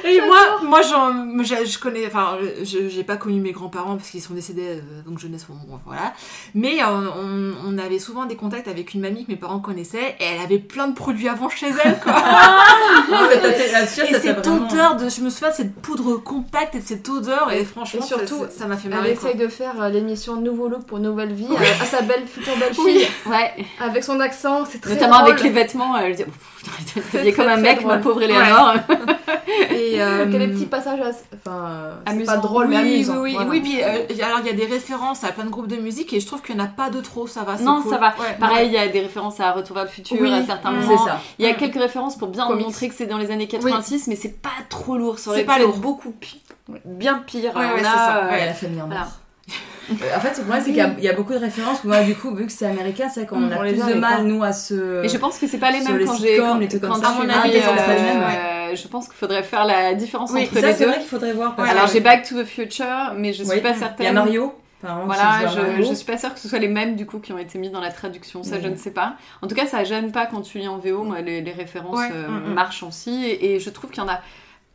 Speaker 2: Et moi, moi j'en- je, je connais, enfin je- j'ai pas connu mes grands-parents parce qu'ils sont décédés, euh, donc jeunesse, bon, bon, voilà. Mais euh, on, on avait souvent des contacts avec une mamie que mes parents connaissaient et elle avait plein de produits avant chez elle quoi.
Speaker 5: (laughs) Ça t'a fait- la sueur,
Speaker 2: et
Speaker 5: (laughs) ça t'a
Speaker 2: cette
Speaker 5: vraiment-
Speaker 2: odeur, de, je me souviens de cette poudre compacte et de cette odeur et franchement
Speaker 4: Et surtout,
Speaker 2: ça- ça m'a fait
Speaker 4: Elle
Speaker 2: marrer. quoi.
Speaker 4: essaye de faire euh, l'émission Nouveau Look pour Nouvelle Vie euh, à- à sa belle future belle fille.
Speaker 3: (laughs) Ouais.
Speaker 4: Avec son accent, c'est très
Speaker 3: Notamment avec les
Speaker 4: drôle.
Speaker 3: vêtements. Elle dit, Ouf, putain, elle est
Speaker 4: C'est
Speaker 3: habillée comme
Speaker 4: très,
Speaker 3: un
Speaker 4: très
Speaker 3: mec, ma
Speaker 4: drôle.
Speaker 3: pauvre Eleanor. (laughs)
Speaker 2: (laughs) Et, euh,
Speaker 4: Quel est le petit passage assez- Enfin, euh, c'est
Speaker 3: Amusant.
Speaker 4: pas drôle, mais
Speaker 2: oui,
Speaker 4: amusant.
Speaker 2: Oui, oui,
Speaker 4: voilà.
Speaker 2: oui. Puis, euh, alors, il y a des références à plein de groupes de musique et je trouve qu'il n'y en a pas de trop, ça va. c'est
Speaker 3: Non,
Speaker 2: cool.
Speaker 3: ça va.
Speaker 2: Ouais.
Speaker 3: Pareil, il y a des références à Retour vers le futur
Speaker 2: Oui,
Speaker 3: à certains
Speaker 2: mm.
Speaker 5: C'est
Speaker 3: moments.
Speaker 5: ça.
Speaker 3: Il y a
Speaker 2: Mm.
Speaker 3: quelques références pour bien
Speaker 4: Comics.
Speaker 3: montrer que c'est dans les années 86, mais c'est pas trop lourd. Ça aurait
Speaker 2: C'est pas hein.
Speaker 3: pu être
Speaker 2: lourd.
Speaker 3: beaucoup pi- bien pire.
Speaker 2: Ouais, ouais,
Speaker 3: on
Speaker 2: c'est
Speaker 3: a,
Speaker 2: ça.
Speaker 3: euh,
Speaker 5: Ouais, la famille en
Speaker 3: voilà.
Speaker 5: Euh, En fait, le problème, c'est qu'il y a- il y, a beaucoup de références. Moi, du coup, vu que c'est américain, c'est vrai qu'on
Speaker 4: Mm,
Speaker 5: a
Speaker 4: on les
Speaker 5: plus
Speaker 4: a,
Speaker 5: de
Speaker 4: les
Speaker 5: mal,
Speaker 4: parents.
Speaker 5: nous, à se.
Speaker 3: Et je pense que c'est pas les
Speaker 5: Euh, Sur
Speaker 3: mêmes
Speaker 5: les
Speaker 3: quand j'ai.
Speaker 5: sitcoms,
Speaker 3: Quand,
Speaker 5: les trucs comme
Speaker 3: quand
Speaker 5: ça.
Speaker 3: je
Speaker 2: À mon
Speaker 3: suis
Speaker 2: avis,
Speaker 3: née,
Speaker 2: les autres,
Speaker 5: elles aiment,
Speaker 3: euh, Je pense qu'il faudrait faire la différence
Speaker 2: Oui,
Speaker 3: entre
Speaker 5: Ça,
Speaker 3: les
Speaker 5: c'est
Speaker 3: deux.
Speaker 5: vrai qu'il faudrait voir. parce
Speaker 2: Ouais,
Speaker 3: Alors
Speaker 5: que-
Speaker 3: j'ai Back to the Future, mais je suis
Speaker 5: Oui.
Speaker 3: pas
Speaker 5: Il y a
Speaker 3: certaine.
Speaker 5: Mario. Par exemple,
Speaker 3: Voilà,
Speaker 5: si je joue à
Speaker 3: je,
Speaker 5: Mario.
Speaker 3: je suis pas sûre que ce soit les mêmes du coup qui ont été mis dans la traduction, ça je
Speaker 5: Mm.
Speaker 3: ne sais pas. En tout cas, ça gêne pas quand tu lis en VO, moi les, les références
Speaker 2: Ouais,
Speaker 3: euh,
Speaker 2: mm, mm.
Speaker 3: marchent aussi et, et je trouve qu'il y en a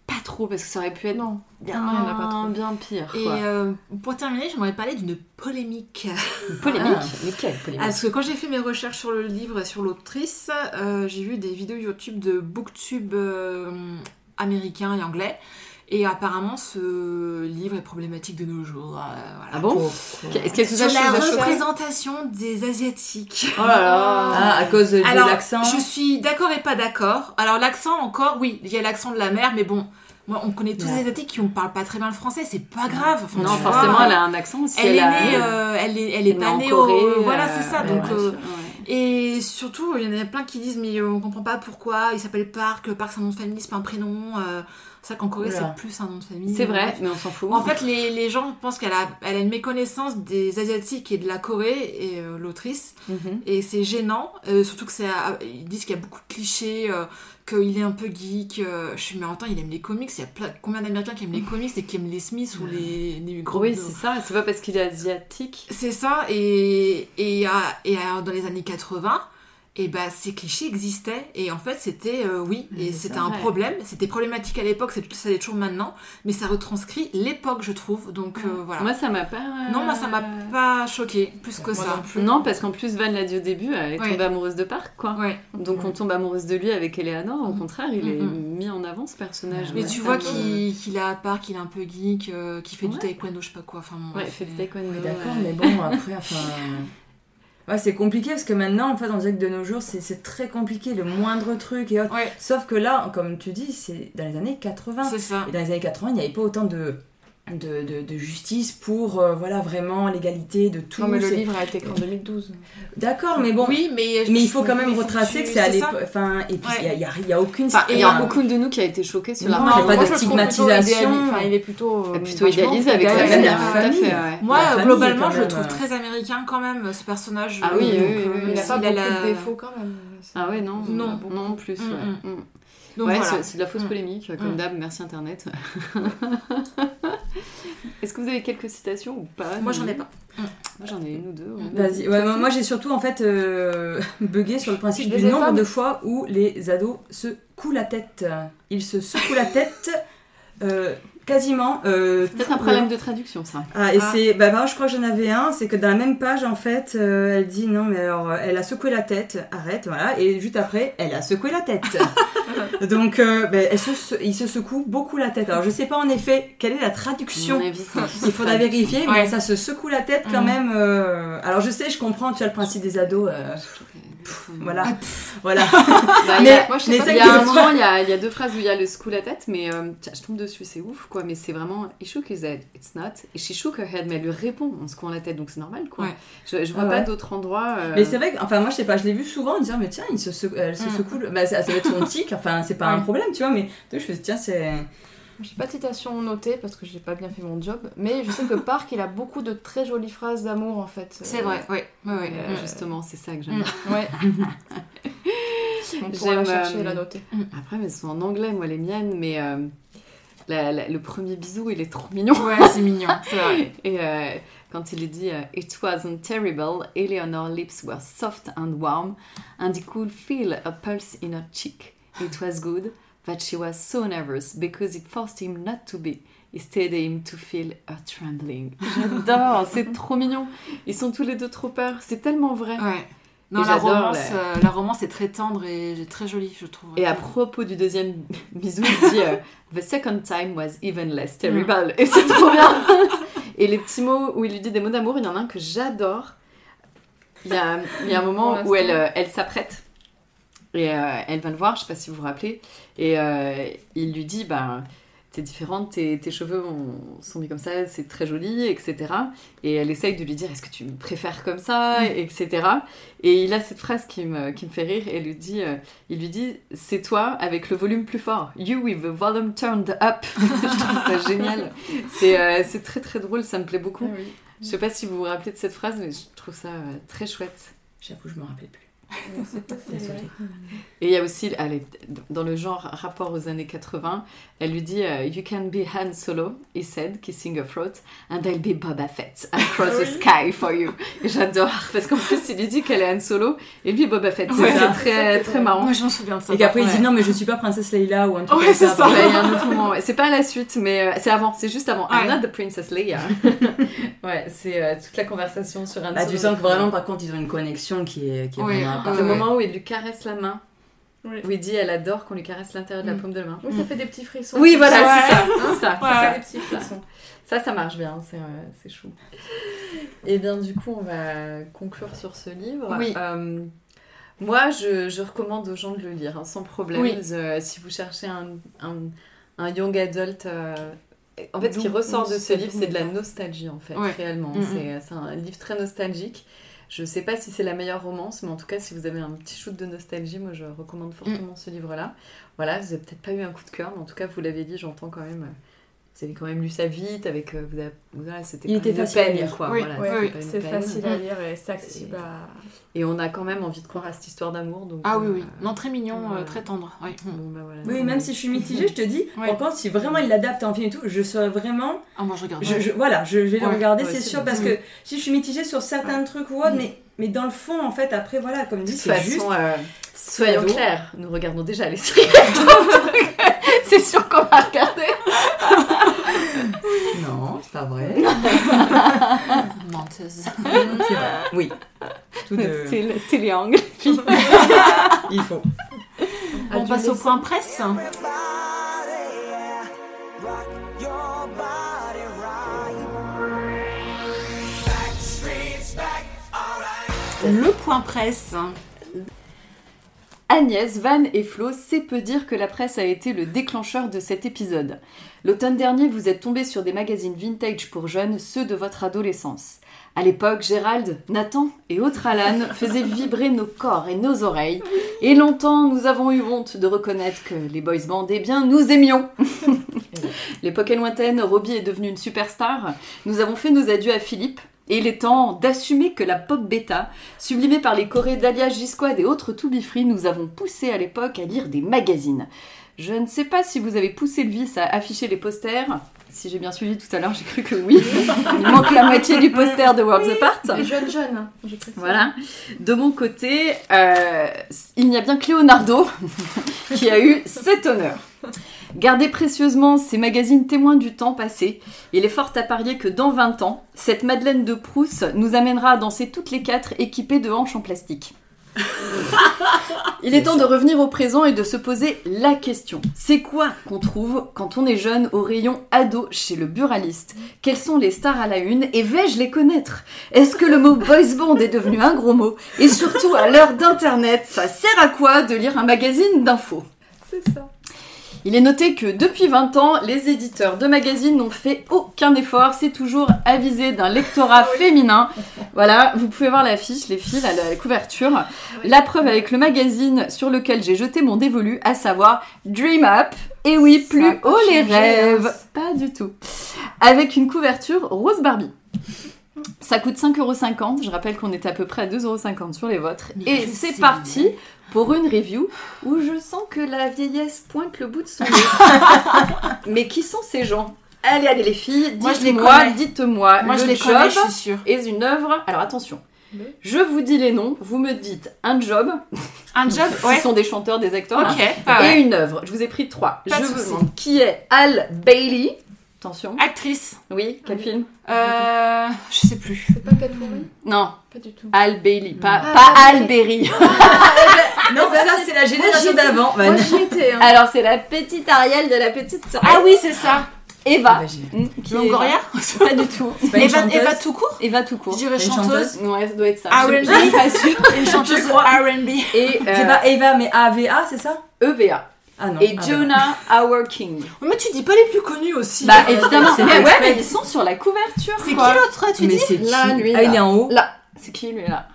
Speaker 3: pas trop parce que ça aurait pu être
Speaker 4: Non.
Speaker 3: bien,
Speaker 4: Non, il y en a pas trop.
Speaker 3: bien pire.
Speaker 2: Et
Speaker 3: quoi.
Speaker 2: euh, pour terminer, j'aimerais parler d'une polémique.
Speaker 3: Polémique.
Speaker 2: (laughs)
Speaker 5: Ah,
Speaker 3: mais quelle polémique.
Speaker 2: Parce que quand j'ai fait mes recherches sur le livre et sur l'autrice, euh, j'ai vu des vidéos YouTube de booktube euh, américains et anglais. Et apparemment, ce livre est problématique de nos jours. euh, voilà.
Speaker 6: Ah bon Est-ce qu'il y a tout
Speaker 2: Sur la
Speaker 6: ça chose à faire
Speaker 2: représentation des Asiatiques.
Speaker 6: Oh là là
Speaker 5: Ah, à cause de, de
Speaker 2: Alors,
Speaker 5: l'accent
Speaker 2: je suis d'accord et pas d'accord. Alors, l'accent encore, oui, il y a l'accent de la mer, mais bon, moi, on connaît tous
Speaker 5: Ouais.
Speaker 2: les Asiatiques qui ne parlent pas très bien le français, c'est pas grave.
Speaker 3: Ah,
Speaker 2: Enfin,
Speaker 6: Non,
Speaker 2: tu vois,
Speaker 6: forcément, elle a un accent aussi.
Speaker 2: elle est
Speaker 6: a-
Speaker 2: née, euh, elle est, elle est
Speaker 6: elle est
Speaker 2: pas
Speaker 6: en
Speaker 2: née
Speaker 6: Corée,
Speaker 2: au. Voilà,
Speaker 6: euh,
Speaker 2: c'est ça.
Speaker 6: ouais,
Speaker 2: donc,
Speaker 6: bien
Speaker 2: euh,
Speaker 6: sûr, ouais.
Speaker 2: et surtout, il y en a plein qui disent, mais on comprend pas pourquoi il s'appelle Park. Park, c'est un nom de famille, c'est pas un prénom. euh, c'est ça qu'en Corée,
Speaker 5: Oula.
Speaker 2: c'est plus un nom de famille. euh.
Speaker 6: C'est vrai, mais on s'en fout.
Speaker 2: En fait, les, les gens pensent qu'elle a, elle a une méconnaissance des Asiatiques et de la Corée, et euh, l'autrice.
Speaker 6: Mhm.
Speaker 2: Et c'est gênant, euh, surtout que c'est, à- ils disent qu'il y a beaucoup de clichés, euh, qu'il est un peu geek. euh, je suis mais attends, il aime les comics. Il y a plein, combien d'Américains qui aiment les comics et qui aiment les Smiths ou les, les gros.
Speaker 6: Oui, c'est ça, c'est pas parce qu'il est asiatique.
Speaker 2: C'est ça, et, et, à- et à- dans les années 80, et ben, ces clichés existaient, et en fait c'était, euh, oui, et
Speaker 6: Mais c'est
Speaker 2: c'était un
Speaker 6: vrai.
Speaker 2: problème, c'était problématique à l'époque, c'est- ça l'est toujours maintenant, mais ça retranscrit l'époque, je trouve, donc euh, voilà.
Speaker 6: Moi, ça m'a pas.
Speaker 2: non, moi ça m'a
Speaker 3: euh,
Speaker 2: pas choqué, plus que
Speaker 5: Moi
Speaker 2: ça.
Speaker 5: non plus.
Speaker 6: Non, parce qu'en plus, Van l'a dit au début, elle est
Speaker 2: Ouais.
Speaker 6: tombée amoureuse de Park, quoi.
Speaker 2: Ouais.
Speaker 6: Donc on tombe amoureuse de lui avec Eleanor, au contraire, il est mis en avant ce personnage.
Speaker 2: Mais
Speaker 6: Ouais, euh,
Speaker 2: tu
Speaker 6: ça
Speaker 2: vois
Speaker 6: me-
Speaker 2: qu'il qu'il a à part, qu'il est un peu geek, euh, qu'il fait du
Speaker 6: Ouais.
Speaker 2: taekwondo, je sais pas quoi, enfin bon,
Speaker 6: Ouais,
Speaker 2: c'est-
Speaker 6: fait du taekwondo.
Speaker 5: Ouais, D'accord,
Speaker 6: ouais.
Speaker 5: mais bon, après, enfin. Ouais, c'est compliqué parce que maintenant, en fait, on dirait que de nos jours, c'est- c'est très compliqué, le moindre truc et autres.
Speaker 2: Ouais.
Speaker 5: Sauf que là, comme tu dis, c'est dans les années 80.
Speaker 2: C'est ça.
Speaker 5: Et dans les années 80, il n'y avait pas autant de, de, de- de justice pour euh, voilà, vraiment l'égalité de tout.
Speaker 4: Non, mais le
Speaker 5: C'est-
Speaker 4: livre a été écrit en 2012.
Speaker 5: D'accord, mais bon.
Speaker 2: oui, mais,
Speaker 5: Mais il faut quand même
Speaker 2: il faut que
Speaker 5: retracer
Speaker 2: tu-
Speaker 5: que c'est à
Speaker 2: ça.
Speaker 5: l'époque. Enfin, et puis il n'y a, il y a- il y a aucune.
Speaker 6: Enfin, il y
Speaker 5: il y
Speaker 2: euh,
Speaker 6: a
Speaker 5: a-
Speaker 6: beaucoup de nous qui a été choqué sur
Speaker 5: Non, il y
Speaker 6: la
Speaker 5: a pas de
Speaker 4: moi, je le trouve plutôt
Speaker 5: stigmatisation.
Speaker 4: idéali- Enfin, il est plutôt. euh,
Speaker 6: plutôt
Speaker 4: vachement
Speaker 6: idéalisé
Speaker 2: bah
Speaker 6: avec sa
Speaker 5: idéalisé,
Speaker 6: famille.
Speaker 5: la
Speaker 6: Tout à
Speaker 5: famille.
Speaker 6: fait, ouais.
Speaker 2: Moi,
Speaker 5: La famille est
Speaker 2: globalement,
Speaker 5: quand
Speaker 2: je le
Speaker 5: même,
Speaker 2: trouve
Speaker 5: euh,
Speaker 2: très américain quand même, ce personnage.
Speaker 6: Ah oui,
Speaker 2: donc,
Speaker 6: oui,
Speaker 2: euh,
Speaker 6: oui, oui.
Speaker 4: Il a pas
Speaker 2: s'il
Speaker 4: beaucoup
Speaker 2: la-
Speaker 4: de défauts quand même.
Speaker 6: Ah ouais, non,
Speaker 2: Non.
Speaker 6: non, non plus.
Speaker 2: Mm,
Speaker 6: ouais.
Speaker 2: mm.
Speaker 6: Mm.
Speaker 2: Donc
Speaker 6: Ouais,
Speaker 2: voilà.
Speaker 6: c'est- c'est de la fausse
Speaker 2: Mm.
Speaker 6: polémique, comme
Speaker 2: Mm.
Speaker 6: d'hab, merci Internet. (laughs) Est-ce que vous avez quelques citations ou pas
Speaker 2: Moi, j'en ai pas.
Speaker 6: Moi j'en ai une ou deux. ouais.
Speaker 5: Vas-y. Ouais,
Speaker 6: Toi,
Speaker 5: moi,
Speaker 6: c'est-
Speaker 5: moi, j'ai surtout en fait euh, (laughs) bugué sur le principe
Speaker 4: Je
Speaker 5: du
Speaker 4: les ai
Speaker 5: nombre
Speaker 4: pas,
Speaker 5: de
Speaker 4: mais-
Speaker 5: fois où les ados se couent la tête. Ils se secouent la tête euh, quasiment. euh,
Speaker 6: C'est peut-être un
Speaker 5: tout le
Speaker 6: problème de traduction, ça.
Speaker 5: Ah, et
Speaker 2: Ah.
Speaker 5: c'est. Bah, bah, je crois que j'en avais un, c'est que dans la même page, en fait, euh, elle dit non, mais alors, euh, elle a secoué la tête, arrête, voilà, et juste après, elle a secoué
Speaker 2: (laughs)
Speaker 5: la tête. Donc, euh, bah, elle se, se- il se secoue beaucoup la tête. Alors, je sais pas en effet quelle est la
Speaker 6: À
Speaker 5: traduction.
Speaker 6: mon avis, c'est-
Speaker 5: Il faudra vérifier, mais
Speaker 2: Ouais.
Speaker 5: ça se secoue la tête quand
Speaker 2: Mhm.
Speaker 5: même. euh, Alors, je sais, je comprends, tu as le principe des ados, euh, voilà.
Speaker 2: Ah, (laughs)
Speaker 5: voilà.
Speaker 6: Bah,
Speaker 5: Mais-
Speaker 6: il y a- moi, je sais
Speaker 5: mais
Speaker 6: pas,
Speaker 5: ça
Speaker 6: il y
Speaker 5: qui
Speaker 6: a
Speaker 5: est
Speaker 6: un
Speaker 5: fou.
Speaker 6: moment, il y a, il y a deux phrases où il y a le scoop la tête, mais euh, tiens, je tombe dessus, c'est ouf, quoi. Mais c'est vraiment, he shook his head, it's not. Et she shook her head, mais elle lui répond en secouant la tête, donc c'est normal, quoi.
Speaker 2: Ouais.
Speaker 6: Je, je vois
Speaker 5: Ah
Speaker 6: pas
Speaker 5: ouais.
Speaker 6: d'autres endroits. euh,
Speaker 5: Mais c'est vrai que, enfin, moi, je sais pas, je l'ai vu souvent en disant, mais tiens, il se secou- elle se
Speaker 2: Mhm.
Speaker 5: secoue, le- bah, ça, ça doit être son tic, enfin, c'est pas un
Speaker 2: Ouais.
Speaker 5: problème, tu vois, mais je fais, tiens, c'est.
Speaker 4: J'ai pas de citation notée parce que j'ai pas bien fait mon job, mais je sais que Park il a beaucoup de très jolies phrases d'amour en fait.
Speaker 2: C'est vrai, oui. oui, oui.
Speaker 5: Mm.
Speaker 6: euh, justement, c'est ça que j'aime.
Speaker 2: Mm.
Speaker 4: Ouais. On pourra la
Speaker 6: J'aime,
Speaker 4: chercher
Speaker 6: euh,
Speaker 4: et la noter.
Speaker 6: Après, elles sont en anglais, moi, les miennes, mais euh, la- la- le premier bisou, il est trop mignon.
Speaker 2: Ouais, c'est mignon, c'est
Speaker 6: (laughs)
Speaker 2: vrai.
Speaker 6: Et euh, quand il est dit euh, It wasn't terrible, Eleanor's lips were soft and warm, and he could feel a pulse in her cheek. It was good, but she was so nervous because it forced him not to be. It stayed him to feel her trembling. (laughs) J'adore, c'est trop mignon. Ils sont tous les deux trop peur, c'est tellement vrai.
Speaker 2: Ouais. Non,
Speaker 6: Et
Speaker 2: la
Speaker 6: j'adore,
Speaker 2: romance,
Speaker 6: ouais.
Speaker 2: euh, la romance est très tendre et très jolie, je trouve.
Speaker 6: Et à propos du deuxième (laughs) bisou, il dit euh, The second time was even less terrible. Et c'est trop bien Et les petits mots où il lui dit des mots d'amour, il y en a un que j'adore. Il y a, il y a un moment
Speaker 4: Pour
Speaker 6: où elle, euh, elle s'apprête. Et euh, elle va le voir, je sais pas si vous vous rappelez. Et euh, il lui dit Ben, t'es différente, tes, tes cheveux ont- sont mis comme ça, c'est très joli, etc. Et elle essaye de lui dire Est-ce que tu me préfères comme ça etc. Et il a cette phrase qui me, qui me fait rire. Elle lui dit euh, il lui dit c'est toi avec le volume plus fort you with the volume turned up (laughs) je trouve ça génial c'est euh, c'est très très drôle ça me plaît beaucoup je sais pas si vous vous rappelez de cette phrase mais je trouve ça euh, très chouette
Speaker 5: J'avoue, je me rappelais plus.
Speaker 6: et il y a aussi allez, dans le genre rapport aux années 80 elle lui dit euh, you can be Han Solo he said kissing a throat and I'll be Boba Fett I'll (laughs) cross the sky for you Et j'adore parce qu'en plus il lui dit qu'elle est Han Solo et lui Boba Fett c'est
Speaker 5: Ouais.
Speaker 6: c'est très très marrant
Speaker 2: Moi, je me souviens de ça.
Speaker 5: Et qu'après, il
Speaker 2: ouais.
Speaker 5: dit non, mais je suis pas princesse Leila ou un truc
Speaker 2: Ouais,
Speaker 5: comme
Speaker 2: c'est
Speaker 5: ça.
Speaker 2: ça.
Speaker 6: Ouais, il y a un autre moment. ouais. C'est pas à la suite, mais euh, c'est avant. C'est juste avant. I'm
Speaker 2: Ouais.
Speaker 6: not the princess Leia. (laughs) ouais, c'est euh, toute la conversation sur un.
Speaker 5: Ah,
Speaker 6: euh,
Speaker 5: Bah, tu sens que vraiment, par contre, ils ont une connexion qui est, qui est
Speaker 2: Ouais,
Speaker 5: vraiment à part.
Speaker 2: euh,
Speaker 6: Le moment où il lui caresse la main
Speaker 4: Oui.
Speaker 6: Woody, elle adore qu'on lui caresse l'intérieur de la paume de la main.
Speaker 4: Oui, ça fait des petits frissons.
Speaker 6: Oui, voilà,
Speaker 4: Ouais.
Speaker 6: c'est ça. C'est ça,
Speaker 4: Ouais, ouais.
Speaker 6: c'est ça, des petits frissons. Ça, ça marche bien, c'est, euh, c'est chou. Et bien, du coup, on va conclure sur ce livre.
Speaker 2: Oui.
Speaker 6: Euh, moi, je, je recommande aux gens de le lire, hein, sans problème.
Speaker 2: Oui.
Speaker 6: Euh, si vous cherchez un, un- un young adult... euh, en fait, ce qui
Speaker 4: Doux,
Speaker 6: ressort de
Speaker 4: doux,
Speaker 6: ce livre,
Speaker 4: doux,
Speaker 6: c'est de la
Speaker 4: doux.
Speaker 6: nostalgie, en fait,
Speaker 2: Ouais.
Speaker 6: réellement.
Speaker 2: Mhm.
Speaker 6: C'est- C'est un livre très nostalgique. Je sais pas si c'est la meilleure romance, mais en tout cas, si vous avez un petit shoot de nostalgie, moi je recommande fortement ce livre-là. Voilà, vous avez peut-être pas eu un coup de cœur, mais en tout cas, vous l'avez dit, j'entends quand même. euh, Vous avez quand même lu ça vite, avec. euh, vous avez- voilà, c'était
Speaker 5: Il
Speaker 6: pas
Speaker 5: était
Speaker 6: une
Speaker 5: facile à
Speaker 6: peine,
Speaker 5: lire.
Speaker 6: quoi.
Speaker 2: Oui,
Speaker 6: voilà,
Speaker 4: oui,
Speaker 6: c'était
Speaker 2: oui,
Speaker 6: pas une
Speaker 4: C'est
Speaker 6: peine.
Speaker 4: facile à lire et c'est accessible à.
Speaker 6: Et on a quand même envie de croire à cette histoire d'amour. Donc,
Speaker 2: Ah
Speaker 6: euh,
Speaker 2: oui, oui. Non, très mignon, euh,
Speaker 6: ouais.
Speaker 2: très tendre. Oui.
Speaker 6: bon, bah, voilà.
Speaker 5: Oui, même si je suis mitigée, je te dis,
Speaker 2: Ouais.
Speaker 5: par contre, si vraiment il l'adapte en film et tout, je serais vraiment.
Speaker 2: Ah, moi, je regarde.
Speaker 5: Je, je- voilà, je, je vais le
Speaker 2: Ouais, Mm.
Speaker 5: regarder,
Speaker 6: ouais,
Speaker 5: c'est
Speaker 6: c'est
Speaker 5: sûr,
Speaker 6: bien.
Speaker 5: parce que si je suis mitigée sur certains trucs ou autres, mais, mais dans le fond, en fait, après, voilà, comme
Speaker 6: De
Speaker 5: dit,
Speaker 6: toute
Speaker 5: c'est juste.
Speaker 6: façon, euh, soyons
Speaker 5: ado.
Speaker 6: clairs, nous regardons déjà les séries. donc, C'est sûr qu'on va regarder.
Speaker 5: (laughs) Non, c'est pas vrai.
Speaker 6: (laughs)
Speaker 2: Menteuse.
Speaker 5: C'est vrai. Oui. Tout de-
Speaker 6: Style et angle.
Speaker 5: Il faut.
Speaker 2: On passe au point presse. Le point presse.
Speaker 6: Agnès, Van et Flo, c'est peu dire que la presse a été le déclencheur de cet épisode. L'automne dernier, vous êtes tombés sur des magazines vintage pour jeunes, ceux de votre adolescence. À l'époque, Gérald, Nathan et autres Alan faisaient vibrer nos corps et nos oreilles. Et longtemps, nous avons eu honte de reconnaître que les boys bands, eh bien, nous aimions. L'époque est lointaine, Robbie est devenu une superstar. Nous avons fait nos adieux à Philippe. Et il est temps d'assumer que la pop bêta Sublimés par les Corées d'Alia Gisquad et autres toubifris, nous avons poussé à l'époque à lire des magazines. Je ne sais pas si vous avez poussé le vice à afficher les posters. Si j'ai bien suivi tout à l'heure, j'ai cru que oui. Il manque la moitié du poster de Worlds Apart.
Speaker 4: Les jeunes jeunes, hein, je précise.
Speaker 6: (laughs) Voilà. De mon côté, euh, il n'y a bien que Leonardo (laughs) qui a eu cet honneur. Gardez précieusement ces magazines témoins du temps passé. Il est fort à parier que dans 20 ans, cette Madeleine de Proust nous amènera à danser toutes les quatre équipées de hanches en plastique. Il est temps de revenir au présent et de se poser la question. C'est quoi qu'on trouve quand on est jeune au rayon ado chez le buraliste Quelles sont les stars à la une et vais-je les connaître est-ce que le mot boys band est devenu un gros mot Et surtout, à l'heure d'Internet, ça sert à quoi de lire un magazine d'infos
Speaker 4: C'est ça.
Speaker 6: Il est noté que depuis 20 ans, les éditeurs de magazines n'ont fait aucun effort. C'est toujours avisé d'un lectorat féminin. Voilà, vous pouvez voir l'affiche, les fils, à la couverture. La preuve avec le magazine sur lequel j'ai jeté mon dévolu, à savoir Dream Up. Et oui,
Speaker 4: Ça a
Speaker 6: plus
Speaker 4: pas
Speaker 6: haut les
Speaker 4: changé,
Speaker 6: rêves.
Speaker 4: hein.
Speaker 6: Pas du tout. Avec une couverture rose Barbie. Ça coûte 5,50€. Je rappelle qu'on est à peu près à 2,50€ sur les vôtres.
Speaker 2: Mais
Speaker 6: Et
Speaker 2: que
Speaker 6: c'est
Speaker 2: c'est
Speaker 6: parti pour une review où je sens que la vieillesse pointe le bout de son nez. Mais qui sont ces gens Allez, allez les filles,
Speaker 2: Moi, je les
Speaker 6: dites-moi,
Speaker 2: connais.
Speaker 6: dites-moi.
Speaker 2: Moi, je
Speaker 6: Ah, le
Speaker 2: les
Speaker 6: job
Speaker 2: connais, je suis sûre.
Speaker 6: est une œuvre. Alors attention,
Speaker 4: Oui.
Speaker 6: je vous dis les noms, vous me dites un job,
Speaker 2: Un job
Speaker 6: ce
Speaker 2: Ouais.
Speaker 6: sont des chanteurs, des acteurs,
Speaker 2: Ok. Ah ouais.
Speaker 6: et une œuvre. Je vous ai pris trois.
Speaker 2: Pas
Speaker 6: je
Speaker 2: de
Speaker 6: vous
Speaker 2: souci.
Speaker 6: demande qui est Al Bailey. Attention.
Speaker 2: Actrice.
Speaker 6: Oui, quel film
Speaker 2: Euh, je sais plus.
Speaker 4: C'est pas Catwoman
Speaker 6: Non,
Speaker 4: Pas du tout.
Speaker 6: Al Bailey, pas,
Speaker 4: Ah,
Speaker 6: pas
Speaker 4: Al
Speaker 6: Al Berry. (laughs)
Speaker 2: Eh
Speaker 5: Non,
Speaker 2: ben,
Speaker 5: ça, c'est la génération d'avant.
Speaker 4: Moi j'y étais. Hein.
Speaker 6: Alors c'est la petite Ariel de la petite sœur.
Speaker 2: Ah oui, c'est ça.
Speaker 6: Eva. Hmm, qui est
Speaker 2: Ah, bah, Longoria
Speaker 6: Eva. Pas du tout.
Speaker 2: Eva, Eva tout court
Speaker 6: Eva
Speaker 2: Je
Speaker 6: tout
Speaker 2: Ah
Speaker 6: court.
Speaker 2: dirais
Speaker 5: Une chanteuse.
Speaker 2: chanteuse.
Speaker 6: Ouais, ça doit être ça.
Speaker 2: R&B.
Speaker 6: Je suis pas sûre.
Speaker 2: Une chanteuse
Speaker 5: crois.
Speaker 2: R&B.
Speaker 6: Et
Speaker 5: C'est
Speaker 6: euh, E
Speaker 5: pas Eh ben, Eva, mais AVA, c'est ça
Speaker 6: EVA.
Speaker 5: Ah non.
Speaker 6: Et
Speaker 5: ah,
Speaker 6: Jonah Howard King.
Speaker 2: Mais tu dis pas les plus connus aussi.
Speaker 6: Bah évidemment.
Speaker 5: Euh, c'est
Speaker 6: Mais
Speaker 5: pas
Speaker 6: ouais,
Speaker 5: exprès.
Speaker 6: mais ils sont sur la couverture.
Speaker 2: c'est qui
Speaker 6: quoi.
Speaker 2: l'autre, tu
Speaker 5: Mais
Speaker 2: dis
Speaker 5: c'est
Speaker 6: Là,
Speaker 5: qui
Speaker 6: lui,
Speaker 5: Ah, il
Speaker 6: là.
Speaker 5: est en haut
Speaker 6: Là. C'est qui lui là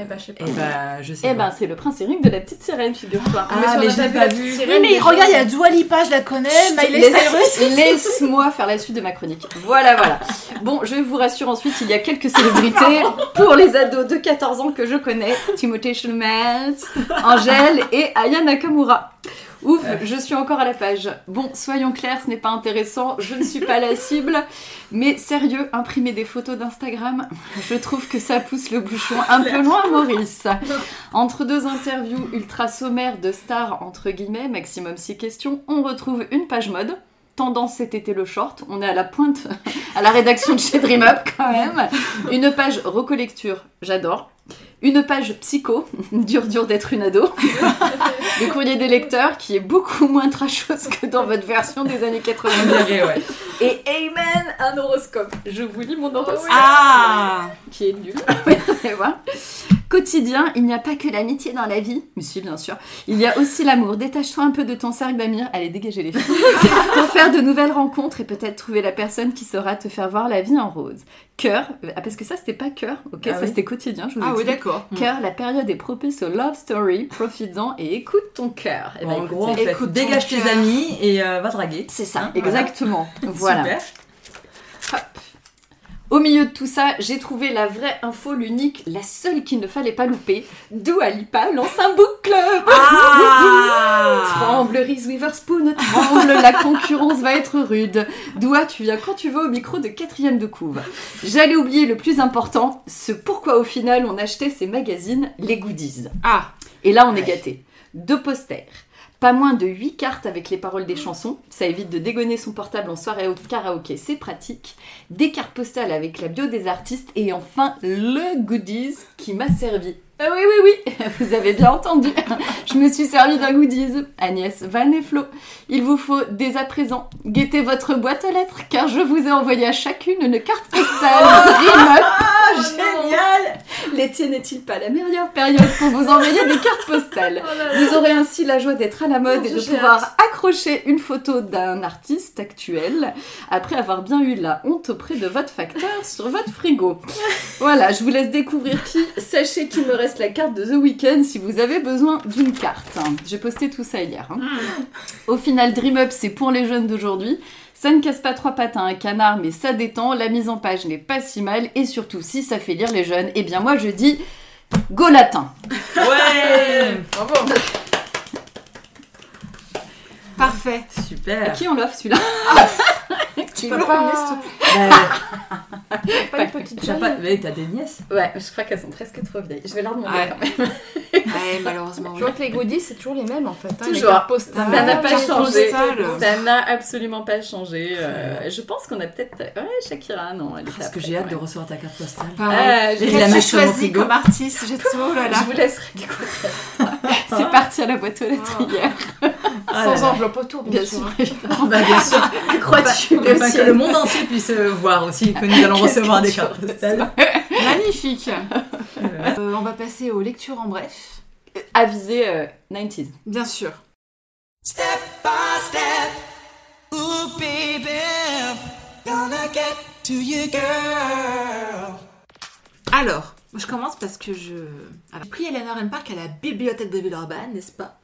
Speaker 4: Eh ben, je sais pas.
Speaker 5: Eh ben, je sais pas.
Speaker 6: Eh ben c'est le prince Eric de la petite sirène, figure-toi.
Speaker 5: Ah, mais je l'ai pas vu.
Speaker 2: Oui, mais regarde, il y a Dua Lipa, je la connais, Miley
Speaker 6: Laisse-
Speaker 2: Cyrus.
Speaker 6: (laughs) Laisse-moi faire la suite de ma chronique. Voilà, voilà. Bon, je vous rassure ensuite, il y a quelques célébrités pour les ados de 14 ans que je connais. Timothée Chalamet, Angèle et Aya Nakamura. Ouf, je suis encore à la page. Bon, soyons clairs, ce n'est pas intéressant, je ne suis pas la cible. Mais sérieux, imprimer des photos d'Instagram, je trouve que ça pousse le bouchon un peu loin, Maurice. Entre deux interviews ultra sommaires de stars, entre guillemets, maximum 6 questions, on retrouve une page mode, Tendance cet été le short. On est à la pointe, (laughs) à la rédaction de chez Dream Up quand même. Une page recollecture, j'adore. Une page psycho, (laughs) dur dur d'être une ado. (laughs) le courrier des lecteurs qui est beaucoup moins trashos que dans votre version des années 90.
Speaker 5: On dirait, ouais.
Speaker 6: Et Amen, un horoscope. Je vous lis mon horoscope.
Speaker 2: Ah
Speaker 6: Qui est nul. Ouais, (laughs) c'est vrai. Quotidien, il n'y a pas que l'amitié dans la vie. Mais si, bien sûr. Il y a aussi l'amour. Détache-toi un peu de ton cercle d'amis. Allez, dégagez les filles.
Speaker 5: (laughs)
Speaker 6: Pour faire de nouvelles rencontres et peut-être trouver la personne qui saura te faire voir la vie en rose. Cœur, ah, parce que ça c'était pas cœur, ok
Speaker 5: Ah
Speaker 6: Ça
Speaker 5: oui.
Speaker 6: c'était quotidien, je vous
Speaker 2: Ah oui,
Speaker 6: explique.
Speaker 2: d'accord.
Speaker 6: Cœur, la période est propice au love story. Profites-en et écoute ton cœur. Eh ben,
Speaker 5: en
Speaker 6: écoute,
Speaker 5: bah, gros, en fait,
Speaker 2: écoute ton
Speaker 5: dégage tes
Speaker 2: cœur.
Speaker 5: amis et euh, va draguer.
Speaker 6: c'est ça,
Speaker 5: Hein,
Speaker 6: exactement. Voilà.
Speaker 5: (laughs) Super.
Speaker 6: Au milieu de tout ça, j'ai trouvé la vraie info, l'unique, la seule qu'il ne fallait pas louper. Dua Lipa lance un book club
Speaker 2: (laughs) Ah
Speaker 6: Tremble, Reese Witherspoon, tremble, la concurrence va être rude. Doua, tu viens quand tu veux au micro de quatrième de couve. J'allais oublier le plus important, ce pourquoi au final on achetait ces magazines, les goodies.
Speaker 2: Ah
Speaker 6: Et là, on est
Speaker 5: Ouais.
Speaker 6: gâté. Deux posters, pas moins de huit cartes avec les paroles des chansons. Ça évite de dégonner son portable en soirée au karaoké, c'est pratique. Des cartes postales avec la bio des artistes et enfin le goodies qui m'a servi. Ah oui, oui, oui, (laughs) vous avez bien entendu. (laughs) Je me suis servi d'un goodies. Agnès, Van et Flo, il vous faut dès à présent guetter votre boîte aux lettres car je vous ai envoyé à chacune une carte postale. Dream Up.
Speaker 5: Ah, génial
Speaker 6: (laughs) L'été n'est-il pas la meilleure période pour vous envoyer des cartes postales Vous aurez ainsi la joie d'être à la
Speaker 4: Oh
Speaker 6: mode
Speaker 4: Mon
Speaker 6: et
Speaker 4: Dieu,
Speaker 6: de
Speaker 4: j'ai
Speaker 6: pouvoir accrocher une photo d'un artiste actuel après avoir bien eu la honte auprès de votre facteur sur votre
Speaker 4: (laughs)
Speaker 6: frigo. Voilà, je vous laisse découvrir qui. Sachez qu'il me reste la carte de The Weeknd si vous avez besoin d'une carte. J'ai posté tout ça hier. hein.
Speaker 4: Hmm.
Speaker 6: Au final, Dream Up, c'est pour les jeunes d'aujourd'hui. Ça ne casse pas trois pattes à un canard, mais ça détend. La mise en page n'est pas si mal. Et surtout, si ça fait lire les jeunes, eh bien moi je dis go latin.
Speaker 5: Ouais
Speaker 2: Parfait.
Speaker 6: À
Speaker 5: Super
Speaker 6: qui on l'offre celui-là
Speaker 4: Tu
Speaker 6: peux
Speaker 4: peux
Speaker 6: pas-
Speaker 4: pas,
Speaker 5: Bah,
Speaker 4: pas une petite
Speaker 5: t'as pas- mais t'as des nièces
Speaker 6: Ouais, je crois qu'elles sont presque trop vieilles. Je vais leur demander
Speaker 2: Ouais.
Speaker 6: quand même.
Speaker 2: Ouais, malheureusement.
Speaker 4: Je
Speaker 2: oui.
Speaker 4: vois que les goodies, c'est toujours les mêmes en fait. hein, les
Speaker 6: Toujours.
Speaker 4: cartes postales.
Speaker 6: Ça n'a pas
Speaker 4: les cartes
Speaker 6: changé.
Speaker 4: postales.
Speaker 6: Ça n'a absolument pas changé. Euh, je pense qu'on a peut-être. Ouais, Shakira, non. Elle était
Speaker 5: Parce que
Speaker 6: après,
Speaker 5: j'ai hâte de
Speaker 6: quand
Speaker 5: recevoir ta carte postale.
Speaker 2: Pareil.
Speaker 6: même. Euh,
Speaker 5: Et
Speaker 6: j'ai-
Speaker 5: de la
Speaker 2: Qu'as-tu
Speaker 5: mettre sur mon
Speaker 2: choisi
Speaker 5: frigo.
Speaker 2: comme artiste J'ai tout, oh là là.
Speaker 6: je vous laisserai découvrir ça. C'est parti à la boîte aux lettres hier.
Speaker 5: Ah là
Speaker 4: Sans
Speaker 5: là.
Speaker 4: enveloppe autour, bien,
Speaker 6: Bien
Speaker 4: sûr.
Speaker 6: sûr,
Speaker 4: hein.
Speaker 6: (laughs)
Speaker 5: Oh, bah, bien sûr
Speaker 6: Que crois-tu
Speaker 5: Pour pas
Speaker 6: aussi
Speaker 5: que le monde entier puisse euh, voir aussi que nous allons
Speaker 6: Qu'est-ce
Speaker 5: recevoir
Speaker 6: que
Speaker 5: des
Speaker 6: tu
Speaker 5: cartes postales.
Speaker 2: Magnifique
Speaker 5: Euh,
Speaker 2: Euh, On va passer aux lectures en bref.
Speaker 6: Avisé euh, 90s.
Speaker 2: Bien sûr.
Speaker 7: Step by step, ooh baby, gonna get to you, girl.
Speaker 2: Alors, moi, je commence parce que je. Alors, j'ai pris Eleanor and Park à la bibliothèque de Villeurbanne, n'est-ce pas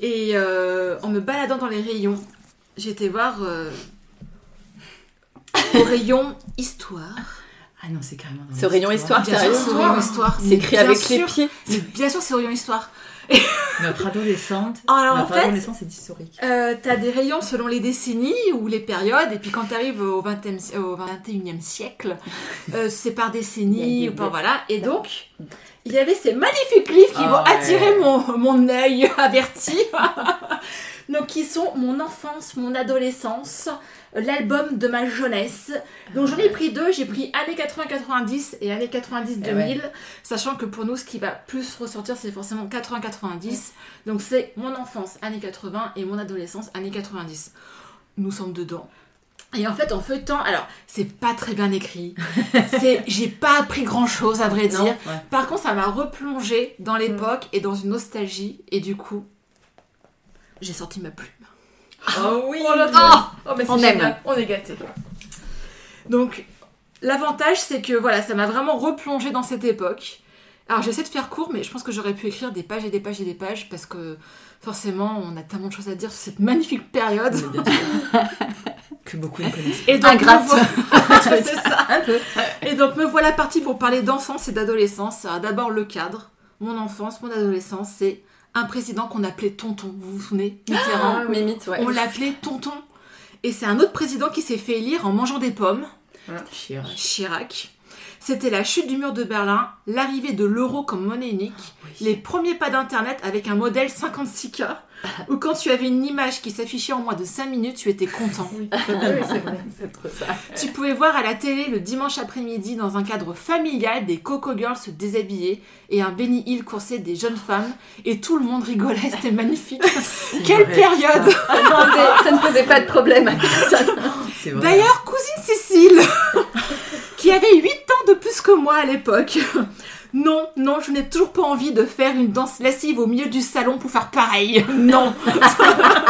Speaker 2: Et euh, en me baladant dans les rayons, j'étais voir euh, au rayon histoire.
Speaker 5: Ah non, c'est carrément. dans
Speaker 6: Ce rayon histoire,
Speaker 2: Bien
Speaker 6: sérieux
Speaker 2: sûr, c'est au rayon histoire.
Speaker 6: C'est écrit
Speaker 2: Mais bien
Speaker 6: avec les
Speaker 2: sûr,
Speaker 6: pieds.
Speaker 2: mais bien sûr, c'est au rayon histoire.
Speaker 5: Notre adolescente.
Speaker 2: Alors, en
Speaker 5: notre
Speaker 2: fait,
Speaker 5: adolescence est historique.
Speaker 2: Euh, t'as des rayons selon les décennies ou les périodes, et puis quand t'arrives au, 20e, au 21e
Speaker 6: (laughs)
Speaker 2: siècle, euh, c'est par
Speaker 6: Il y
Speaker 2: décennie
Speaker 6: a
Speaker 2: ou
Speaker 6: des-
Speaker 2: par voilà. Et donc, il y avait ces magnifiques livres qui
Speaker 5: Ah
Speaker 2: vont
Speaker 5: ouais.
Speaker 2: attirer mon, mon œil (laughs) averti. donc, qui sont mon enfance, mon adolescence, l'album de ma jeunesse. Donc, j'en ai pris deux. J'ai pris années 80-90 et années 90-2000,
Speaker 5: Eh ouais.
Speaker 2: sachant que pour nous, ce qui va plus ressortir, c'est forcément 80-90. Donc c'est mon enfance, années 80, et mon adolescence, années 90. Nous sommes dedans. Et en fait, en feuilletant, alors, c'est pas très bien
Speaker 5: (laughs)
Speaker 2: écrit. C'est, j'ai pas appris grand chose, à vrai
Speaker 5: Non Mm.
Speaker 2: dire.
Speaker 5: Ouais.
Speaker 2: Par contre, ça m'a replongé dans l'époque et dans une nostalgie. Et du coup, j'ai sorti ma plume.
Speaker 5: Oh oui
Speaker 4: Oh, là là. Oh, mais c'est
Speaker 6: On
Speaker 4: génial. On est gâtés.
Speaker 2: Donc, l'avantage, c'est que voilà, ça m'a vraiment replongé dans cette époque. Alors, j'essaie de faire court, mais je pense que j'aurais pu écrire des pages et des pages et des pages parce que forcément, on a tellement de choses à dire sur cette magnifique période.
Speaker 5: Mais bien sûr. que beaucoup ne connaissent
Speaker 2: Et donc,
Speaker 6: Ingrate.
Speaker 2: me vo- (laughs) C'est ça.
Speaker 5: pas. Un peu.
Speaker 2: Et donc, me voilà partie pour parler d'enfance et d'adolescence. Alors, D'abord, le cadre. Mon enfance, mon adolescence, c'est un président qu'on appelait Tonton. Vous vous souvenez
Speaker 5: Ah,
Speaker 2: Mitterrand.
Speaker 6: Ah, Mimite, ouais.
Speaker 2: On l'appelait Tonton. Et c'est un autre président qui s'est fait élire en mangeant des pommes.
Speaker 5: Chirac.
Speaker 2: Chirac. C'était la chute du mur de Berlin, l'arrivée de l'euro comme monnaie unique, les premiers pas d'Internet avec un modèle 56K, où quand tu avais une image qui s'affichait en moins de 5 minutes, tu étais content.
Speaker 4: Ah
Speaker 3: C'est trop ça.
Speaker 2: Tu pouvais voir à la télé le dimanche après-midi dans un cadre familial des Coco Girls se déshabiller et un Benny Hill courser des jeunes femmes et tout le monde rigolait, c'était magnifique. Quelle
Speaker 5: vrai,
Speaker 2: période
Speaker 3: Ça ne posait, ça ne posait pas de problème à personne.
Speaker 5: C'est vrai.
Speaker 2: D'ailleurs, cousine Cécile, (laughs) qui avait 8 ans de plus que moi à l'époque. Non, non, je n'ai toujours pas envie de faire une danse lascive au milieu du salon pour faire pareil. Non.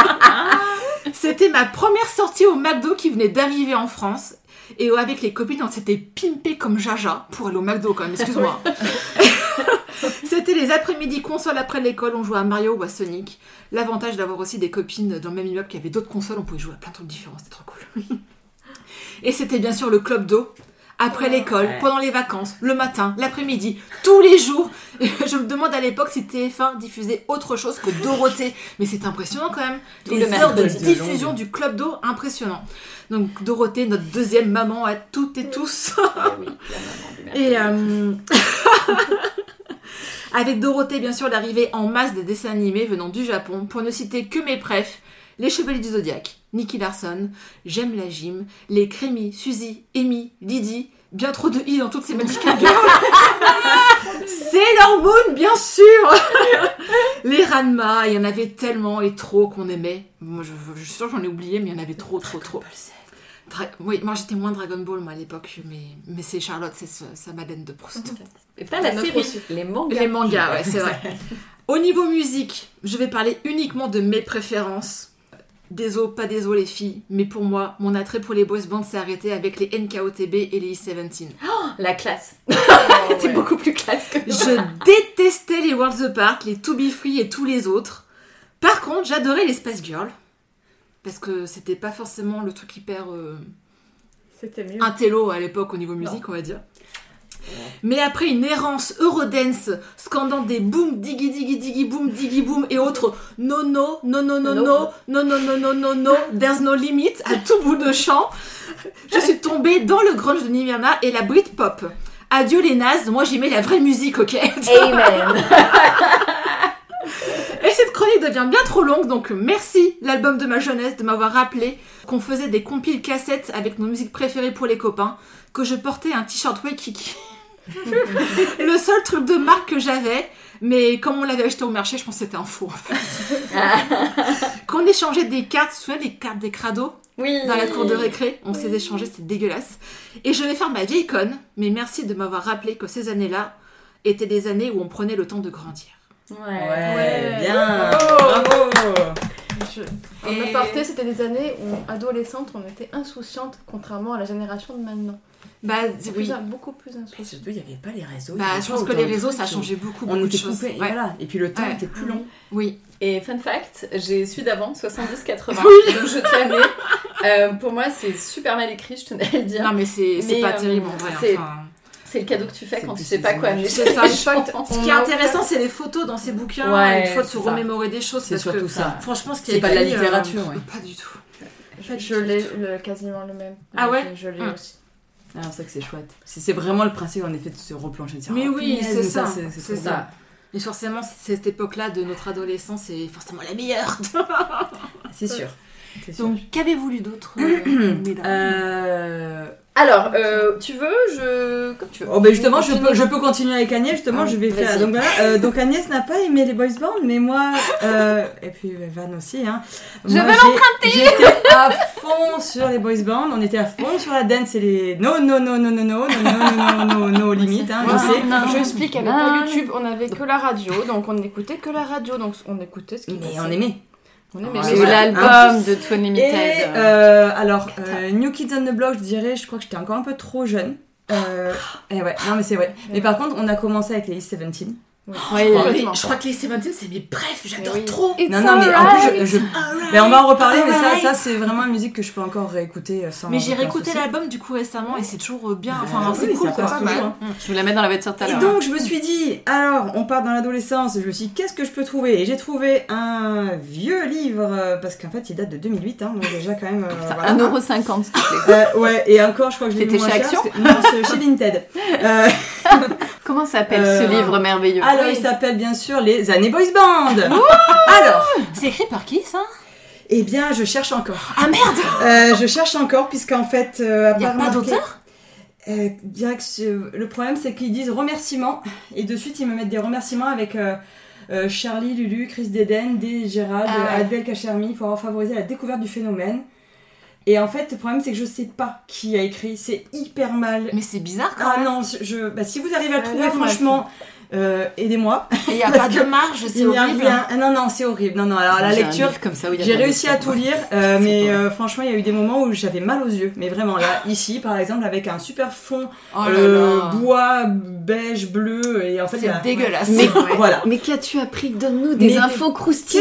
Speaker 2: (laughs) C'était ma première sortie au McDo qui venait d'arriver en France. Et avec les copines, on s'était pimpé comme Jaja pour aller au McDo quand même, excuse-moi. (laughs) C'était les après-midi consoles après l'école, on jouait à Mario ou à Sonic. L'avantage d'avoir aussi des copines dans le même immeuble qui avaient d'autres consoles, on pouvait jouer à plein de trucs différents, c'était trop cool. Et c'était bien sûr le club d'eau. Après l'école,
Speaker 5: Ouais.
Speaker 2: pendant les vacances, le matin, l'après-midi, tous les jours. (laughs) Je me demande à l'époque si TF1 diffusait autre chose que Dorothée. Mais c'est impressionnant quand même.
Speaker 3: le
Speaker 2: Les heures de
Speaker 3: mercredi
Speaker 5: de
Speaker 2: diffusion du club d'eau, impressionnant. Donc Dorothée, notre deuxième maman à toutes et tous.
Speaker 3: Ah oui, la maman du mercredi.
Speaker 2: Et euh, (laughs) avec Dorothée, bien sûr, l'arrivée en masse des dessins animés venant du Japon, pour ne citer que mes prefs, les Chevaliers du Zodiaque, Nicky Larson, J'aime la gym, les Crémy, Suzy, Amy, Didi, bien trop de i dans toutes ces Magical Girls. Sailor Moon, bien sûr Les Ranma, il y en avait tellement et trop qu'on aimait. Moi, je, je suis sûre que j'en ai oublié, mais il y en avait trop, trop, trop. Dra- oui, moi j'étais moins Dragon Ball moi à l'époque, mais, mais c'est Charlotte, c'est ce- sa Madeleine de Proust.
Speaker 3: Et pas la
Speaker 2: Notre
Speaker 3: série,
Speaker 2: aussi.
Speaker 3: les mangas.
Speaker 2: Les mangas, ouais, c'est vrai. (laughs) Au niveau musique, je vais parler uniquement de mes préférences. Désolé, pas désolé les filles, mais pour moi, mon attrait pour les boys bands s'est arrêté avec les NKOTB et les E17.
Speaker 3: La
Speaker 6: (laughs)
Speaker 3: classe. C'est beaucoup plus classe que
Speaker 2: Je détestais les World the Park, les To Be Free et tous les autres. Par contre, j'adorais les Space Girls. Parce que c'était pas forcément le truc hyper. euh,
Speaker 6: C'était mieux.
Speaker 2: un télo à l'époque au niveau musique, on va dire. Mais après une errance Eurodance, scandant des boum, digi digi digi boum, digi boum et autres no no, no no no no, no no no no no no, there's no limit à tout bout de champ, je suis tombée dans le grunge de Nirvana et la Britpop. Adieu les nazes, moi j'aimais la vraie musique, ok
Speaker 3: (laughs) Amen.
Speaker 2: (laughs) Et cette chronique devient bien trop longue, donc merci l'album de ma jeunesse de m'avoir rappelé qu'on faisait des compiles cassettes avec nos musiques préférées pour les copains, que je portais un t-shirt Waikiki. (laughs) le seul truc de marque que j'avais, mais comme on l'avait acheté au marché, je pense que c'était un faux en fait.
Speaker 3: (laughs)
Speaker 2: qu'on échangeait des cartes, vous vous souvenez des cartes des crados
Speaker 3: Oui.
Speaker 2: dans la cour de récré, on s'est échangé, c'était dégueulasse. Et je vais faire ma vieille conne, mais merci de m'avoir rappelé que ces années-là étaient des années où on prenait le temps de grandir.
Speaker 3: Ouais.
Speaker 5: Ouais, Oh.
Speaker 6: Ouais.
Speaker 5: bien.
Speaker 2: Oh.
Speaker 6: Bravo.
Speaker 5: Bravo.
Speaker 6: Je- En
Speaker 5: Et-
Speaker 6: aparté, c'était des années où, adolescentes, on était insouciantes, contrairement à la génération de maintenant.
Speaker 2: Bah
Speaker 6: C'est
Speaker 2: oui.
Speaker 6: plus- beaucoup plus
Speaker 5: Et
Speaker 6: insouciantes.
Speaker 5: surtout, il n'y avait pas les réseaux. il y
Speaker 2: Bah,
Speaker 5: avait
Speaker 2: je
Speaker 5: pas
Speaker 2: pense que
Speaker 5: autant
Speaker 2: les
Speaker 5: de
Speaker 2: réseaux,
Speaker 5: trucs.
Speaker 2: ça a changé beaucoup, beaucoup
Speaker 5: On
Speaker 2: de
Speaker 5: était
Speaker 2: choses.
Speaker 5: coupés, hein. et
Speaker 2: Ouais.
Speaker 5: voilà. Et puis le temps
Speaker 2: Ouais.
Speaker 5: était plus long.
Speaker 2: Oui.
Speaker 3: Et fun fact, j'ai suis d'avant, 70-80. Donc je tenais. Euh, pour moi, c'est super mal écrit, je tenais à le dire.
Speaker 2: Non, mais c'est c'est
Speaker 3: Mais,
Speaker 2: pas
Speaker 3: euh,
Speaker 2: terrible en vrai.
Speaker 3: c'est-
Speaker 5: (laughs)
Speaker 2: enfin.
Speaker 3: C'est le cadeau que tu fais
Speaker 5: C'est
Speaker 3: quand tu
Speaker 5: plus
Speaker 3: sais pas
Speaker 5: des
Speaker 3: quoi
Speaker 5: images.
Speaker 3: amener.
Speaker 2: C'est
Speaker 3: chez
Speaker 2: ça,
Speaker 3: les
Speaker 2: Ah, je
Speaker 3: gens.
Speaker 2: Ce qui est intessant, c'est les photos dans ces bouquins.
Speaker 5: Ouais,
Speaker 2: une fois de se
Speaker 5: c'est ça.
Speaker 2: remémorer des choses.
Speaker 5: C'est
Speaker 2: parce
Speaker 5: surtout
Speaker 2: que,
Speaker 5: ça.
Speaker 2: Franchement, ce qui
Speaker 5: C'est
Speaker 2: est
Speaker 5: pas de la
Speaker 2: écrit, euh, (laughs)
Speaker 5: littérature, ouais.
Speaker 2: Pas du tout.
Speaker 6: Je, je l'ai le- quasiment le même.
Speaker 2: Ah ouais
Speaker 4: euh,
Speaker 6: Je, je l'ai
Speaker 2: Hum.
Speaker 6: aussi.
Speaker 5: Ah, c'est vrai que c'est chouette. C'est c'est vraiment le principe en effet de se replancher. de dire,
Speaker 2: Mais
Speaker 5: oh,
Speaker 2: oui,
Speaker 5: punaise,
Speaker 2: c'est
Speaker 5: mais
Speaker 2: ça.
Speaker 5: C'est
Speaker 2: C'est
Speaker 5: trop
Speaker 2: ça. Et forcément, c'est cette époque-là de notre adolescence est forcément la meilleure.
Speaker 5: bien. C'est sûr. C'est sûr.
Speaker 2: Donc, qu'avez-vous lu
Speaker 5: (coughs)
Speaker 2: d'autre euh, mesdames
Speaker 5: Euh,
Speaker 3: Alors, euh, tu veux, je. Comme tu veux.
Speaker 5: Oh ben justement, je
Speaker 3: Continue.
Speaker 5: peux, je peux continuer avec Agnès. Justement,
Speaker 3: Ah,
Speaker 5: je vais faire.
Speaker 3: vas-y.
Speaker 5: Donc voilà. euh, donc Agnès n'a pas aimé les boys band, mais moi euh, et puis euh, Van aussi. Hein,
Speaker 3: Je
Speaker 5: Moi,
Speaker 3: veux
Speaker 5: j'ai- J'étais à fond sur les boys band. On était à fond sur la dance et les no no no no no no no no no no no, no limite. Hein, je sais.
Speaker 4: Non, je explique, à
Speaker 3: Ah, Non.
Speaker 6: Ah.
Speaker 4: pas YouTube, on avait que la radio, donc on n'écoutait que la radio, donc on écoutait ce qui
Speaker 5: Mais
Speaker 4: passait.
Speaker 5: on aimait.
Speaker 4: On aimait.
Speaker 5: J'ai
Speaker 4: Mais
Speaker 3: eu
Speaker 4: voilà.
Speaker 2: Ah,
Speaker 3: l'album
Speaker 5: de
Speaker 3: Twin
Speaker 5: Et euh, alors, euh, New Kids on the Block, je dirais, je crois que j'étais
Speaker 3: (gasps)
Speaker 5: encore un peu trop jeune. Euh, et ouais, non mais c'est vrai. Mais par contre, on a commencé avec les East 17.
Speaker 3: Ouais,
Speaker 2: Oh, mais
Speaker 3: complètement.
Speaker 2: je crois que les C21, c'est mes bref, j'adore
Speaker 6: Mais oui.
Speaker 2: trop.
Speaker 6: It's
Speaker 5: Non, non, mais en plus, je- je-
Speaker 2: Alright.
Speaker 5: Mais on va en reparler, mais ça,
Speaker 2: Alright.
Speaker 5: ça c'est vraiment une musique que je peux encore réécouter euh, sans.
Speaker 2: Mais j'ai
Speaker 5: aucun
Speaker 2: réécouté
Speaker 5: souci.
Speaker 2: l'album du coup récemment et c'est toujours euh, bien.
Speaker 5: Bah,
Speaker 2: Enfin, alors, c'est
Speaker 5: oui,
Speaker 2: cool
Speaker 5: ça
Speaker 2: quoi.
Speaker 5: passe toujours, hein.
Speaker 3: Mm. Je vous la mets dans la voiture tout à
Speaker 5: Et
Speaker 3: l'heure.
Speaker 5: donc je me suis dit, alors on part dans l'adolescence, je me suis dit qu'est-ce que je peux trouver Et j'ai trouvé un vieux livre, euh, parce qu'en fait il date de 2008, hein, donc déjà quand même... euh, voilà.
Speaker 3: 1,50€, s'il te plaît.
Speaker 5: Euh, ouais, et encore je crois que je l'ai
Speaker 3: C'était
Speaker 5: vu moins
Speaker 3: chez
Speaker 5: cher,
Speaker 3: Action
Speaker 5: parce que- Non, c'est chez Vinted. Euh,
Speaker 3: (laughs) Comment s'appelle
Speaker 5: Euh,
Speaker 3: ce livre merveilleux
Speaker 5: alors il s'appelle bien sûr Les années Boys Band Alors,
Speaker 2: C'est écrit par qui ça
Speaker 5: eh bien je cherche encore.
Speaker 2: Ah merde
Speaker 5: Euh, je cherche encore puisqu'en fait... Euh,
Speaker 2: Y a
Speaker 5: apparemment-
Speaker 2: pas d'auteur
Speaker 5: Euh, direct, euh, le problème, c'est qu'ils disent remerciements et de suite ils me mettent des remerciements avec euh, euh, Charlie, Lulu, Chris Deden, Dé Gérald,
Speaker 2: Ah ouais.
Speaker 5: Adèle Cacharmi pour avoir favorisé la découverte du phénomène. Et en fait, le problème, c'est que je sais pas qui a écrit. C'est hyper mal.
Speaker 2: Mais c'est bizarre quand
Speaker 5: Ah
Speaker 2: même.
Speaker 5: non, je, je- bah, si vous arrivez à le
Speaker 6: Ah
Speaker 5: trouver,
Speaker 6: non,
Speaker 5: franchement, euh, aidez-moi.
Speaker 2: Et y a
Speaker 5: Parce
Speaker 2: pas de
Speaker 5: que
Speaker 2: marge, c'est
Speaker 5: Il n'y a
Speaker 2: horrible.
Speaker 5: rien. Ah non, non, c'est horrible. Non, non, alors la
Speaker 3: J'ai un
Speaker 5: lecture,
Speaker 3: livre comme ça où il y a
Speaker 5: j'ai
Speaker 3: plein de
Speaker 5: réussi à
Speaker 3: choses.
Speaker 5: tout lire, euh,
Speaker 3: C'est
Speaker 5: mais
Speaker 3: pas
Speaker 5: euh, franchement, il y a eu des moments où j'avais mal aux yeux. Mais vraiment, là, ici, par exemple, avec un super fond
Speaker 2: Oh là
Speaker 5: le
Speaker 2: là.
Speaker 5: bois beige bleu et en fait
Speaker 2: C'est
Speaker 5: la-
Speaker 2: dégueulasse.
Speaker 5: Mais- voilà
Speaker 3: Mais qu'as-tu appris Donne-nous des
Speaker 5: Mais-
Speaker 3: infos
Speaker 5: Qu'est-ce que j'ai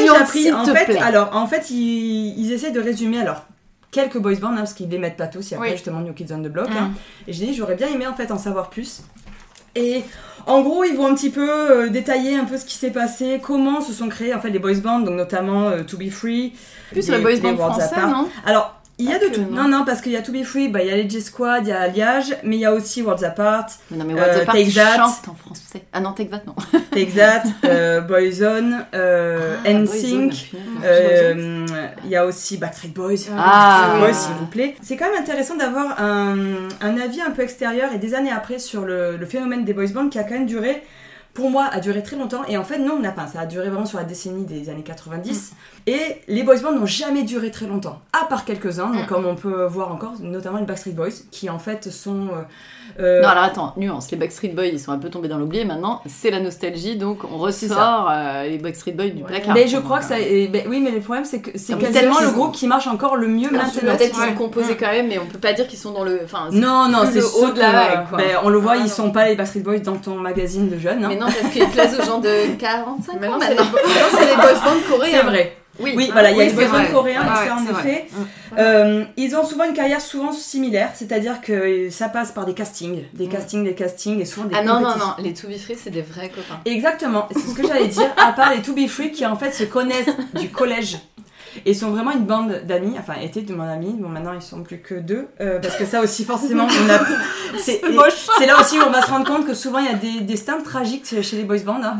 Speaker 3: croustillantes,
Speaker 5: appris
Speaker 3: s'il
Speaker 5: en
Speaker 3: te
Speaker 5: fait
Speaker 3: plaît.
Speaker 5: alors en fait ils, ils essaient de résumer alors quelques boys bands hein, parce qu'ils les mettent pas tous et après
Speaker 2: Oui.
Speaker 5: justement New Kids on the Block
Speaker 2: Mm.
Speaker 5: hein. et je dis j'aurais bien aimé en fait en savoir plus et en gros, ils vont un petit peu euh, détailler un peu ce qui s'est passé, comment se sont créés en fait les boys bands, donc notamment euh, To Be Free.
Speaker 3: Plus
Speaker 5: les-
Speaker 3: le boys
Speaker 5: les
Speaker 3: band
Speaker 5: Worlds
Speaker 3: français,
Speaker 5: Apart.
Speaker 3: non
Speaker 5: Alors, il y a
Speaker 3: Pas
Speaker 5: de
Speaker 3: que,
Speaker 5: tout.
Speaker 3: non.
Speaker 5: Non, non, parce qu'il y a To Be Free, bah, il y a les G-Squad, il y a Alliage, mais il y a aussi Worlds Apart,
Speaker 3: Mais Non, mais Worlds
Speaker 5: Euh,
Speaker 3: Apart
Speaker 5: Take That.
Speaker 3: chante en français. Ah non, Take That,
Speaker 5: (laughs)
Speaker 3: non.
Speaker 5: Exact, euh, Boyzone, euh,
Speaker 3: Ah,
Speaker 5: NSYNC.
Speaker 3: Boyzone, punaise.
Speaker 5: euh, Il y a aussi Backstreet Boys.
Speaker 3: Ah.
Speaker 5: Backstreet Boys, s'il vous plaît. C'est quand même intéressant d'avoir un, un avis un peu extérieur et des années après sur le, le phénomène des boys bands qui a quand même duré, pour moi, a duré très longtemps. Et en fait, non, on n'a pas. Ça a duré vraiment sur la décennie des années 90.
Speaker 3: Mm.
Speaker 5: Et les boys bands n'ont jamais duré très longtemps, à part quelques-uns,
Speaker 3: Mm.
Speaker 5: donc comme on peut voir encore, notamment les Backstreet Boys, qui en fait sont. euh, euh,
Speaker 3: Non, alors attends, nuance. Les Backstreet Boys, ils sont un peu tombés dans l'oubli. Maintenant, c'est la nostalgie, donc on
Speaker 5: C'est
Speaker 3: ressort euh, les Backstreet Boys du placard.
Speaker 5: Mais je crois que ça. et ben oui, mais le problème, c'est que c'est
Speaker 3: Non, mais
Speaker 5: quasiment
Speaker 3: peut-être
Speaker 5: le
Speaker 3: qu'ils ont-
Speaker 5: groupe qui marche encore le mieux
Speaker 3: Alors,
Speaker 5: maintenant.
Speaker 3: Peut-être qu'ils
Speaker 2: Ouais.
Speaker 3: sont composés quand même, mais on peut pas dire qu'ils sont dans le. Enfin, c'est-
Speaker 5: Non, non,
Speaker 3: plus
Speaker 5: c'est
Speaker 3: le haut
Speaker 5: sûr
Speaker 3: de la
Speaker 5: que,
Speaker 3: vague, quoi.
Speaker 5: ben, on le voit,
Speaker 6: Ah,
Speaker 5: ils
Speaker 6: non.
Speaker 5: sont pas les Backstreet Boys dans ton magazine de jeunes. hein.
Speaker 3: Mais non, parce qu'ils classent aux gens de 45 ans
Speaker 6: Maintenant,
Speaker 3: maintenant.
Speaker 6: c'est les, bo- maintenant, c'est les boys bands coréens.
Speaker 5: C'est vrai.
Speaker 3: Oui,
Speaker 5: Oui, voilà, il y
Speaker 3: oui,
Speaker 5: a les
Speaker 3: c'est
Speaker 5: boys bands
Speaker 3: vrai.
Speaker 5: coréens,
Speaker 2: Ah
Speaker 5: ça
Speaker 2: ouais, c'est
Speaker 5: en
Speaker 2: vrai.
Speaker 5: effet. Euh, ils ont souvent une carrière souvent similaire, c'est-à-dire que ça passe par des castings, des castings, des castings, et souvent des
Speaker 3: Mm. Ah non, non,
Speaker 5: compétitions.
Speaker 3: non, les To Be Free, c'est des vrais copains.
Speaker 5: Exactement, c'est ce que j'allais dire, à part les To Be Free qui en fait se connaissent du collège et sont vraiment une bande d'amis, enfin étaient de mon ami, bon maintenant ils sont plus que deux, euh, parce que ça aussi forcément on a...
Speaker 3: (laughs)
Speaker 5: C'est et- c'est là aussi où on va se rendre compte que souvent il y a des destins tragiques chez chez les boys bands. hein.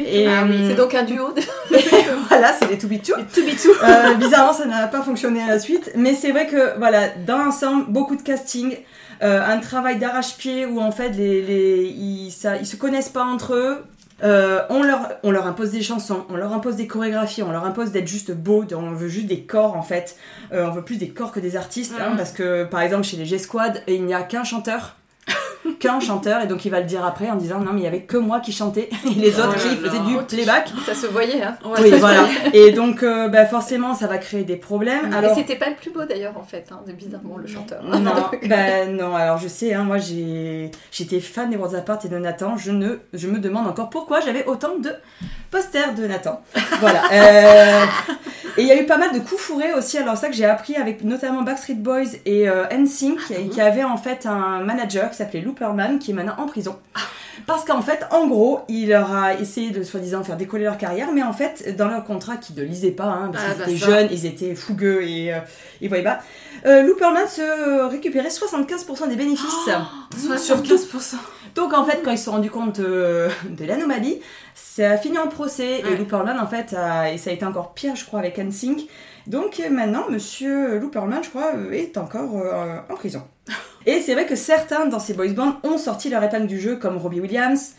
Speaker 5: Et,
Speaker 3: Ah oui,
Speaker 5: euh,
Speaker 3: C'est donc un duo. de-
Speaker 5: (laughs) voilà, c'est des To Be Two.
Speaker 3: To Be Two.
Speaker 5: Euh, bizarrement, ça n'a pas fonctionné à la suite, mais c'est vrai que voilà, dans l'ensemble, beaucoup de casting, euh, un travail d'arrache-pied où en fait les, les ils, ça, ils se connaissent pas entre eux. Euh, on, leur, on leur impose des chansons, on leur impose des chorégraphies, on leur impose d'être juste beau, de- on veut juste des corps en fait. Euh, on veut plus des corps que des artistes, hein,
Speaker 2: Mhm.
Speaker 5: parce que par exemple chez les G-Squad, il n'y a qu'un chanteur. qu'un chanteur, et donc il va le dire après en disant non, mais il y avait que moi qui chantais, et les autres
Speaker 2: Oh
Speaker 5: qui
Speaker 2: là là.
Speaker 5: faisaient du playback.
Speaker 3: Ça se voyait, hein.
Speaker 5: Oui, voilà. (laughs) Et donc, euh, bah, forcément, ça va créer des problèmes.
Speaker 3: Mais
Speaker 5: Alors,
Speaker 3: c'était pas le plus beau d'ailleurs, en fait, hein, de- bizarrement, le chanteur.
Speaker 5: non, bah, non, alors je sais, hein, moi j'ai, j'étais fan des Worlds Apart et de Nathan. Je ne, je me demande encore pourquoi j'avais autant de posters de Nathan. Voilà. Euh, et il y a eu pas mal de coups fourrés aussi. Alors ça que j'ai appris avec notamment Backstreet Boys et euh, NSYNC,
Speaker 2: Ah,
Speaker 5: et qui avait en fait un manager qui s'appelait Looperman, qui est maintenant en prison. Parce qu'en fait, en gros, il leur a essayé de soi-disant faire décoller leur carrière, mais en fait, dans leur contrat, qu'ils ne lisaient pas, hein, parce
Speaker 2: Ah,
Speaker 5: qu'ils
Speaker 2: bah,
Speaker 5: étaient
Speaker 2: ça.
Speaker 5: jeunes, ils étaient fougueux et euh, ils voyaient pas, euh, Looperman se récupérait 75% des bénéfices.
Speaker 2: Oh, sur 15%.
Speaker 5: Donc en fait, quand ils se sont rendus compte euh, de l'anomalie, ça a fini en procès. Et
Speaker 2: Ouais.
Speaker 5: Looperman, en fait, a- et ça a été encore pire, je crois, avec NSYNC. Donc euh, maintenant, monsieur Looperman, je crois, euh, est encore euh,
Speaker 3: (laughs)
Speaker 5: en prison. Et c'est vrai que certains dans ces boys bands ont sorti leur épingle du jeu, comme Robbie Williams.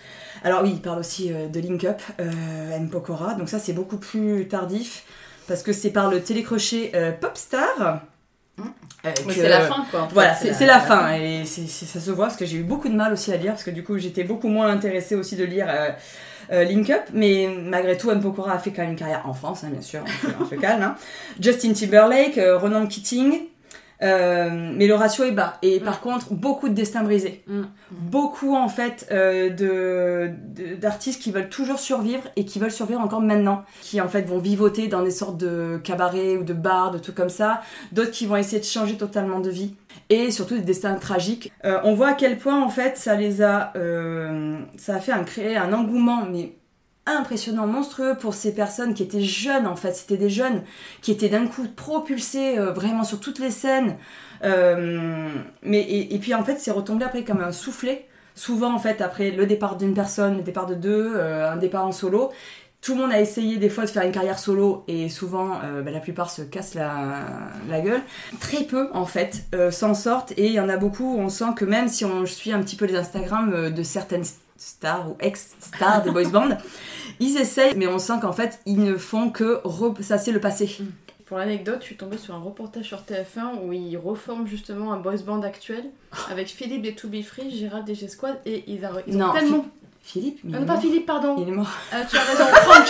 Speaker 5: Alors oui, il parle aussi euh, de Link Up, euh, M. Pokora, donc ça c'est beaucoup plus tardif, parce que c'est par le télécrochet euh, Popstar. euh,
Speaker 3: Mais
Speaker 5: que-
Speaker 3: Mm. c'est la fin, quoi. en fait,
Speaker 5: voilà, c'est c'est la, fin et c'est- c'est- ça se voit parce que j'ai eu beaucoup de mal aussi à lire parce que du coup j'étais beaucoup moins intéressée aussi de lire euh, euh, Link Up, mais malgré tout M. Pokora a fait (laughs) hein. quand même une carrière en France, hein, bien sûr, on se, on se calme. hein. Justin Timberlake, euh, Ronan Keating, Euh, mais le ratio est bas. Et par contre, beaucoup de destins brisés.
Speaker 2: Mm.
Speaker 5: Beaucoup, en fait, euh, de- de- d'artistes qui veulent toujours survivre et qui veulent survivre encore maintenant. Qui, en fait, vont vivoter dans des sortes de cabarets ou de bars, de trucs comme ça. D'autres qui vont essayer de changer totalement de vie. Et surtout des destins tragiques. Euh, on voit à quel point, en fait, ça les a... euh, ça a fait un, créer un engouement, mais impressionnant, monstrueux pour ces personnes qui étaient jeunes, en fait. C'était des jeunes qui étaient d'un coup propulsés euh, vraiment sur toutes les scènes. Euh, mais et, et puis en fait, c'est retombé après comme un soufflet. Souvent en fait, après le départ d'une personne, le départ de deux, euh, un départ en solo. Tout le monde a essayé des fois de faire une carrière solo et souvent euh, bah, la plupart se cassent la, la gueule. Très peu en fait euh, s'en sortent et il y en a beaucoup. On sent que même si on suit un petit peu les Instagram euh, de certaines stars ou ex-stars des boys
Speaker 2: (laughs)
Speaker 5: bands, ils essayent mais on sent qu'en fait ils ne font que repasser le passé.
Speaker 2: Mm.
Speaker 4: Pour l'anecdote, je suis tombée sur un reportage sur TF1 où ils reforment justement un boys band actuel avec Philippe des To Be Free, Gérald des G-Squad et ils, a- ils ont
Speaker 5: Non,
Speaker 4: tellement.
Speaker 5: Philippe, mais il
Speaker 4: Ah non,
Speaker 5: est
Speaker 4: pas
Speaker 5: mort.
Speaker 4: Philippe, pardon.
Speaker 5: Il est mort.
Speaker 4: Euh, tu as raison, Franck.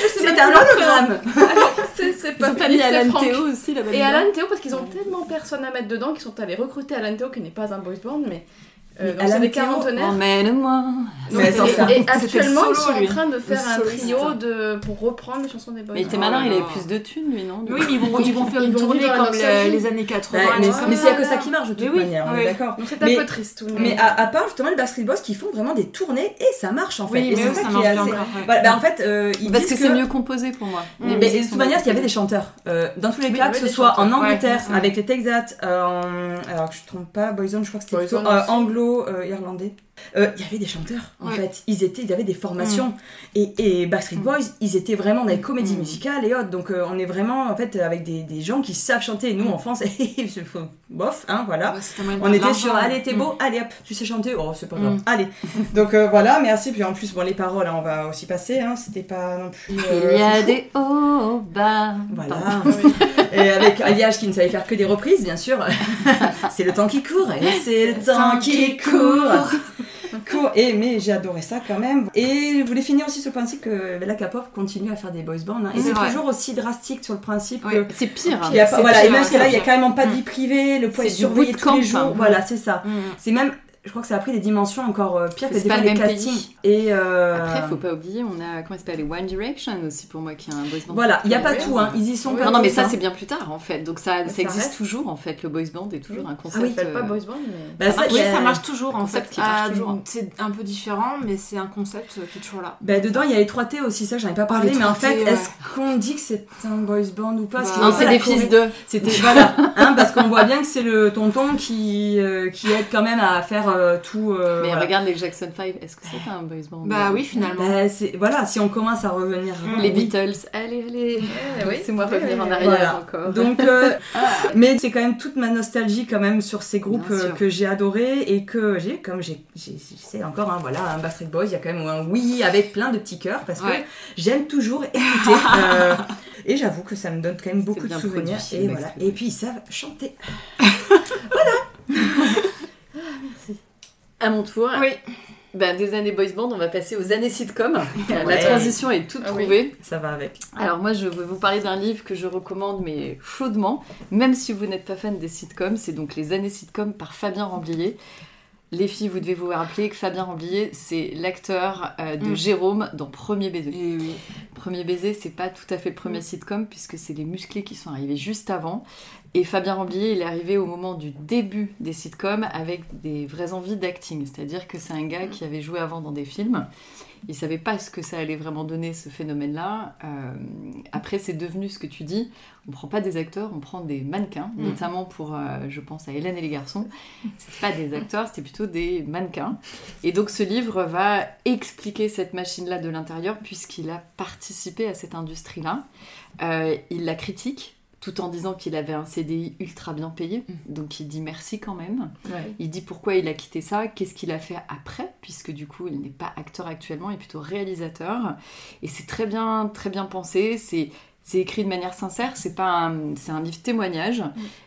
Speaker 4: je sais
Speaker 5: C'est
Speaker 4: même plus
Speaker 5: un
Speaker 4: leur
Speaker 5: hologramme.
Speaker 4: prénom. C'est c'est
Speaker 6: Ils
Speaker 4: pas
Speaker 6: ont pas
Speaker 4: Philippe,
Speaker 6: mis
Speaker 4: c'est
Speaker 6: Alan
Speaker 4: Franck.
Speaker 6: Théo aussi là-bas.
Speaker 4: Et Alan Théo, parce qu'ils ont tellement personne à mettre dedans qu'ils sont allés recruter Alan Théo, qui n'est pas un boys band, mais. Euh,
Speaker 5: Mais
Speaker 4: donc c'est
Speaker 5: Alan
Speaker 4: des
Speaker 5: Théo,
Speaker 4: quarantenaires.
Speaker 6: Emmène-moi.
Speaker 3: Oh,
Speaker 5: Mais
Speaker 4: Donc,
Speaker 5: elles sont ça.
Speaker 4: et, et actuellement,
Speaker 2: solo,
Speaker 4: ils sont
Speaker 2: lui.
Speaker 4: en train de faire un
Speaker 2: soliste.
Speaker 4: trio de, pour reprendre les chansons des boys.
Speaker 6: Mais il était
Speaker 2: Oh
Speaker 6: malin,
Speaker 2: là
Speaker 6: il
Speaker 2: là.
Speaker 6: avait plus de thunes lui, non
Speaker 2: Oui, mais ils vont, ils vont faire
Speaker 4: Ils
Speaker 2: une
Speaker 4: vont
Speaker 2: tournée
Speaker 4: vivre
Speaker 2: comme
Speaker 4: leur
Speaker 2: les,
Speaker 4: vie.
Speaker 2: les années 80.
Speaker 5: Bah, mais
Speaker 2: et
Speaker 5: mais
Speaker 2: tout
Speaker 5: s'il
Speaker 2: ça.
Speaker 5: n'y a que ça qui marche de toute
Speaker 2: Mais oui,
Speaker 5: manière, on
Speaker 2: oui. Mm.
Speaker 5: est d'accord.
Speaker 4: Donc c'est un
Speaker 5: Mais-
Speaker 4: peu triste tout le monde.
Speaker 5: Mais à, à part justement les Backstreet Boys qui font vraiment des tournées et ça marche en fait.
Speaker 2: Oui,
Speaker 5: et
Speaker 2: mais
Speaker 5: c'est
Speaker 2: eux,
Speaker 5: ça
Speaker 2: ça
Speaker 5: qui
Speaker 2: marche bien
Speaker 5: est assez-
Speaker 2: encore. ouais.
Speaker 5: Voilà, bah, en fait, euh, ils
Speaker 6: Parce que
Speaker 5: disent
Speaker 6: c'est mieux composé pour moi.
Speaker 5: Mais
Speaker 2: Mm.
Speaker 6: Les
Speaker 5: de
Speaker 6: musiques
Speaker 5: toute
Speaker 6: sont
Speaker 5: manière,
Speaker 6: mieux
Speaker 5: il y avait des
Speaker 6: composées.
Speaker 5: chanteurs. Euh, dans tous les
Speaker 4: Oui, il y
Speaker 5: cas,
Speaker 4: avait
Speaker 5: que ce
Speaker 4: des
Speaker 5: soit en
Speaker 4: chanteurs, ouais, Mm.
Speaker 5: Angleterre,
Speaker 2: c'est ça.
Speaker 5: avec les Texas, euh, en- alors que je ne trompe pas, Boyzone, je crois que c'était
Speaker 8: Boyzone
Speaker 5: plutôt, euh,
Speaker 8: aussi.
Speaker 5: anglo-irlandais. il y avait des chanteurs, en
Speaker 2: Ouais. Mm.
Speaker 5: fait. Ils étaient, il y avait des formations. Et, et Backstreet Boys, ils étaient vraiment dans les comédies musicales et autres. Donc euh, on est vraiment, en fait, avec des, des gens qui savent chanter. Et nous, en France, (laughs) bof, hein, voilà.
Speaker 2: Ouais, c'est un moyen de
Speaker 5: On
Speaker 2: faire de
Speaker 5: était
Speaker 2: l'argent, Mm.
Speaker 5: sur
Speaker 2: ouais.
Speaker 5: Allez, t'es beau, allez hop, tu sais chanter, oh, c'est pas grave, allez. (laughs) Donc euh, voilà, merci. Puis en plus, bon, les paroles, hein, on va aussi passer, hein, c'était pas non plus. euh,
Speaker 6: Il y a des hauts bas.
Speaker 5: Voilà. (laughs) Et avec Alliage qui ne savait faire que des reprises, bien sûr. (laughs) c'est le temps qui court, et c'est le temps qui court. (laughs) court. Et mais j'ai adoré ça quand même. Et je voulais finir aussi sur le principe que la K-pop continue à faire des boys bands. hein. Et
Speaker 2: C'est
Speaker 5: c'est
Speaker 2: vrai.
Speaker 5: toujours aussi drastique sur le principe
Speaker 2: Oui.
Speaker 5: que
Speaker 6: C'est pire.
Speaker 5: il y a pas-
Speaker 6: Ah, C'est
Speaker 5: voilà,
Speaker 6: pire,
Speaker 5: et même
Speaker 6: c'est
Speaker 5: que là, il y a
Speaker 6: pire.
Speaker 5: carrément pas de vie privée, le poids est
Speaker 6: C'est du
Speaker 5: surveillé tous les
Speaker 6: bootcamp,
Speaker 5: jours.
Speaker 6: hein.
Speaker 5: Voilà, c'est ça.
Speaker 2: Mm.
Speaker 5: C'est même, je crois que ça a pris des dimensions encore euh, pires que
Speaker 6: C'est
Speaker 5: des
Speaker 6: pas
Speaker 5: fois
Speaker 6: le
Speaker 5: les
Speaker 6: même
Speaker 5: castings.
Speaker 6: pays.
Speaker 5: Et euh,
Speaker 6: Après, faut pas oublier, on a comment ça s'appelle les One Direction aussi pour moi qui est un boys band.
Speaker 5: voilà, il y a pas
Speaker 4: Oui,
Speaker 5: tout, hein. Ils y sont
Speaker 4: oui.
Speaker 5: pas
Speaker 6: Non, non, mais
Speaker 5: tous,
Speaker 6: ça
Speaker 5: hein.
Speaker 6: c'est bien plus tard en fait. Donc ça, ça
Speaker 4: ça
Speaker 6: existe
Speaker 4: reste.
Speaker 6: toujours en fait. Le boys band est toujours
Speaker 4: Ça
Speaker 6: un concept.
Speaker 4: s'appelle pas
Speaker 6: euh,
Speaker 4: boys band, mais.
Speaker 5: Bah,
Speaker 2: Oui,
Speaker 5: il y a-
Speaker 2: ça marche toujours en
Speaker 6: concept
Speaker 2: fait.
Speaker 6: qui marche
Speaker 2: Ah,
Speaker 6: toujours.
Speaker 2: C'est un peu différent, mais c'est un concept euh, qui est toujours là.
Speaker 5: Bah, dedans, il y a les 3T aussi, ça, j'en ai pas parlé,
Speaker 2: Ah, les
Speaker 5: mais en
Speaker 2: 3T,
Speaker 5: fait,
Speaker 2: ouais.
Speaker 5: est-ce qu'on dit que c'est un boys band ou pas Parce
Speaker 2: Bah,
Speaker 5: qu'ils
Speaker 6: Non,
Speaker 5: ont
Speaker 6: c'est
Speaker 5: pas
Speaker 6: des
Speaker 5: la
Speaker 6: fils
Speaker 5: choré-
Speaker 6: de.
Speaker 5: C'était voilà, hein, parce qu'on voit bien que c'est le tonton qui, euh, qui aide quand même à faire euh, tout. euh,
Speaker 6: Mais
Speaker 5: voilà.
Speaker 6: regarde les Jackson 5, est-ce que c'est pas un boys band
Speaker 2: Bah oui, finalement.
Speaker 5: Bah, c'est- voilà, si on commence à revenir.
Speaker 2: Mmh.
Speaker 6: Les
Speaker 5: Oui.
Speaker 6: Beatles, allez, allez. (laughs)
Speaker 4: Eh oui.
Speaker 6: Laissez-moi revenir en arrière
Speaker 5: Voilà.
Speaker 6: encore.
Speaker 5: Donc,
Speaker 6: (laughs)
Speaker 5: euh, mais c'est quand même toute ma nostalgie quand même sur ces groupes
Speaker 6: Bien
Speaker 5: euh,
Speaker 6: sûr.
Speaker 5: que j'ai adoré et que j'ai, comme j'ai, j'ai- j'essaie encore, hein, voilà, un Backstreet Boys, il y a quand même un oui avec plein de petits cœurs parce
Speaker 2: Ouais.
Speaker 5: que j'aime toujours
Speaker 6: (laughs)
Speaker 5: écouter. euh, et j'avoue que ça me donne quand même beaucoup de
Speaker 6: bien
Speaker 5: souvenirs.
Speaker 6: produit,
Speaker 5: Et,
Speaker 6: Backstreet
Speaker 5: voilà.
Speaker 6: Boys.
Speaker 5: et puis ils savent chanter.
Speaker 6: À mon tour,
Speaker 2: Oui.
Speaker 6: ben, des années boys band, on va passer aux années sitcom. La
Speaker 5: Ouais.
Speaker 6: transition est toute
Speaker 4: Ah oui.
Speaker 6: trouvée.
Speaker 5: Ça va avec.
Speaker 6: Alors moi, je vais vous parler d'un livre que je recommande, mais chaudement, même si vous n'êtes pas fan des sitcoms. C'est donc Les années sitcoms par Fabien Ramblier. Les filles, vous devez vous rappeler que Fabien Ramblier, c'est l'acteur euh, de
Speaker 2: Mm.
Speaker 6: Jérôme dans Premier baiser.
Speaker 2: Et oui. Mm.
Speaker 6: Premier baiser, c'est pas tout à fait le premier sitcom puisque c'est les musclés qui sont arrivés juste avant. Et Fabien Ramblier, il est arrivé au moment du début des sitcoms avec des vraies envies d'acting. C'est-à-dire que c'est un
Speaker 2: Mm.
Speaker 6: gars qui avait joué avant dans des films. Il savait pas ce que ça allait vraiment donner, ce phénomène-là. Euh, après, c'est devenu ce que tu dis. On prend pas des acteurs, on prend des mannequins,
Speaker 2: Mm.
Speaker 6: notamment pour, euh, je pense, à Hélène et les garçons. C'est pas des acteurs, c'est plutôt des mannequins. Et donc ce livre va expliquer cette machine-là de l'intérieur puisqu'il a participé à cette industrie-là. Euh, il la critique tout en disant qu'il avait un CDI ultra bien payé, donc il dit merci quand même.
Speaker 4: Ouais.
Speaker 6: Il dit pourquoi il a quitté ça, qu'est-ce qu'il a fait après, puisque du coup il n'est pas acteur actuellement, il est plutôt réalisateur. Et c'est très bien, très bien pensé. C'est C'est écrit de manière sincère, c'est pas un, c'est un livre témoignage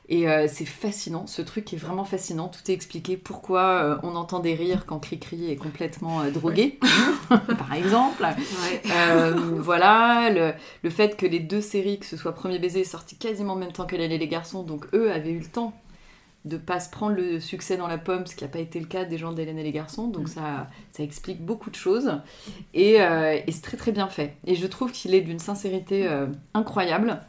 Speaker 6: et euh, c'est fascinant. Ce truc est vraiment fascinant. Tout est expliqué pourquoi euh, on entend des rires quand Cricri est complètement euh, drogué, (laughs) par exemple.
Speaker 2: Ouais.
Speaker 6: Euh, voilà, le, le fait que les deux séries, que ce soit Premier Baiser, est sorti quasiment en même temps que Elle et les garçons, donc eux avaient eu le temps de pas se prendre le succès dans la pomme, ce qui n'a pas été le cas des gens d'Hélène et les garçons, donc ça, ça explique beaucoup de choses, et, euh, et c'est très très bien fait. Et je trouve qu'il est d'une sincérité euh, incroyable,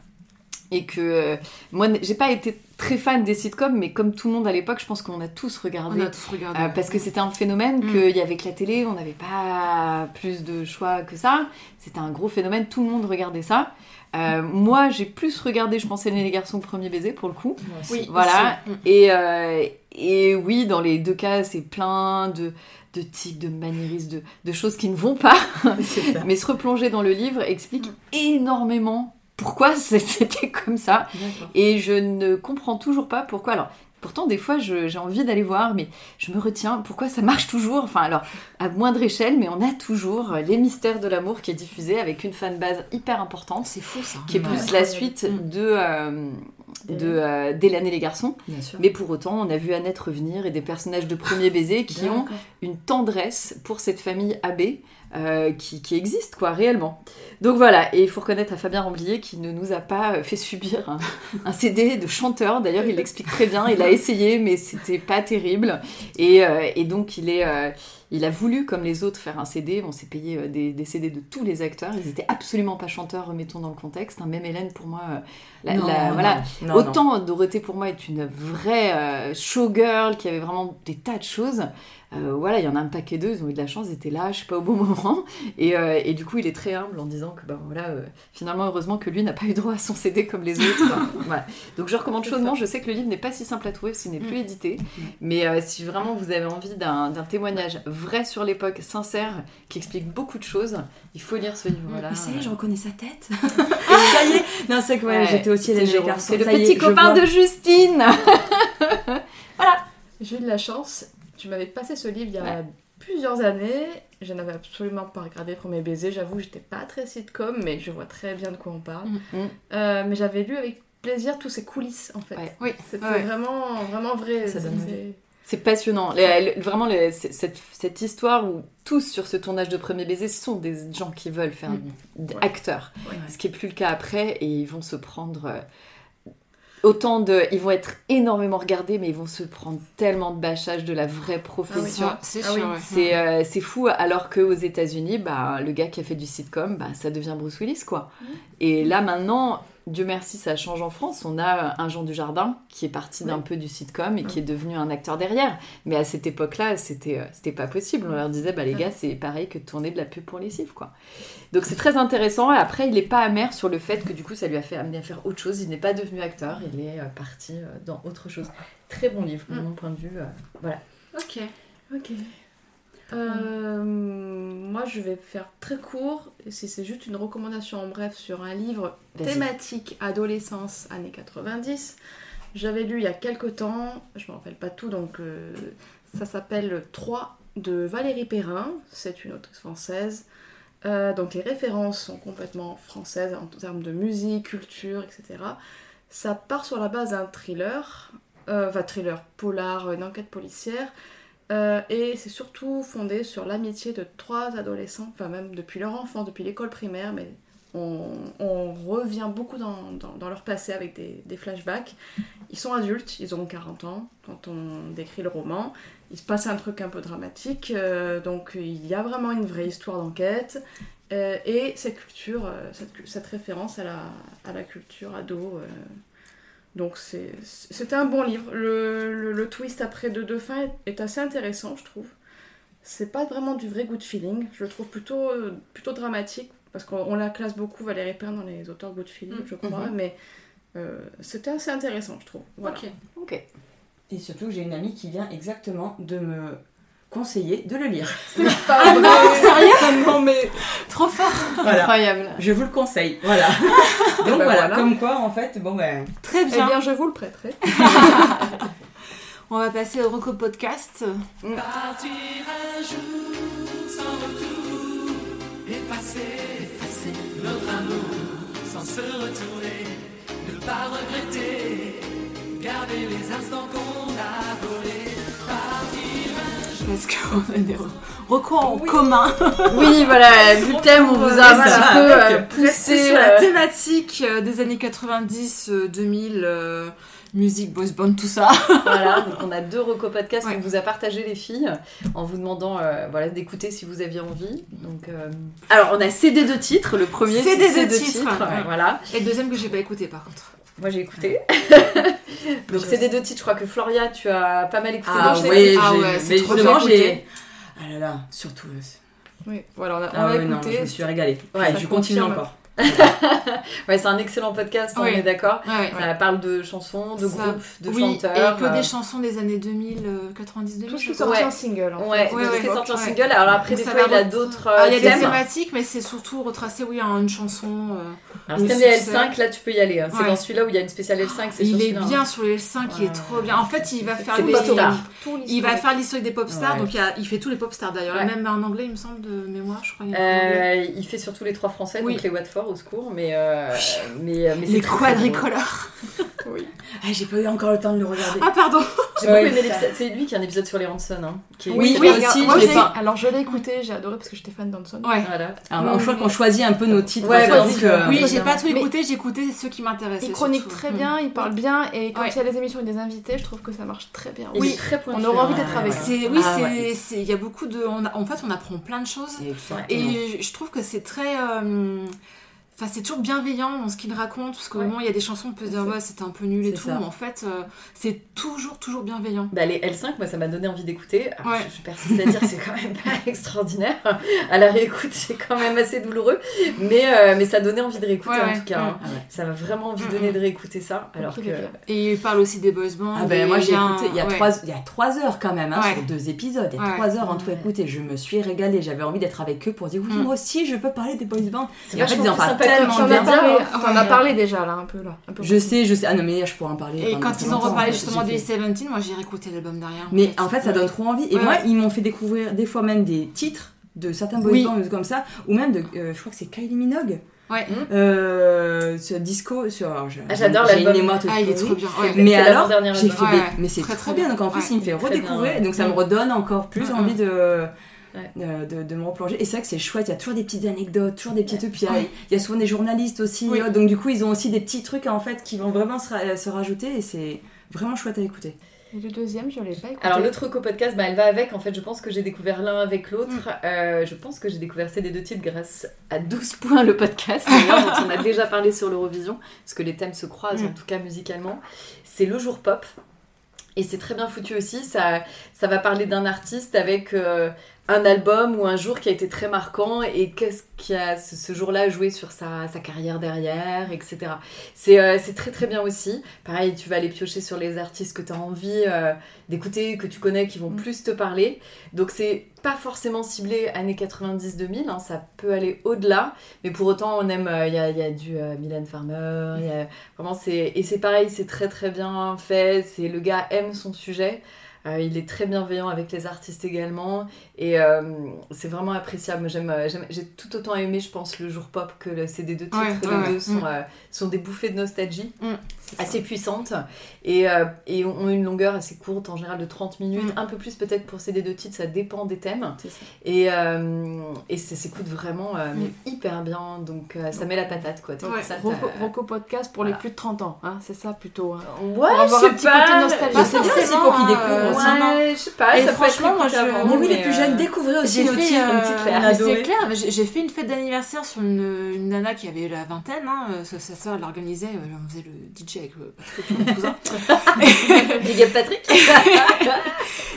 Speaker 6: et que euh, moi j'ai pas été très fan des sitcoms, mais comme tout le monde à l'époque, je pense qu'on a tous regardé
Speaker 2: On a tous regardé.
Speaker 6: euh, parce que c'était un phénomène
Speaker 2: Mm.
Speaker 6: qu'il y avait que la télé, on n'avait pas plus de choix que ça. C'était un gros phénomène, tout le monde regardait ça. Euh, moi, j'ai plus regardé, je pense, Hélène et les garçons, Premier baiser pour le coup.
Speaker 2: oui,
Speaker 6: Voilà.
Speaker 2: aussi. Mm.
Speaker 6: Et, euh, et oui, dans les deux cas, c'est plein de, de tics, de maniérismes, de, de choses qui ne vont pas.
Speaker 5: C'est ça.
Speaker 6: Mais se replonger dans le livre explique énormément pourquoi (laughs) c'était comme ça.
Speaker 5: (laughs)
Speaker 6: Et je ne comprends toujours pas pourquoi. Alors, pourtant, des fois, je- j'ai envie d'aller voir, mais je me retiens. Pourquoi ça marche toujours Enfin, alors, à moindre échelle, mais on a toujours euh, Les Mystères de l'amour qui est diffusé avec une fanbase hyper importante,
Speaker 2: C'est fou Mm. ça.
Speaker 6: qui est plus la suite de. euh, de euh, d'Hélène et les garçons,
Speaker 2: Bien sûr.
Speaker 6: mais pour autant on a vu Annette revenir et des personnages de premier baiser qui ont une tendresse pour cette famille AB euh, qui, qui existe quoi réellement. Donc voilà, et il faut reconnaître à Fabien Ramblier qui ne nous a pas euh, fait subir un, un CD de chanteur. D'ailleurs, il l'explique très bien. Il a essayé, mais c'était pas terrible. Et, euh, et donc il est, euh, il a voulu comme les autres faire un CD. On s'est payé euh, des, des CD de tous les acteurs. Ils étaient absolument pas chanteurs. Remettons dans le contexte. hein. Même Hélène pour moi, euh, la-
Speaker 5: Non,
Speaker 6: la-
Speaker 5: non,
Speaker 6: voilà,
Speaker 5: non, non.
Speaker 6: Autant Dorothée pour moi est une vraie euh, showgirl qui avait vraiment des tas de choses. Euh, voilà, il y en a un paquet d'eux, ils ont eu de la chance, ils étaient là, je sais pas, au bon (laughs) moment. Et, euh, et du coup, il est très humble en disant que ben, voilà, euh, finalement, heureusement que lui n'a pas eu droit à son CD comme les autres. Enfin,
Speaker 5: (laughs)
Speaker 6: voilà. Donc je recommande chaudement, je sais que le livre n'est pas si simple à trouver, s'il
Speaker 5: Mm.
Speaker 6: n'est plus édité. Mais euh, si vraiment vous avez envie d'un d'un témoignage vrai sur l'époque, sincère, qui explique beaucoup de choses, il faut lire ce livre-là.
Speaker 5: Mm.
Speaker 2: Mais ça y est, je reconnais sa tête.
Speaker 5: Ça y est Non, c'est que ouais,
Speaker 6: Ouais,
Speaker 5: j'étais aussi
Speaker 6: c'est
Speaker 5: les
Speaker 6: Jérôme,
Speaker 5: garçons.
Speaker 6: c'est le
Speaker 5: Ça y est,
Speaker 6: petit
Speaker 5: je
Speaker 6: copain
Speaker 5: vois.
Speaker 6: de Justine
Speaker 4: J'ai eu de la chance. Tu m'avais passé ce livre il y a plusieurs années. Je n'avais absolument pas regardé Premier Baiser. J'avoue, j'étais pas très sitcom, mais je vois très bien de quoi on parle.
Speaker 6: Mhm.
Speaker 4: Euh, mais j'avais lu avec plaisir tous ces coulisses, en fait.
Speaker 6: Ouais.
Speaker 2: Oui.
Speaker 4: C'était
Speaker 2: Ouais.
Speaker 4: vraiment, vraiment vrai.
Speaker 5: Ça donne
Speaker 4: C'est-
Speaker 6: C'est passionnant. Le- le- vraiment, le- c'est- cette, cette histoire où tous sur ce tournage de premier baiser sont des gens qui veulent faire
Speaker 2: Mhm.
Speaker 6: d-
Speaker 4: Mm. Ouais.
Speaker 6: acteurs.
Speaker 4: Ouais.
Speaker 6: Ce qui n'est plus le cas après, et ils vont se prendre. euh, Autant de. Ils vont être énormément regardés, mais ils vont se prendre tellement de bâchage de la vraie
Speaker 2: C'est
Speaker 6: profession.
Speaker 2: sûr. C'est
Speaker 4: Ah oui.
Speaker 2: sûr. ouais.
Speaker 6: C'est euh, c'est fou, alors qu'aux États-Unis, bah, le gars qui a fait du sitcom, bah, ça devient Bruce Willis, quoi.
Speaker 2: Mmh.
Speaker 6: Et là, maintenant, Dieu merci, ça change en France. On a euh, un Jean Dujardin qui est parti d'un
Speaker 4: Oui.
Speaker 6: peu du sitcom et qui
Speaker 4: Ouais.
Speaker 2: Mmh.
Speaker 6: est devenu un acteur derrière. Mais à cette époque-là, c'était euh, c'était pas possible. On leur disait, bah, les
Speaker 2: Mmh.
Speaker 4: Ouais.
Speaker 6: gars, c'est pareil que de tourner de la pub pour les cifres, quoi. Donc c'est très intéressant. Et après, il n'est pas amer sur le fait que du coup, ça lui a fait amener à faire autre chose. Il n'est pas devenu acteur, il est euh, parti euh, dans autre chose. Très bon livre, de
Speaker 2: Mm.
Speaker 6: mon point de vue. euh,
Speaker 2: Ok.
Speaker 4: Ok. Euh, moi, je vais faire très court. Si c'est juste une recommandation en bref sur un livre
Speaker 6: vas-y.
Speaker 4: thématique adolescence années 90. J'avais lu il y a quelques temps, je me rappelle pas tout, donc euh, ça s'appelle 3 de Valérie Perrin, c'est une autrice française. Euh, donc les références sont complètement françaises en termes de musique, culture, etc. Ça part sur la base d'un thriller, euh, enfin thriller polar, une enquête policière, euh, et c'est surtout fondé sur l'amitié de trois adolescents, enfin même depuis leur enfance, depuis l'école primaire, mais on, on revient beaucoup dans, dans- dans leur passé avec des, des flashbacks. Ils sont adultes, ils ont 40 ans quand on décrit le roman. Il se passe un truc un peu dramatique, euh, donc il y a vraiment une vraie histoire d'enquête. Euh, et cette culture, euh, cette, cu- cette référence à la, à la culture ado. euh, donc c'est- c'était un bon livre. Le, le- le twist après de deux fins est, est assez intéressant, je trouve. C'est pas vraiment du vrai good feeling. Je le trouve plutôt, euh, plutôt dramatique parce qu'on on la classe beaucoup Valérie Perrin dans les auteurs good feeling,
Speaker 5: Mm.
Speaker 4: je crois. Mais euh, c'était assez intéressant, je trouve. Voilà.
Speaker 2: Ok.
Speaker 6: Ok.
Speaker 5: Et surtout, j'ai une amie qui vient exactement de me conseiller de le lire. Ah
Speaker 4: Pas vrai.
Speaker 5: Non, mais
Speaker 2: Trop fort.
Speaker 5: voilà,
Speaker 6: Incroyable.
Speaker 5: je vous le conseille. Voilà. Donc
Speaker 4: ben
Speaker 5: voilà,
Speaker 4: voilà.
Speaker 5: comme quoi, en fait, bon ben.
Speaker 2: Très
Speaker 4: Eh
Speaker 2: bien.
Speaker 4: bien, je vous le
Speaker 6: (laughs)
Speaker 4: prêterai.
Speaker 2: On va passer au Roco Podcast.
Speaker 9: Partir un jour sans retour, effacer, effacer notre amour sans
Speaker 10: se retourner, ne pas regretter, garder les instants qu'on a volés, partir un jour.
Speaker 2: Parce qu'on a des re- recours en commun.
Speaker 3: Oui, voilà, vu le thème, on vous
Speaker 2: Ah,
Speaker 3: a un
Speaker 5: Voilà,
Speaker 3: petit peu euh,
Speaker 5: avec-
Speaker 3: poussé.
Speaker 2: sur la
Speaker 3: euh,
Speaker 2: thématique euh, des années 90, euh, 2000, euh, musique, boys band, tout ça.
Speaker 3: (laughs) Voilà, donc on a deux recos podcasts
Speaker 2: Ouais.
Speaker 3: qu'on vous a partagé les filles en vous demandant euh, voilà d'écouter si vous aviez envie. Donc euh, alors on a CD de titres, le premier
Speaker 2: CD
Speaker 3: c'est
Speaker 2: de titres, ouais.
Speaker 3: voilà.
Speaker 2: Et le deuxième que j'ai pas écouté par contre.
Speaker 3: Moi j'ai écouté. (laughs) donc CD de titres, je crois que Floria tu as pas mal écouté.
Speaker 5: Ah
Speaker 3: donc je l'ai-
Speaker 5: oui,
Speaker 2: Ah
Speaker 5: j'ai-
Speaker 2: ouais, c'est
Speaker 5: mais
Speaker 2: trop
Speaker 5: justement,
Speaker 2: bien
Speaker 5: j'ai. Ah là là, surtout. euh, c'est-
Speaker 4: Oui, voilà, on a, on
Speaker 5: Ah
Speaker 4: a
Speaker 5: ouais, non,
Speaker 4: écouté.
Speaker 5: je me suis régalée.
Speaker 3: Ouais,
Speaker 5: Et
Speaker 4: ça
Speaker 5: je continue
Speaker 4: confirme.
Speaker 5: encore.
Speaker 3: Ouais, c'est un excellent podcast, hein, on
Speaker 2: Oui.
Speaker 3: est d'accord.
Speaker 2: Ouais, ouais.
Speaker 3: Ça parle de chansons, de
Speaker 2: Ça-
Speaker 3: groupes, de
Speaker 2: oui,
Speaker 3: chanteurs.
Speaker 2: et que
Speaker 3: euh,
Speaker 2: des chansons des années 2000, euh, 90, 2000.
Speaker 4: Tout ce qui
Speaker 2: je crois.
Speaker 4: sortait
Speaker 3: Ouais.
Speaker 4: en single. En
Speaker 3: Ouais,
Speaker 4: fait.
Speaker 2: Ouais,
Speaker 3: de ce
Speaker 2: ouais,
Speaker 3: qui est sorti en
Speaker 2: ouais.
Speaker 3: single. Alors après, des
Speaker 2: Ça
Speaker 3: fois,
Speaker 2: va
Speaker 3: il a
Speaker 2: re-
Speaker 3: d'autres
Speaker 2: Ah,
Speaker 3: euh,
Speaker 2: Il y a des
Speaker 3: thèmes.
Speaker 2: thématiques, mais c'est surtout retracé, oui, en une chanson. euh,
Speaker 3: Alors, si
Speaker 2: Oui,
Speaker 3: t'aimes les
Speaker 2: c'est
Speaker 3: L5, là, tu peux y aller. hein. C'est
Speaker 2: Ouais.
Speaker 3: dans celui-là où il y a une spéciale L5. c'est sur
Speaker 2: Il est
Speaker 3: celui-là, hein.
Speaker 2: bien sur les 5, il
Speaker 3: Ouais.
Speaker 2: est trop bien. En fait, il va faire
Speaker 3: C'est
Speaker 2: les.
Speaker 3: pas tard.
Speaker 4: Tout
Speaker 2: Il va faire l'historique des pop stars,
Speaker 5: Ouais.
Speaker 2: donc il, y a- il fait tous les pop stars d'ailleurs,
Speaker 3: Ouais.
Speaker 2: même en anglais, il me semble, de mémoire, je crois. il y a en anglais.
Speaker 3: Euh, il fait surtout les trois français,
Speaker 2: Oui.
Speaker 3: donc les Watford au secours, mais, euh, mais, mais
Speaker 2: les
Speaker 3: c'est très, très drôle.
Speaker 2: quadricolores.
Speaker 5: Ah, j'ai pas eu encore le temps de le regarder.
Speaker 2: Ah, pardon
Speaker 3: J'ai beaucoup
Speaker 5: Ouais,
Speaker 3: aimé
Speaker 5: c'est ça.
Speaker 3: l'épisode. C'est lui qui a un épisode sur les Hanson. Hein, qui est-
Speaker 5: Oui,
Speaker 3: qui est
Speaker 2: oui,
Speaker 3: pas-
Speaker 2: regarde,
Speaker 3: aussi,
Speaker 2: moi,
Speaker 3: je l'ai
Speaker 2: j'ai-
Speaker 3: pas.
Speaker 4: Alors je l'ai écouté, j'ai adoré parce que j'étais fan d'Hanson.
Speaker 2: Ouais.
Speaker 3: Voilà.
Speaker 5: Alors, je crois bah, qu'on choisit un peu nos titres.
Speaker 3: Ouais,
Speaker 5: j'avoue
Speaker 3: vas-y.
Speaker 5: que-
Speaker 2: Oui,
Speaker 3: Euh,
Speaker 2: j'ai pas tout
Speaker 4: mais-
Speaker 2: écouté, j'ai écouté ceux qui m'intéressaient.
Speaker 4: Il chronique
Speaker 2: Ah, surtout.
Speaker 4: très bien, il parle bien et quand
Speaker 2: Ouais.
Speaker 4: il y a des émissions et des invités, je trouve que ça marche très bien.
Speaker 3: Il
Speaker 4: Oui.
Speaker 3: est très pointu.
Speaker 4: On aura envie
Speaker 3: hein.
Speaker 4: d'être avec.
Speaker 2: Mm. C'est oui,
Speaker 5: Ah,
Speaker 2: c'est
Speaker 5: ouais.
Speaker 2: c'est- il y a beaucoup de on a- en fait on apprend plein de choses
Speaker 5: Exactement.
Speaker 2: et je trouve que c'est très euh, enfin c'est toujours bienveillant dans ce qu'il raconte parce qu'au
Speaker 4: Ouais.
Speaker 2: moment il y a des chansons on peut se dire
Speaker 5: C'est-
Speaker 2: ouais c'était un peu nul et
Speaker 5: c'est
Speaker 2: tout
Speaker 5: ça.
Speaker 2: mais en fait euh, c'est toujours toujours bienveillant.
Speaker 3: Bah, les L5, moi ça m'a donné envie d'écouter. Alors,
Speaker 2: Ouais.
Speaker 3: je, je persiste à dire que c'est quand même pas (laughs) extraordinaire. À la réécoute, c'est quand même assez douloureux. Mais, euh, mais ça donnait envie de réécouter
Speaker 2: Ouais,
Speaker 3: en
Speaker 2: ouais.
Speaker 3: tout cas. hein.
Speaker 5: Ah ouais.
Speaker 3: Ça m'a vraiment envie
Speaker 2: Mm,
Speaker 3: donné
Speaker 2: mm.
Speaker 3: de réécouter ça. Alors que.
Speaker 4: Ok, bien.
Speaker 2: Et il parle aussi des boys bands.
Speaker 5: Ah ben moi
Speaker 2: et
Speaker 5: j'ai
Speaker 2: un-
Speaker 5: écouté, il y, a
Speaker 2: ouais.
Speaker 5: trois, il y a trois heures quand même, hein,
Speaker 2: Ouais.
Speaker 5: sur deux épisodes, il y a
Speaker 2: Ouais.
Speaker 5: trois heures en tout
Speaker 3: Ouais.
Speaker 5: écouté, je me suis régalée, j'avais envie d'être avec eux pour dire oui
Speaker 2: Mm.
Speaker 5: moi aussi je peux parler des boys bands.
Speaker 3: C'est
Speaker 5: Et en fait,
Speaker 3: vachement
Speaker 5: ils en
Speaker 3: plus
Speaker 5: parlent
Speaker 3: sympa que
Speaker 5: tellement
Speaker 4: T'en as
Speaker 5: bien.
Speaker 4: parlé,
Speaker 3: Ouais.
Speaker 4: t'en as parlé déjà là, un peu là. un peu.
Speaker 5: Je sais, je sais, ah non mais je pourrais en parler.
Speaker 2: Et
Speaker 5: pendant
Speaker 2: quand
Speaker 5: très
Speaker 2: ils ont
Speaker 5: longtemps,
Speaker 2: reparlé
Speaker 5: en fait,
Speaker 2: justement
Speaker 5: j'ai
Speaker 2: des
Speaker 5: fait-
Speaker 2: 17, moi j'ai réécouté l'album derrière.
Speaker 5: Mais en fait ça donne trop envie, et
Speaker 2: Ouais.
Speaker 5: moi ils m'ont fait découvrir des fois même des titres de certains boys
Speaker 2: Oui.
Speaker 5: bands comme ça, ou même de, euh, je crois que c'est Kylie Minogue,
Speaker 2: Ouais.
Speaker 5: euh, ce disco, sur, alors, je-
Speaker 3: Ah, j'adore
Speaker 5: j'ai une
Speaker 3: l'album.
Speaker 5: mémoire
Speaker 2: Ah, il est trop
Speaker 5: téléphobique.
Speaker 2: bien. ouais.
Speaker 5: Mais
Speaker 3: C'est
Speaker 5: alors,
Speaker 3: l'avant-dernier
Speaker 5: j'ai
Speaker 3: album.
Speaker 5: fait,
Speaker 2: Ouais,
Speaker 5: mais,
Speaker 2: ouais.
Speaker 5: mais c'est
Speaker 2: Très,
Speaker 5: très,
Speaker 2: très
Speaker 5: bien.
Speaker 2: bien.
Speaker 5: Donc en plus,
Speaker 2: Ouais.
Speaker 5: il me fait
Speaker 3: Très
Speaker 5: redécouvrir,
Speaker 3: bien,
Speaker 5: et donc ça
Speaker 3: ouais.
Speaker 5: me redonne encore plus
Speaker 2: Ouais.
Speaker 5: envie de,
Speaker 3: Ouais.
Speaker 5: de, de- de me replonger. Et c'est vrai que c'est chouette, il y a toujours des petites anecdotes, toujours des petites. Puis il y a-
Speaker 2: Ouais.
Speaker 5: il y a souvent des journalistes aussi,
Speaker 2: Oui.
Speaker 5: euh, donc du coup, ils ont aussi des petits trucs en fait qui vont vraiment se, ra- se rajouter, et c'est vraiment chouette à écouter.
Speaker 4: Et le deuxième, je l'ai pas écouté.
Speaker 3: Alors l'autre copodcast, bah, elle va avec. En fait, je pense que j'ai découvert l'un avec l'autre. Euh, je pense que j'ai découvert ces deux titres grâce à 12 points le podcast, d'ailleurs, dont on a déjà parlé sur l'Eurovision, parce que les thèmes se croisent,
Speaker 2: Mm.
Speaker 3: en tout cas musicalement. C'est le jour pop. Et c'est très bien foutu aussi, ça, ça va parler d'un artiste avec euh, un album ou un jour qui a été très marquant et qu'est-ce qui a ce, ce jour-là joué sur sa, sa carrière derrière, etc. C'est euh, c'est très très bien aussi. Pareil, tu vas aller piocher sur les artistes que tu as envie euh, d'écouter, que tu connais,
Speaker 2: Mm.
Speaker 3: qui vont plus te parler. Donc c'est pas forcément ciblé années 90-2000, hein, ça peut aller au-delà, mais pour autant on aime, il y, a, y a du euh, Mylène Farmer, y a- vraiment c'est... Et c'est pareil, c'est très très bien fait, c'est le gars aime son sujet, euh, il est très bienveillant avec les artistes également, et euh, c'est vraiment appréciable. Moi, j'aime, euh, j'aime- j'ai tout autant aimé, je pense, le jour pop que le CD de titres,
Speaker 2: Ouais,
Speaker 3: les
Speaker 2: ouais,
Speaker 3: deux
Speaker 2: ouais.
Speaker 3: sont,
Speaker 2: Mm.
Speaker 3: euh, sont des bouffées de nostalgie
Speaker 2: Mm.
Speaker 3: assez puissantes et, euh, et ont une longueur assez courte, en général de 30 minutes,
Speaker 2: Mm.
Speaker 3: un peu plus peut-être pour CD de titres, ça dépend des thèmes.
Speaker 4: C'est ça.
Speaker 3: Et, euh, et ça s'écoute vraiment euh, mais
Speaker 2: Mm.
Speaker 3: hyper bien, donc euh, ça met la patate quoi. T'écoutes
Speaker 2: Ouais,
Speaker 3: ça,
Speaker 4: Rocco,
Speaker 3: t'as-
Speaker 4: Rocco Podcast pour
Speaker 3: Voilà.
Speaker 4: les plus de 30 ans, hein, c'est ça plutôt. hein.
Speaker 3: Ouais,
Speaker 4: Pour avoir
Speaker 3: je
Speaker 4: un
Speaker 3: sais
Speaker 4: petit
Speaker 3: pas.
Speaker 4: côté nostalgique.
Speaker 2: Bah,
Speaker 5: c'est bien
Speaker 2: forcément,
Speaker 5: aussi pour qu'ils
Speaker 2: hein,
Speaker 5: découvrent
Speaker 2: euh,
Speaker 5: aussi.
Speaker 2: non, non.
Speaker 3: Ouais, je sais pas,
Speaker 2: Et
Speaker 3: ça peut être
Speaker 2: franchement, moi,
Speaker 3: écouté
Speaker 2: je-
Speaker 3: avant,
Speaker 5: Mais oui, les plus
Speaker 3: euh, (laughs)
Speaker 5: jeunes découvraient aussi
Speaker 2: J'ai
Speaker 5: nos
Speaker 2: fait,
Speaker 5: titres, nos
Speaker 2: euh,
Speaker 5: titres
Speaker 2: mais
Speaker 5: frères,
Speaker 2: c'est
Speaker 5: adoraient.
Speaker 2: clair, mais j'ai j'ai fait une fête d'anniversaire sur une, une nana qui avait la vingtaine, hein, euh, sa, sa soeur l'organisait, euh, on faisait le DJ avec le Patrick,
Speaker 5: (laughs)
Speaker 2: mon cousin.
Speaker 3: Big up Patrick.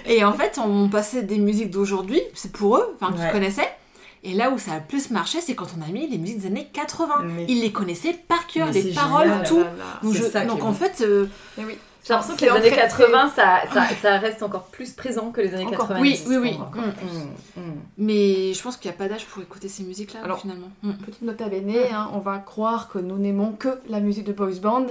Speaker 2: Et en fait, on passait des musiques d'aujourd'hui, c'est pour eux, enfin, qu'ils
Speaker 5: Ouais.
Speaker 2: connaissaient. Et là où ça a le plus marché, c'est quand on a mis les musiques des années 80.
Speaker 5: Mais-
Speaker 2: Ils les connaissaient par cœur,
Speaker 5: Mais
Speaker 2: les
Speaker 5: c'est
Speaker 2: paroles,
Speaker 5: génial.
Speaker 2: tout.
Speaker 4: Là, là.
Speaker 2: Donc,
Speaker 5: C'est
Speaker 2: je-
Speaker 5: ça qui
Speaker 2: donc
Speaker 5: est
Speaker 2: en
Speaker 5: bon.
Speaker 2: fait, euh,
Speaker 4: Eh oui.
Speaker 3: J'ai l'impression que
Speaker 4: C'est
Speaker 3: les années
Speaker 4: entré-
Speaker 3: 80, ça, ça, ça reste encore plus présent que les années 90.
Speaker 2: oui, oui,
Speaker 3: pour
Speaker 2: oui.
Speaker 3: moi.
Speaker 2: Mm.
Speaker 3: Mm, mm.
Speaker 2: Mais je pense qu'il n'y a pas d'âge pour écouter ces musiques-là,
Speaker 4: Alors,
Speaker 2: finalement. Mm.
Speaker 4: Petite note à bene, hein, on va croire que nous n'aimons que la musique de boys band.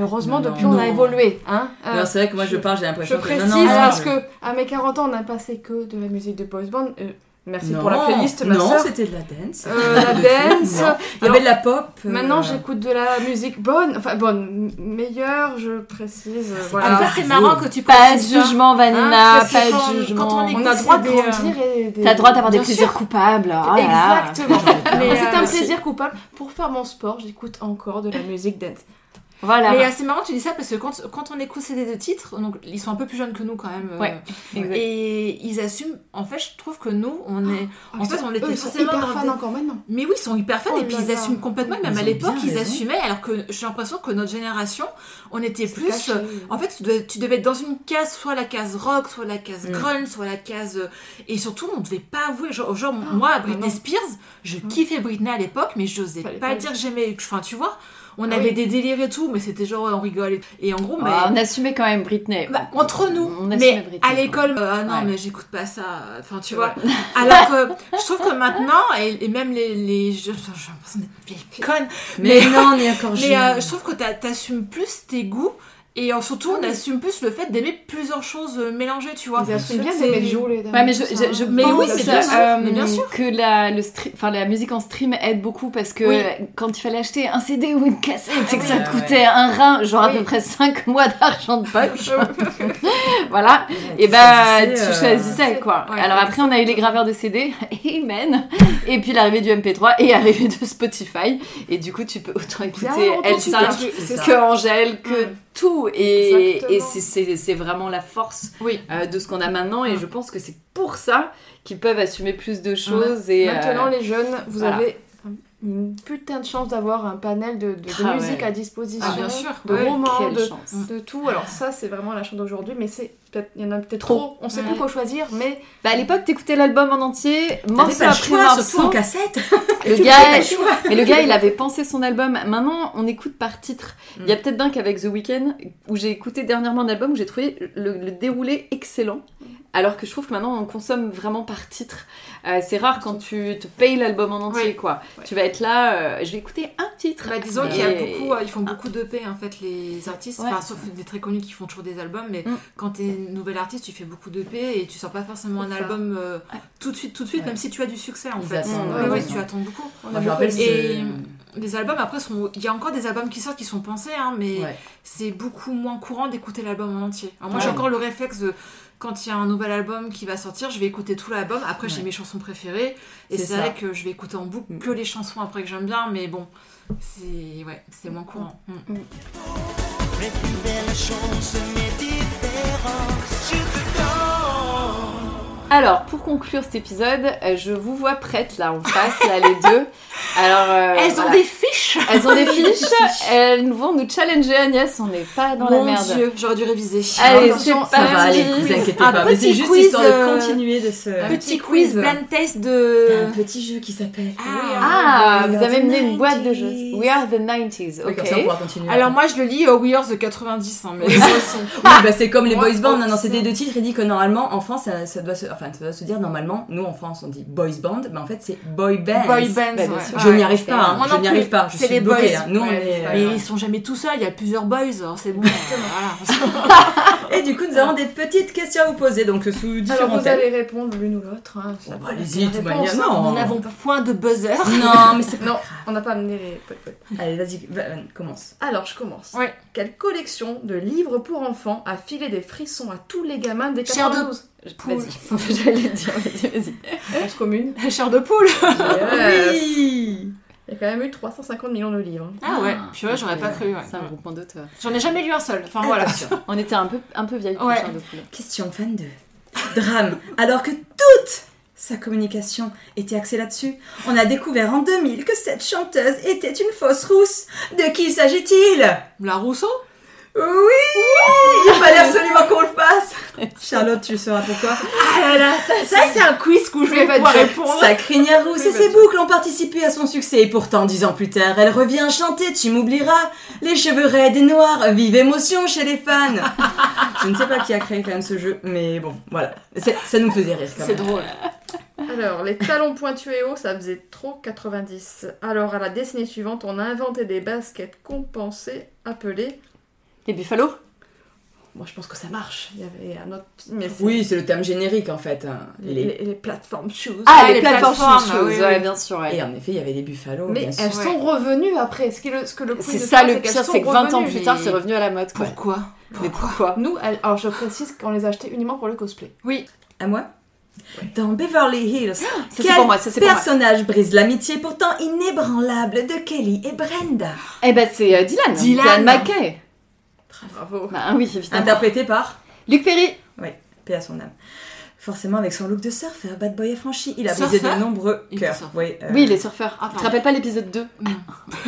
Speaker 4: Heureusement,
Speaker 5: Non,
Speaker 4: depuis
Speaker 5: non.
Speaker 4: on a évolué. Hein Euh,
Speaker 5: Non, c'est vrai que moi je,
Speaker 4: je-
Speaker 5: parle, j'ai
Speaker 4: je
Speaker 5: l'impression que.
Speaker 4: précise
Speaker 5: non, non, non,
Speaker 4: parce
Speaker 5: je-
Speaker 4: que à mes 40 ans, on n'a passé que de la musique de boys band. Euh, Merci pour la playlist, ma
Speaker 5: non,
Speaker 4: sœur.
Speaker 5: c'était de la dance.
Speaker 4: Euh, la dance.
Speaker 5: Non. Il y
Speaker 4: Alors,
Speaker 5: avait de la pop. euh,
Speaker 4: Maintenant, j'écoute de la musique bonne, enfin bonne, meilleure, je précise. euh,
Speaker 2: En
Speaker 4: Voilà.
Speaker 2: fait,
Speaker 5: Ah,
Speaker 2: c'est marrant que tu
Speaker 3: Pas de
Speaker 2: précises ça.
Speaker 3: jugement,
Speaker 2: Hein,
Speaker 3: Vanina,
Speaker 2: parce que
Speaker 3: pas
Speaker 2: quand-
Speaker 3: de jugement.
Speaker 2: quand on est-
Speaker 4: On a
Speaker 2: c'est
Speaker 4: droit de
Speaker 2: des, euh,
Speaker 4: grandir et des.
Speaker 3: T'as le droit d'avoir des
Speaker 4: Bien sûr.
Speaker 3: plaisirs coupables. oh là là. (laughs)
Speaker 4: Exactement.
Speaker 2: Mais,
Speaker 4: Mais c'est
Speaker 2: euh,
Speaker 4: un
Speaker 2: c'est-
Speaker 4: plaisir coupable. Pour faire mon sport, j'écoute encore de la musique dance.
Speaker 3: Voilà.
Speaker 2: Mais euh, c'est marrant, tu dis ça parce que quand, quand on écoute ces deux titres, donc ils sont un peu plus jeunes que nous quand même. euh,
Speaker 3: Ouais, exact.
Speaker 2: et ils assument. En fait, je trouve que nous, on est. en fait, on
Speaker 4: Eux,
Speaker 2: était
Speaker 4: ils sont
Speaker 2: forcément
Speaker 4: hyper
Speaker 2: dans
Speaker 4: fans
Speaker 2: des-
Speaker 4: encore maintenant.
Speaker 2: Mais oui, ils sont hyper fans
Speaker 4: Ah. Oh
Speaker 2: et puis
Speaker 4: là
Speaker 2: ils
Speaker 4: là.
Speaker 2: assument complètement. Et Même
Speaker 5: Ils
Speaker 2: à
Speaker 5: ont
Speaker 2: l'époque,
Speaker 5: bien
Speaker 2: ils
Speaker 5: raison.
Speaker 2: assumaient. Alors que j'ai l'impression que notre génération, on était
Speaker 4: C'est
Speaker 2: plus.
Speaker 4: caché.
Speaker 2: euh, En fait, tu devais, tu devais être dans une case, soit la case rock, soit la case
Speaker 5: Mm.
Speaker 2: grunge, soit la case. euh, Et surtout, on ne devait pas avouer. Genre, genre, moi, Britney
Speaker 4: non.
Speaker 2: Spears, je kiffais Britney à l'époque, mais je n'osais pas,
Speaker 4: Fallait pas le
Speaker 2: dire que j'aimais. Enfin, tu vois, on
Speaker 4: Ah
Speaker 2: avait
Speaker 4: oui.
Speaker 2: des délires et tout, mais c'était genre, on rigole. Et, et en gros, mais.
Speaker 3: Ah, on assumait quand même Britney.
Speaker 2: bah, entre nous,
Speaker 3: On assumait
Speaker 2: mais
Speaker 3: Britney,
Speaker 2: à l'école, euh, ah non,
Speaker 3: Ouais.
Speaker 2: mais j'écoute pas ça. Enfin, tu vois. (laughs) Alors que je trouve que maintenant, et, et même les, les jeux, enfin, j'ai l'impression d'être vieille conne,
Speaker 5: Mais,
Speaker 2: mais-
Speaker 5: non, on est encore
Speaker 2: (laughs) mais
Speaker 5: jeunes.
Speaker 2: euh, je trouve que t'a- t'assumes plus tes goûts et en surtout on assume plus le fait d'aimer pluplusieurs choses euh, mélangées, tu vois.
Speaker 4: Ils assument bien
Speaker 2: C'est-
Speaker 4: d'aimer le jour, les dames.
Speaker 3: Ouais, mais je, je, je
Speaker 2: Mais
Speaker 3: pense
Speaker 2: oui, mais
Speaker 3: que,
Speaker 2: bien sûr,
Speaker 3: euh,
Speaker 2: mais bien sûr.
Speaker 3: que la, le stre- enfin, la musique en stream aide beaucoup parce que
Speaker 2: Oui.
Speaker 3: euh, quand il fallait acheter un CD ou une cassette, c'est que
Speaker 5: oui.
Speaker 3: ça
Speaker 5: Ah
Speaker 3: te
Speaker 5: ouais.
Speaker 3: coûtait un rein, genre à
Speaker 4: Oui.
Speaker 3: peu près 5 mois d'argent de poche. (laughs) voilà,
Speaker 5: Eh
Speaker 3: et bah tu
Speaker 6: euh,
Speaker 5: euh,
Speaker 3: choisissais quoi.
Speaker 2: ouais,
Speaker 3: Alors après, on a eu les graveurs de CD, (laughs) amen, et puis l'arrivée du MP3 et l'arrivée de Spotify, et du coup, tu peux autant écouter
Speaker 4: Bien entendu,
Speaker 3: Elsa
Speaker 4: tu- c'est
Speaker 3: que Angèle, que tout. Et,
Speaker 4: Exactement.
Speaker 3: et c'est- c'est c'est vraiment la force
Speaker 2: Oui.
Speaker 3: euh, de ce qu'on a maintenant. Et je pense que c'est pour ça qu'ils peuvent assumer plus de choses. Et,
Speaker 4: Maintenant,
Speaker 3: euh,
Speaker 4: les jeunes, vous
Speaker 3: voilà.
Speaker 4: avez une putain de chance d'avoir un panel de, de- de
Speaker 3: Ah ouais.
Speaker 4: musique à disposition,
Speaker 2: Ah, bien sûr.
Speaker 4: de
Speaker 2: Ouais,
Speaker 4: romans,
Speaker 3: quelle
Speaker 4: de,
Speaker 3: chance.
Speaker 4: de tout. Alors ça, c'est vraiment la chance d'aujourd'hui, mais c'est peut-être il y en a peut-être
Speaker 3: Trop.
Speaker 4: trop. On sait
Speaker 2: Ouais.
Speaker 4: plus quoi choisir, mais
Speaker 3: Bah, à l'époque, t'écoutais l'album en entier,
Speaker 5: T'avais
Speaker 3: morceau
Speaker 5: pas le
Speaker 3: après
Speaker 5: choix, surtout
Speaker 3: morceau.
Speaker 5: en cassette.
Speaker 3: Le
Speaker 5: T'avais pas
Speaker 3: gars,
Speaker 5: le choix.
Speaker 3: mais le gars, il avait pensé son album. Maintenant, on écoute par titre. Il y a peut-être d'un qu'avec The Weeknd, où j'ai écouté dernièrement un album où j'ai trouvé le, le déroulé excellent. Alors que je trouve que maintenant, on consomme vraiment par titre. Euh, c'est rare quand tu te payes l'album en entier,
Speaker 2: Ouais.
Speaker 3: quoi.
Speaker 2: Ouais.
Speaker 3: Tu vas être là, euh, je vais écouter un titre.
Speaker 2: Bah, disons
Speaker 3: Et-
Speaker 2: qu'il y a beaucoup, euh, ils font beaucoup d'EP en fait les artistes,
Speaker 3: Ouais.
Speaker 2: enfin, sauf des très connus qui font toujours des albums, mais
Speaker 3: Mm.
Speaker 2: quand t'es une nouvelle artiste, tu fais beaucoup d'EP et tu sors pas forcément un
Speaker 4: C'est ça.
Speaker 2: album euh,
Speaker 3: Ouais.
Speaker 2: tout de suite, tout de suite,
Speaker 5: Ouais.
Speaker 2: même si tu as du succès en
Speaker 5: Ils
Speaker 2: fait.
Speaker 5: attendent,
Speaker 2: Oui,
Speaker 4: ouais,
Speaker 2: oui,
Speaker 4: ouais.
Speaker 2: tu attends beaucoup.
Speaker 4: on
Speaker 5: Moi,
Speaker 4: a
Speaker 5: je me rappelle,
Speaker 4: beaucoup-
Speaker 5: c'est-
Speaker 2: Et- Les albums après sont, il y a encore des albums qui sortent qui sont pensés, hein, mais
Speaker 5: Ouais.
Speaker 2: c'est beaucoup moins courant d'écouter l'album en entier. Alors moi
Speaker 5: Ouais.
Speaker 2: j'ai encore le réflexe de quand il y a un nouvel album qui va sortir, je vais écouter tout l'album. Après j'ai
Speaker 5: Ouais.
Speaker 2: mes chansons préférées et
Speaker 5: C'est
Speaker 2: c'est Mm.
Speaker 5: ça.
Speaker 2: vrai que je vais écouter en boucle que les chansons après que j'aime bien, mais bon, c'est ouais, c'est moins courant. Mm.
Speaker 10: Les plus belles choses, mes différences, je te donne.
Speaker 3: Alors, pour conclure cet épisode, euh, je vous vois prêtes là en face, là les deux. Alors, euh,
Speaker 2: Elles ont
Speaker 3: voilà.
Speaker 2: des fiches.
Speaker 3: elles ont des fiches. Elles vont nous challenger, Agnès. On n'est pas dans la
Speaker 2: Mon
Speaker 3: merde.
Speaker 2: Dieu, j'aurais dû réviser.
Speaker 3: Allez,
Speaker 2: Attention,
Speaker 3: c'est parti.
Speaker 5: Ça va aller, vous
Speaker 3: Petit
Speaker 5: inquiétez
Speaker 2: Un
Speaker 5: pas. Mais c'est
Speaker 2: petit
Speaker 5: juste
Speaker 2: quiz,
Speaker 5: histoire
Speaker 2: euh,
Speaker 5: de continuer de ce.
Speaker 2: un petit quiz blind test de.
Speaker 5: petit jeu qui s'appelle.
Speaker 3: Ah,
Speaker 5: We
Speaker 3: vous
Speaker 5: are
Speaker 3: avez
Speaker 5: the
Speaker 3: mené une boîte de
Speaker 5: 90s.
Speaker 3: jeux. We are the 90s,
Speaker 5: Oui, comme ça, on
Speaker 3: ok.
Speaker 5: pourra continuer.
Speaker 2: Alors moi je le lis au We Are the 90 hein, mais
Speaker 5: Oui, bah, c'est comme les
Speaker 2: Moi,
Speaker 5: boys bands.
Speaker 2: moi,
Speaker 5: Non, non, c'était
Speaker 2: c'est-
Speaker 5: deux titres. Il dit que normalement, en France, ça, ça doit se, enfin, ça doit se dire normalement. Nous, en France, on dit boys band, mais en fait, c'est boy bands.
Speaker 2: boy bands.
Speaker 3: Bah, bien
Speaker 2: (laughs) ouais.
Speaker 3: sûr.
Speaker 5: Je n'y arrive pas. hein.
Speaker 2: Moi
Speaker 5: Je
Speaker 2: non
Speaker 5: n'y
Speaker 2: plus.
Speaker 5: arrive pas. Je
Speaker 2: C'est les
Speaker 5: suis bloquée.
Speaker 2: boys.
Speaker 5: hein. Nous, on
Speaker 4: Ouais,
Speaker 5: est.
Speaker 4: c'est
Speaker 5: euh,
Speaker 4: pas
Speaker 2: Mais ils sont jamais tout seuls, il y a plusieurs boys, alors c'est bon. euh, voilà.
Speaker 5: Et du coup, nous avons des petites questions à vous poser, donc sous
Speaker 4: Alors
Speaker 5: différents
Speaker 4: vous
Speaker 5: thèmes.
Speaker 4: allez répondre l'une ou l'autre. hein, ça
Speaker 5: Bon, bah,
Speaker 4: peut
Speaker 5: allez-y, de
Speaker 4: être
Speaker 5: toute
Speaker 4: la
Speaker 5: manière,
Speaker 4: réponse.
Speaker 5: non.
Speaker 2: Nous n'avons point de buzzer.
Speaker 5: Non, mais c'est.
Speaker 4: Non, on n'a pas amené les.
Speaker 5: Allez, vas-y, va- euh, commence.
Speaker 4: Alors je commence.
Speaker 2: Ouais.
Speaker 4: Quelle collection de livres pour enfants a filé des frissons à tous les gamins des
Speaker 2: Chair de
Speaker 4: 92
Speaker 2: Poule.
Speaker 3: Vas-y, (laughs) j'allais dire, vas-y, vas-y.
Speaker 4: France Eh, commune.
Speaker 2: Chair de poule.
Speaker 5: Ah
Speaker 4: Yes.
Speaker 5: Oui
Speaker 4: Il y a quand même eu 350 millions de livres. hein.
Speaker 2: Ah ouais, purée, j'aurais pas cru. ouais.
Speaker 3: C'est un groupement d'auteurs.
Speaker 2: J'en ai jamais lu un seul. Enfin voilà.
Speaker 3: On était un peu, un peu vieilles pour
Speaker 2: Ouais.
Speaker 3: Charles de Poule.
Speaker 5: Question 22. Drame. Alors que toute sa communication était axée là-dessus, on a découvert en 2000 que cette chanteuse était une fausse rousse. De qui s'agit-il
Speaker 2: La Rousseau
Speaker 5: Oui Il fallait absolument qu'on le fasse Charlotte, tu sauras pourquoi.
Speaker 2: Ah là là, ça, ça, c'est un quiz que je vais pas répondre.
Speaker 5: Sa crinière rousse et ses boucles ont participé à son succès et pourtant dix ans plus tard, elle revient chanter Tu m'oublieras, les cheveux raides et noirs, vive émotion chez les fans. Je ne sais pas qui a créé quand même ce jeu, mais bon, voilà, C'est- ça nous faisait rire quand
Speaker 2: C'est
Speaker 5: même.
Speaker 2: drôle.
Speaker 4: Alors, les talons pointus et hauts, ça faisait trop 90. Alors, à la décennie suivante, on a inventé des baskets compensées appelées
Speaker 3: Les Buffalo
Speaker 6: Moi, je pense que ça marche. Il y avait un autre. Mais c'est-
Speaker 5: Oui, c'est le terme générique en fait. hein.
Speaker 6: Les,
Speaker 5: Les-
Speaker 6: les- les plateformes shoes.
Speaker 3: Ah,
Speaker 2: Ah,
Speaker 3: les,
Speaker 2: les
Speaker 3: plateformes,
Speaker 2: plateformes, ah
Speaker 3: sociales,
Speaker 2: oui,
Speaker 3: ouais,
Speaker 2: oui.
Speaker 3: bien sûr. ouais.
Speaker 5: Et en effet, il y avait des
Speaker 3: Oh,
Speaker 5: buffalo.
Speaker 4: Mais
Speaker 5: bien sûr.
Speaker 4: elles sont revenues après. Ce, qui est le- ce que le coup
Speaker 3: C'est ça le pire, c'est que 20 ans plus tard, c'est revenu à la mode. Quoi.
Speaker 2: Pourquoi
Speaker 3: Mais pourquoi
Speaker 4: Nous, elles- alors je précise qu'on les achetait uniquement pour le cosplay.
Speaker 5: À moi Dans Beverly Hills,
Speaker 3: Ça, c'est
Speaker 5: Quel
Speaker 3: pour moi, ça Ah, c'est pour moi.
Speaker 5: personnage brise l'amitié pourtant inébranlable de Kelly et Brenda.
Speaker 3: Eh ben, c'est euh, Dylan.
Speaker 2: Dylan.
Speaker 3: McKay.
Speaker 6: Bravo.
Speaker 3: Bah oui, évidemment.
Speaker 5: Interprété par
Speaker 3: Luc Perry.
Speaker 5: Paix à son âme. Forcément, avec son look de surfeur, bad boy affranchi, il a
Speaker 2: Surfeur
Speaker 5: brisé de nombreux
Speaker 2: Il était
Speaker 5: cœurs.
Speaker 2: surfeur.
Speaker 5: Oui, euh,
Speaker 3: Oui, les surfeurs.
Speaker 2: Ah,
Speaker 3: tu te
Speaker 2: pardon.
Speaker 3: rappelles pas l'épisode 2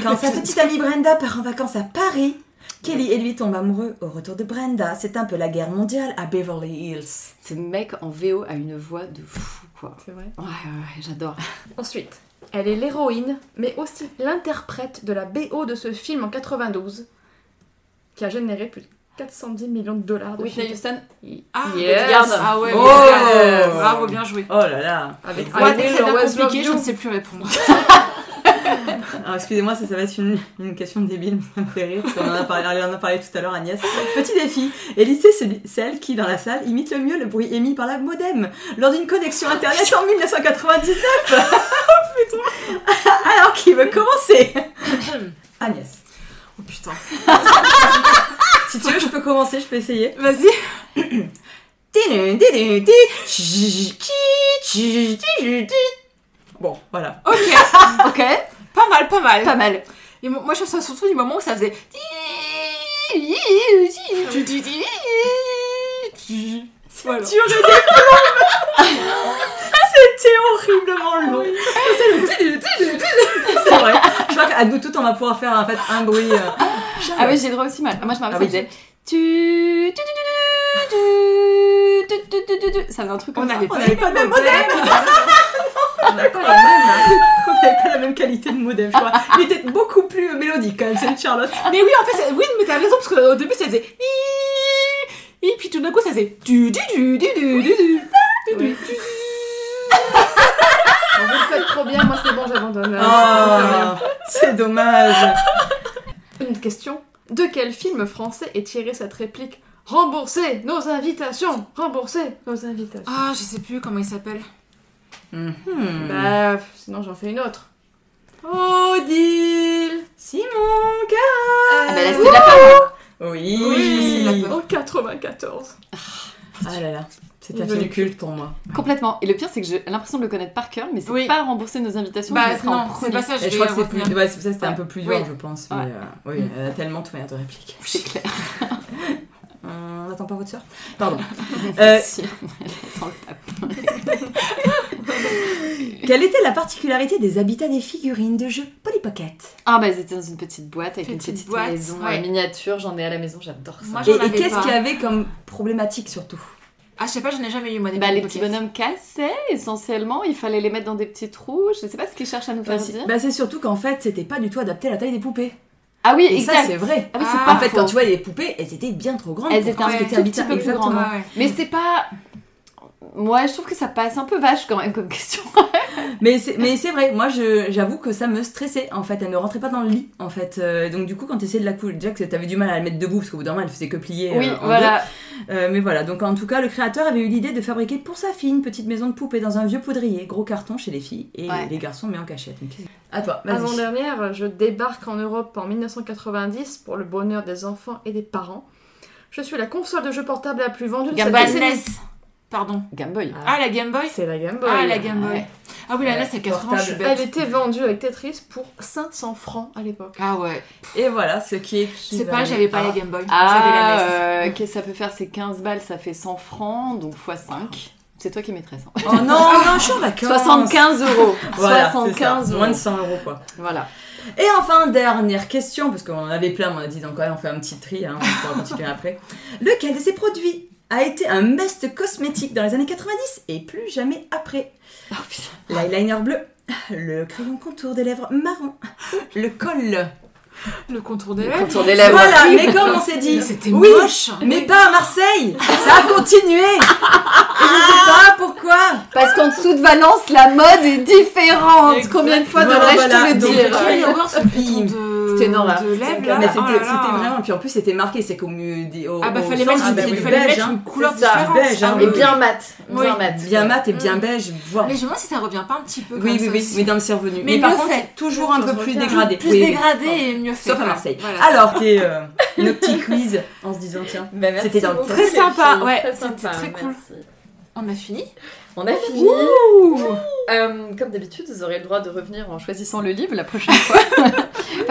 Speaker 5: Quand sa petite amie Brenda part en vacances à Paris, Kelly et lui tombent amoureux au retour de Brenda. C'est un peu la guerre mondiale à Beverly Hills.
Speaker 3: Ce mec en VO a une voix de fou, quoi.
Speaker 6: C'est vrai.
Speaker 3: Ouais, ouais, ouais, j'adore.
Speaker 6: Ensuite,
Speaker 4: Elle est l'héroïne, mais aussi l'interprète de la BO de ce film en 92, qui a généré plus de 410 millions de dollars de
Speaker 3: Whitney
Speaker 4: chiffre.
Speaker 3: Houston.
Speaker 2: Ah,
Speaker 3: Yes.
Speaker 2: regarde. Ah ouais,
Speaker 5: Oh.
Speaker 2: regarde. Bravo, bien joué.
Speaker 5: Oh là là
Speaker 6: avec
Speaker 2: Moi,
Speaker 6: Adele
Speaker 2: dès que ça
Speaker 6: Always
Speaker 2: devient
Speaker 6: Love
Speaker 2: compliqué, je
Speaker 6: You.
Speaker 2: ne sais plus répondre.
Speaker 5: Alors, excusez-moi, ça, ça va être une, une question débile, mais ça me fait rire, parce qu'on en a parlé, on en a parlé tout à l'heure, Agnès. Petit défi. Élise, c'est celui- celle qui, dans la salle, imite le mieux le bruit émis par la modem lors d'une connexion Internet en 1999. (laughs) oh putain (laughs) Alors, qui veut (coughs) commencer Agnès.
Speaker 2: Oh putain.
Speaker 5: (laughs) Si tu veux, je peux commencer, je peux essayer.
Speaker 2: Vas-y.
Speaker 5: Bon, voilà.
Speaker 2: (laughs) Ok.
Speaker 3: Ok,
Speaker 2: Pas mal, pas mal.
Speaker 3: pas mal.
Speaker 2: Et mo- moi, je me souviens surtout du moment où ça faisait. Voilà.
Speaker 5: Durée des plombes C'était horriblement long. C'est le tili, tili, tili. C'est vrai. Je crois qu'à nous toutes, on va pouvoir faire en fait un bruit. euh,
Speaker 3: Ah oui, j'ai le droit aussi mal. Moi, je me rappelle,
Speaker 5: Ah
Speaker 3: ça faisait tu, tu, tu, tu, tu, tu, tu, tu, tu, tu. Ça faisait un truc
Speaker 2: On
Speaker 3: comme ça.
Speaker 2: avait-
Speaker 5: On n'avait pas le même modem (laughs) On n'avait pas, la même- (laughs) on avait pas la même qualité de modem, je crois. Il était beaucoup plus mélodique quand même, celui de Charlotte.
Speaker 2: Mais oui, en fait, c'est- oui, mais t'as raison, parce qu'au début, ça faisait. Et puis tout d'un coup, ça faisait. du, du, du, du, du, du, du.
Speaker 4: Vous le faites trop bien, moi c'est bon, j'abandonne.
Speaker 5: Ah, c'est dommage.
Speaker 4: Une question. De quel film français est tirée cette réplique Remboursez nos invitations Remboursez nos invitations
Speaker 2: Ah, je sais plus comment il s'appelle. Hmm.
Speaker 4: Bah, pff, sinon j'en fais une autre.
Speaker 5: Odile, Simon, cœur.
Speaker 3: Ah bah là, c'était de la femme.
Speaker 5: Oui.
Speaker 2: Oui, c'est la
Speaker 4: En 94.
Speaker 5: Ah là là, c'est
Speaker 4: Il
Speaker 5: un
Speaker 4: veut
Speaker 5: film
Speaker 4: le
Speaker 5: culte pour moi.
Speaker 3: Complètement. Et le pire, c'est que j'ai l'impression de le connaître par cœur, mais c'est
Speaker 2: Oui.
Speaker 3: pas rembourser nos invitations. je
Speaker 2: Bah,
Speaker 3: le ferai en
Speaker 2: non, c'est
Speaker 3: premier.
Speaker 2: pas ça, je
Speaker 5: Et je
Speaker 2: vais
Speaker 5: crois que c'est plus.
Speaker 2: retenir.
Speaker 5: Ouais, c'est pour ça que c'était un peu plus dur,
Speaker 3: Ouais.
Speaker 5: je pense.
Speaker 3: Ouais.
Speaker 5: mais, euh, oui, elle a tellement de manières de répliquer. Euh,
Speaker 3: C'est
Speaker 5: (laughs)
Speaker 3: clair.
Speaker 5: On n'attend pas votre soeur Pardon. Euh,
Speaker 3: Si, (laughs) elle attend le pape.
Speaker 5: quelle était la particularité des habitats des figurines de jeu Polly Pocket
Speaker 3: Ah bah, ils étaient dans une petite boîte avec
Speaker 2: Petite
Speaker 3: une petite
Speaker 2: boîte,
Speaker 3: maison
Speaker 2: ouais.
Speaker 3: en miniature. J'en ai à la maison, j'adore ça.
Speaker 2: Moi,
Speaker 5: Et,
Speaker 2: j'en
Speaker 5: et
Speaker 2: avais
Speaker 5: qu'est-ce
Speaker 2: pas.
Speaker 5: qu'il y avait comme problématique surtout
Speaker 2: Ah, je sais pas, je n'ai jamais eu, moi, des
Speaker 3: Bah, les
Speaker 2: pockets.
Speaker 3: petits bonhommes cassaient essentiellement, il fallait les mettre dans des petits trous. Je sais pas ce qu'ils cherchent à nous faire dire.
Speaker 5: Bah c'est surtout qu'en fait c'était pas du tout adapté à la taille des poupées.
Speaker 3: Ah oui,
Speaker 5: Et ça
Speaker 3: exact.
Speaker 5: c'est vrai.
Speaker 3: Ah oui, c'est
Speaker 2: Ah,
Speaker 3: pas
Speaker 5: en fait
Speaker 3: faux.
Speaker 5: quand tu vois les poupées elles étaient bien trop grandes.
Speaker 3: Elles
Speaker 5: pour
Speaker 3: étaient un
Speaker 5: ce qui
Speaker 2: tout
Speaker 5: était
Speaker 3: petit
Speaker 5: habitat-
Speaker 3: peu plus
Speaker 5: exactement.
Speaker 3: grandes.
Speaker 2: Ah, Ouais, ouais.
Speaker 3: Mais c'est pas. Moi, je trouve que ça passe un peu vache quand même comme question.
Speaker 5: Mais c'est mais c'est vrai. Moi je- j'avoue que ça me stressait en fait. Elle ne rentrait pas dans le lit en fait. Euh, donc du coup quand t'essayais de la coucher déjà que t'avais du mal à la mettre debout parce qu'au bout d'un moment elle faisait que plier.
Speaker 3: oui,
Speaker 5: euh, en deux.
Speaker 3: voilà.
Speaker 5: Euh, mais voilà, donc en tout cas, le créateur avait eu l'idée de fabriquer pour sa fille une petite maison de poupée dans un vieux poudrier, gros carton chez les filles, et
Speaker 3: Ouais.
Speaker 5: les garçons mais en cachette. Donc, à toi, vas-y.
Speaker 4: Avant-dernière, je débarque en Europe en 1990 pour le bonheur des enfants et des parents. Je suis la console de jeux portables la plus vendue de cette
Speaker 3: Gameboy.
Speaker 4: décennie.
Speaker 2: NES. Pardon.
Speaker 3: Game Boy.
Speaker 2: Ah, la Game Boy
Speaker 4: C'est la Game Boy.
Speaker 2: Ah, la Game Boy.
Speaker 3: Ouais.
Speaker 2: Ah oui, la NES, c'est 80, je suis
Speaker 4: Elle
Speaker 2: bête.
Speaker 4: était vendue avec Tetris pour 500 francs à l'époque.
Speaker 2: Ah ouais.
Speaker 5: Et voilà, ce qui est.
Speaker 2: Je sais pas, j'avais pas la Game Boy. J'avais
Speaker 3: Ah,
Speaker 2: la NES.
Speaker 3: euh, qu'est-ce que ça peut faire C'est 15 balles, ça fait 100 francs, donc x 5. C'est toi qui mettrais ça.
Speaker 5: Oh non, non, je suis
Speaker 2: (laughs)
Speaker 5: en vacances.
Speaker 3: 75 euros.
Speaker 5: Voilà, 75
Speaker 3: 75
Speaker 5: moins
Speaker 3: euros.
Speaker 5: de 100 euros quoi.
Speaker 3: Voilà.
Speaker 5: Et enfin, dernière question, parce qu'on en avait plein, mais on a dit donc ouais, on fait un petit tri, hein, on pourra continuer après. Lequel de ces produits a été un must cosmétique dans les années 90 et plus jamais après
Speaker 3: Oh, putain.
Speaker 2: Eh
Speaker 5: L'eyeliner bleu, le crayon contour des lèvres marron, le col.
Speaker 2: le contour des lèvres.
Speaker 3: Contour des lèvres.
Speaker 5: Voilà, mais comme on s'est dit,
Speaker 2: Mais C'était
Speaker 5: oui,
Speaker 2: moche.
Speaker 5: mais pas à Marseille Ça a continué Et je ne sais pas pourquoi
Speaker 3: (laughs) Parce qu'en dessous de Valence, la mode est différente. Combien de fois
Speaker 5: Voilà,
Speaker 3: devrais-je
Speaker 5: voilà.
Speaker 3: te
Speaker 5: Donc,
Speaker 3: le dire
Speaker 5: tu
Speaker 2: Les voir ce bouton de,
Speaker 3: C'était énorme, là.
Speaker 2: de lèvres là.
Speaker 5: Mais
Speaker 2: Oh
Speaker 5: c'était
Speaker 2: là là.
Speaker 5: c'était vraiment. Puis en plus, c'était marqué, c'est comme. euh, des- au-
Speaker 2: Ah bah
Speaker 5: au
Speaker 2: fallait
Speaker 5: centre,
Speaker 2: mettre,
Speaker 5: ah bah
Speaker 2: une-
Speaker 5: oui,
Speaker 2: fallait
Speaker 5: beige,
Speaker 2: mettre
Speaker 5: hein.
Speaker 2: une couleur
Speaker 5: C'est ça,
Speaker 2: différente.
Speaker 5: beige, hein,
Speaker 2: Ah oui.
Speaker 5: oui.
Speaker 6: Et bien mat.
Speaker 2: Oui.
Speaker 6: Bien mat.
Speaker 5: Bien mat et bien beige, voilà.
Speaker 2: Mais je me demande si ça revient pas un petit peu comme
Speaker 5: Oui,
Speaker 2: ça
Speaker 5: oui, oui,
Speaker 2: aussi.
Speaker 5: mais dans le revenu.
Speaker 2: Mais
Speaker 5: Mais, par
Speaker 2: mieux
Speaker 5: contre,
Speaker 2: fait.
Speaker 5: toujours un
Speaker 6: Mieux
Speaker 5: peu
Speaker 6: fait,
Speaker 5: plus
Speaker 6: mieux fait.
Speaker 5: dégradé.
Speaker 2: Plus
Speaker 5: Oui, oui.
Speaker 2: dégradé et mieux fait.
Speaker 5: Sauf à
Speaker 2: voilà.
Speaker 5: Marseille.
Speaker 2: Voilà.
Speaker 5: Alors, c'était euh, nos petits quiz en se disant, tiens, c'était dans le
Speaker 2: Bah, beaucoup. Très sympa, ouais, c'était très cool. on a fini
Speaker 3: On a fini. Euh, comme d'habitude, vous aurez le droit de revenir en choisissant le livre la prochaine (laughs) fois. Enfin,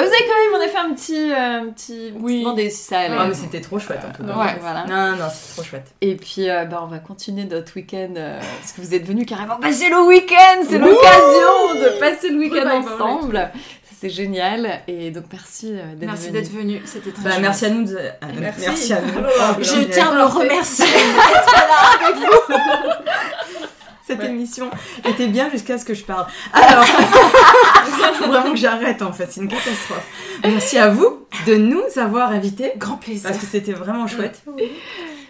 Speaker 3: vous savez, quand même, on a fait un petit, euh, un petit,
Speaker 2: Oui.
Speaker 3: petit demandé si ça allait.
Speaker 5: Ah, mais c'était trop chouette en tout cas.
Speaker 2: Ouais.
Speaker 3: Voilà.
Speaker 5: Non, non, c'est trop chouette.
Speaker 3: Et puis, euh, bah, on va continuer notre week-end euh, parce que vous êtes venus carrément
Speaker 2: Bah,
Speaker 3: passer le week-end. C'est l'occasion de passer le week-end
Speaker 5: bah,
Speaker 6: Revival.
Speaker 3: ensemble. Ça, C'est génial. Et donc, merci euh, d'être
Speaker 2: Merci
Speaker 3: venu.
Speaker 2: d'être venu, c'était très
Speaker 5: Bah,
Speaker 2: chouette. Oh,
Speaker 5: merci à nous. de- ah, merci. à nous. Oh,
Speaker 2: Je tiens à le remercier.
Speaker 5: Cette émission était bien jusqu'à ce que je parle. Alors, (laughs) faut vraiment que j'arrête en fait, c'est une catastrophe. Merci à vous de nous avoir invités.
Speaker 2: Grand plaisir.
Speaker 5: Parce que c'était vraiment chouette.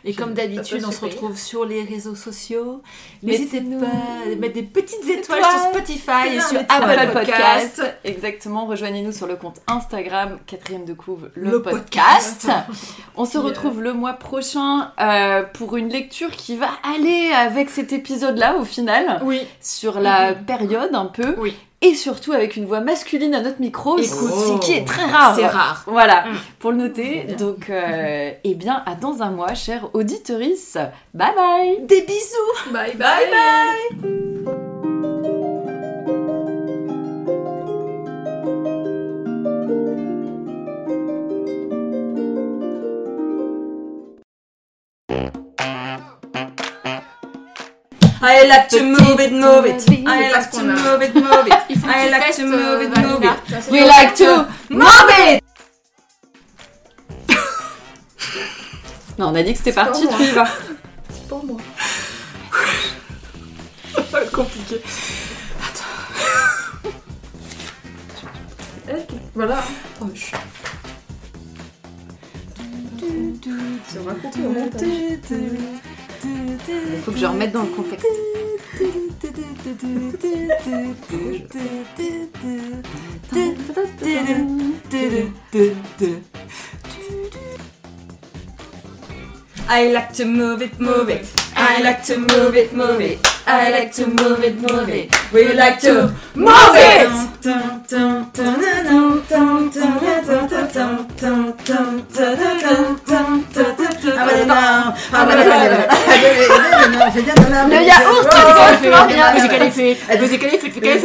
Speaker 2: Et comme d'habitude, on se
Speaker 6: surprise.
Speaker 2: retrouve sur les réseaux sociaux. N'hésitez
Speaker 3: Mettez-nous-
Speaker 2: pas à mettre des petites étoiles,
Speaker 3: Étoiles.
Speaker 2: sur Spotify et
Speaker 5: Plein
Speaker 2: sur
Speaker 5: d'étoiles.
Speaker 2: Apple
Speaker 3: Apple
Speaker 2: Podcast.
Speaker 3: Podcast. Exactement. Rejoignez-nous sur le compte Instagram, quatrième de couve, le,
Speaker 2: Le
Speaker 3: podcast. On
Speaker 2: (laughs)
Speaker 3: se retrouve le mois prochain euh, pour une lecture qui va aller avec cet épisode-là au final,
Speaker 2: Oui,
Speaker 3: sur la période un peu.
Speaker 2: Mm-hmm. Oui.
Speaker 3: Et surtout avec une voix masculine à notre micro,
Speaker 2: Écoute, oh.
Speaker 3: ce qui est très rare.
Speaker 2: c'est Mm. rare.
Speaker 3: Voilà, pour le noter. Donc, euh, eh bien, à dans un mois, chère auditorice. Bye bye
Speaker 2: Des bisous.
Speaker 6: Bye bye.
Speaker 5: I like to
Speaker 3: Petite
Speaker 5: move it, move it.
Speaker 3: mauvaise.
Speaker 5: I like to
Speaker 6: qu'on a-
Speaker 5: move it, move it.
Speaker 2: faut que
Speaker 5: I
Speaker 2: tu
Speaker 5: like
Speaker 2: testes,
Speaker 5: to
Speaker 6: euh,
Speaker 5: move it,
Speaker 2: Vanina.
Speaker 5: move it.
Speaker 3: We like to move it (laughs) Non, on a dit que c'était parti, tu y vas. (laughs)
Speaker 6: Pour moi.
Speaker 5: Compliqué.
Speaker 6: Voilà.
Speaker 3: Faut que je remette dans le contexte.
Speaker 5: I like to move it, move it. I like to move it, move it. I like to move it, move it. We like to move it.
Speaker 3: Le yaourt, c'est bon, c'est bon, bien.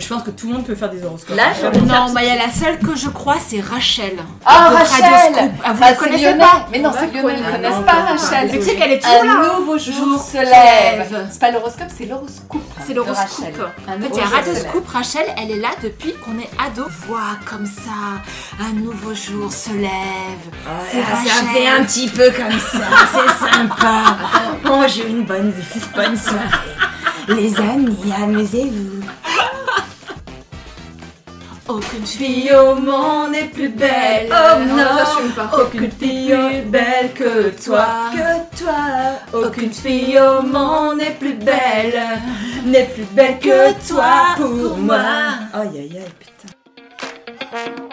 Speaker 5: Je pense que tout le monde peut faire des horoscopes. Ah
Speaker 3: Là, je-
Speaker 2: Non, bah, il y a la seule que je crois, c'est Rachel.
Speaker 3: Ah,
Speaker 2: De Radio
Speaker 3: Rachel
Speaker 2: Scoop. Ah, vous
Speaker 3: Bah,
Speaker 2: la
Speaker 3: c'est
Speaker 2: connaissez
Speaker 3: Lionel.
Speaker 2: pas
Speaker 3: Mais non, c'est Lionel, ils connaissent pas Rachel.
Speaker 2: Ah, Mais tu sais qu'elle est toujours là.
Speaker 3: Un nouveau jour se lève. C'est pas l'horoscope, c'est l'horoscope.
Speaker 2: C'est
Speaker 3: de
Speaker 2: l'horoscope.
Speaker 3: Rachel. Un
Speaker 2: En fait,
Speaker 3: nouveau
Speaker 2: il y a
Speaker 3: jour
Speaker 2: Radio
Speaker 3: se lève.
Speaker 2: Scoop. Rachel, elle est là depuis qu'on est ado. Vois comme ça, un nouveau jour se lève. C'est
Speaker 5: ça
Speaker 2: Rachel.
Speaker 5: fait un petit peu comme ça, c'est sympa. Moi, j'ai eu une bonne, une bonne soirée. Les amis, amusez-vous.
Speaker 2: Aucune fille.
Speaker 5: Fille au monde est plus belle. Oh non, aucune fille est plus belle que toi. Que toi. Aucune fille au monde est plus belle. N'est plus belle que toi pour moi. Aïe aïe aïe, putain.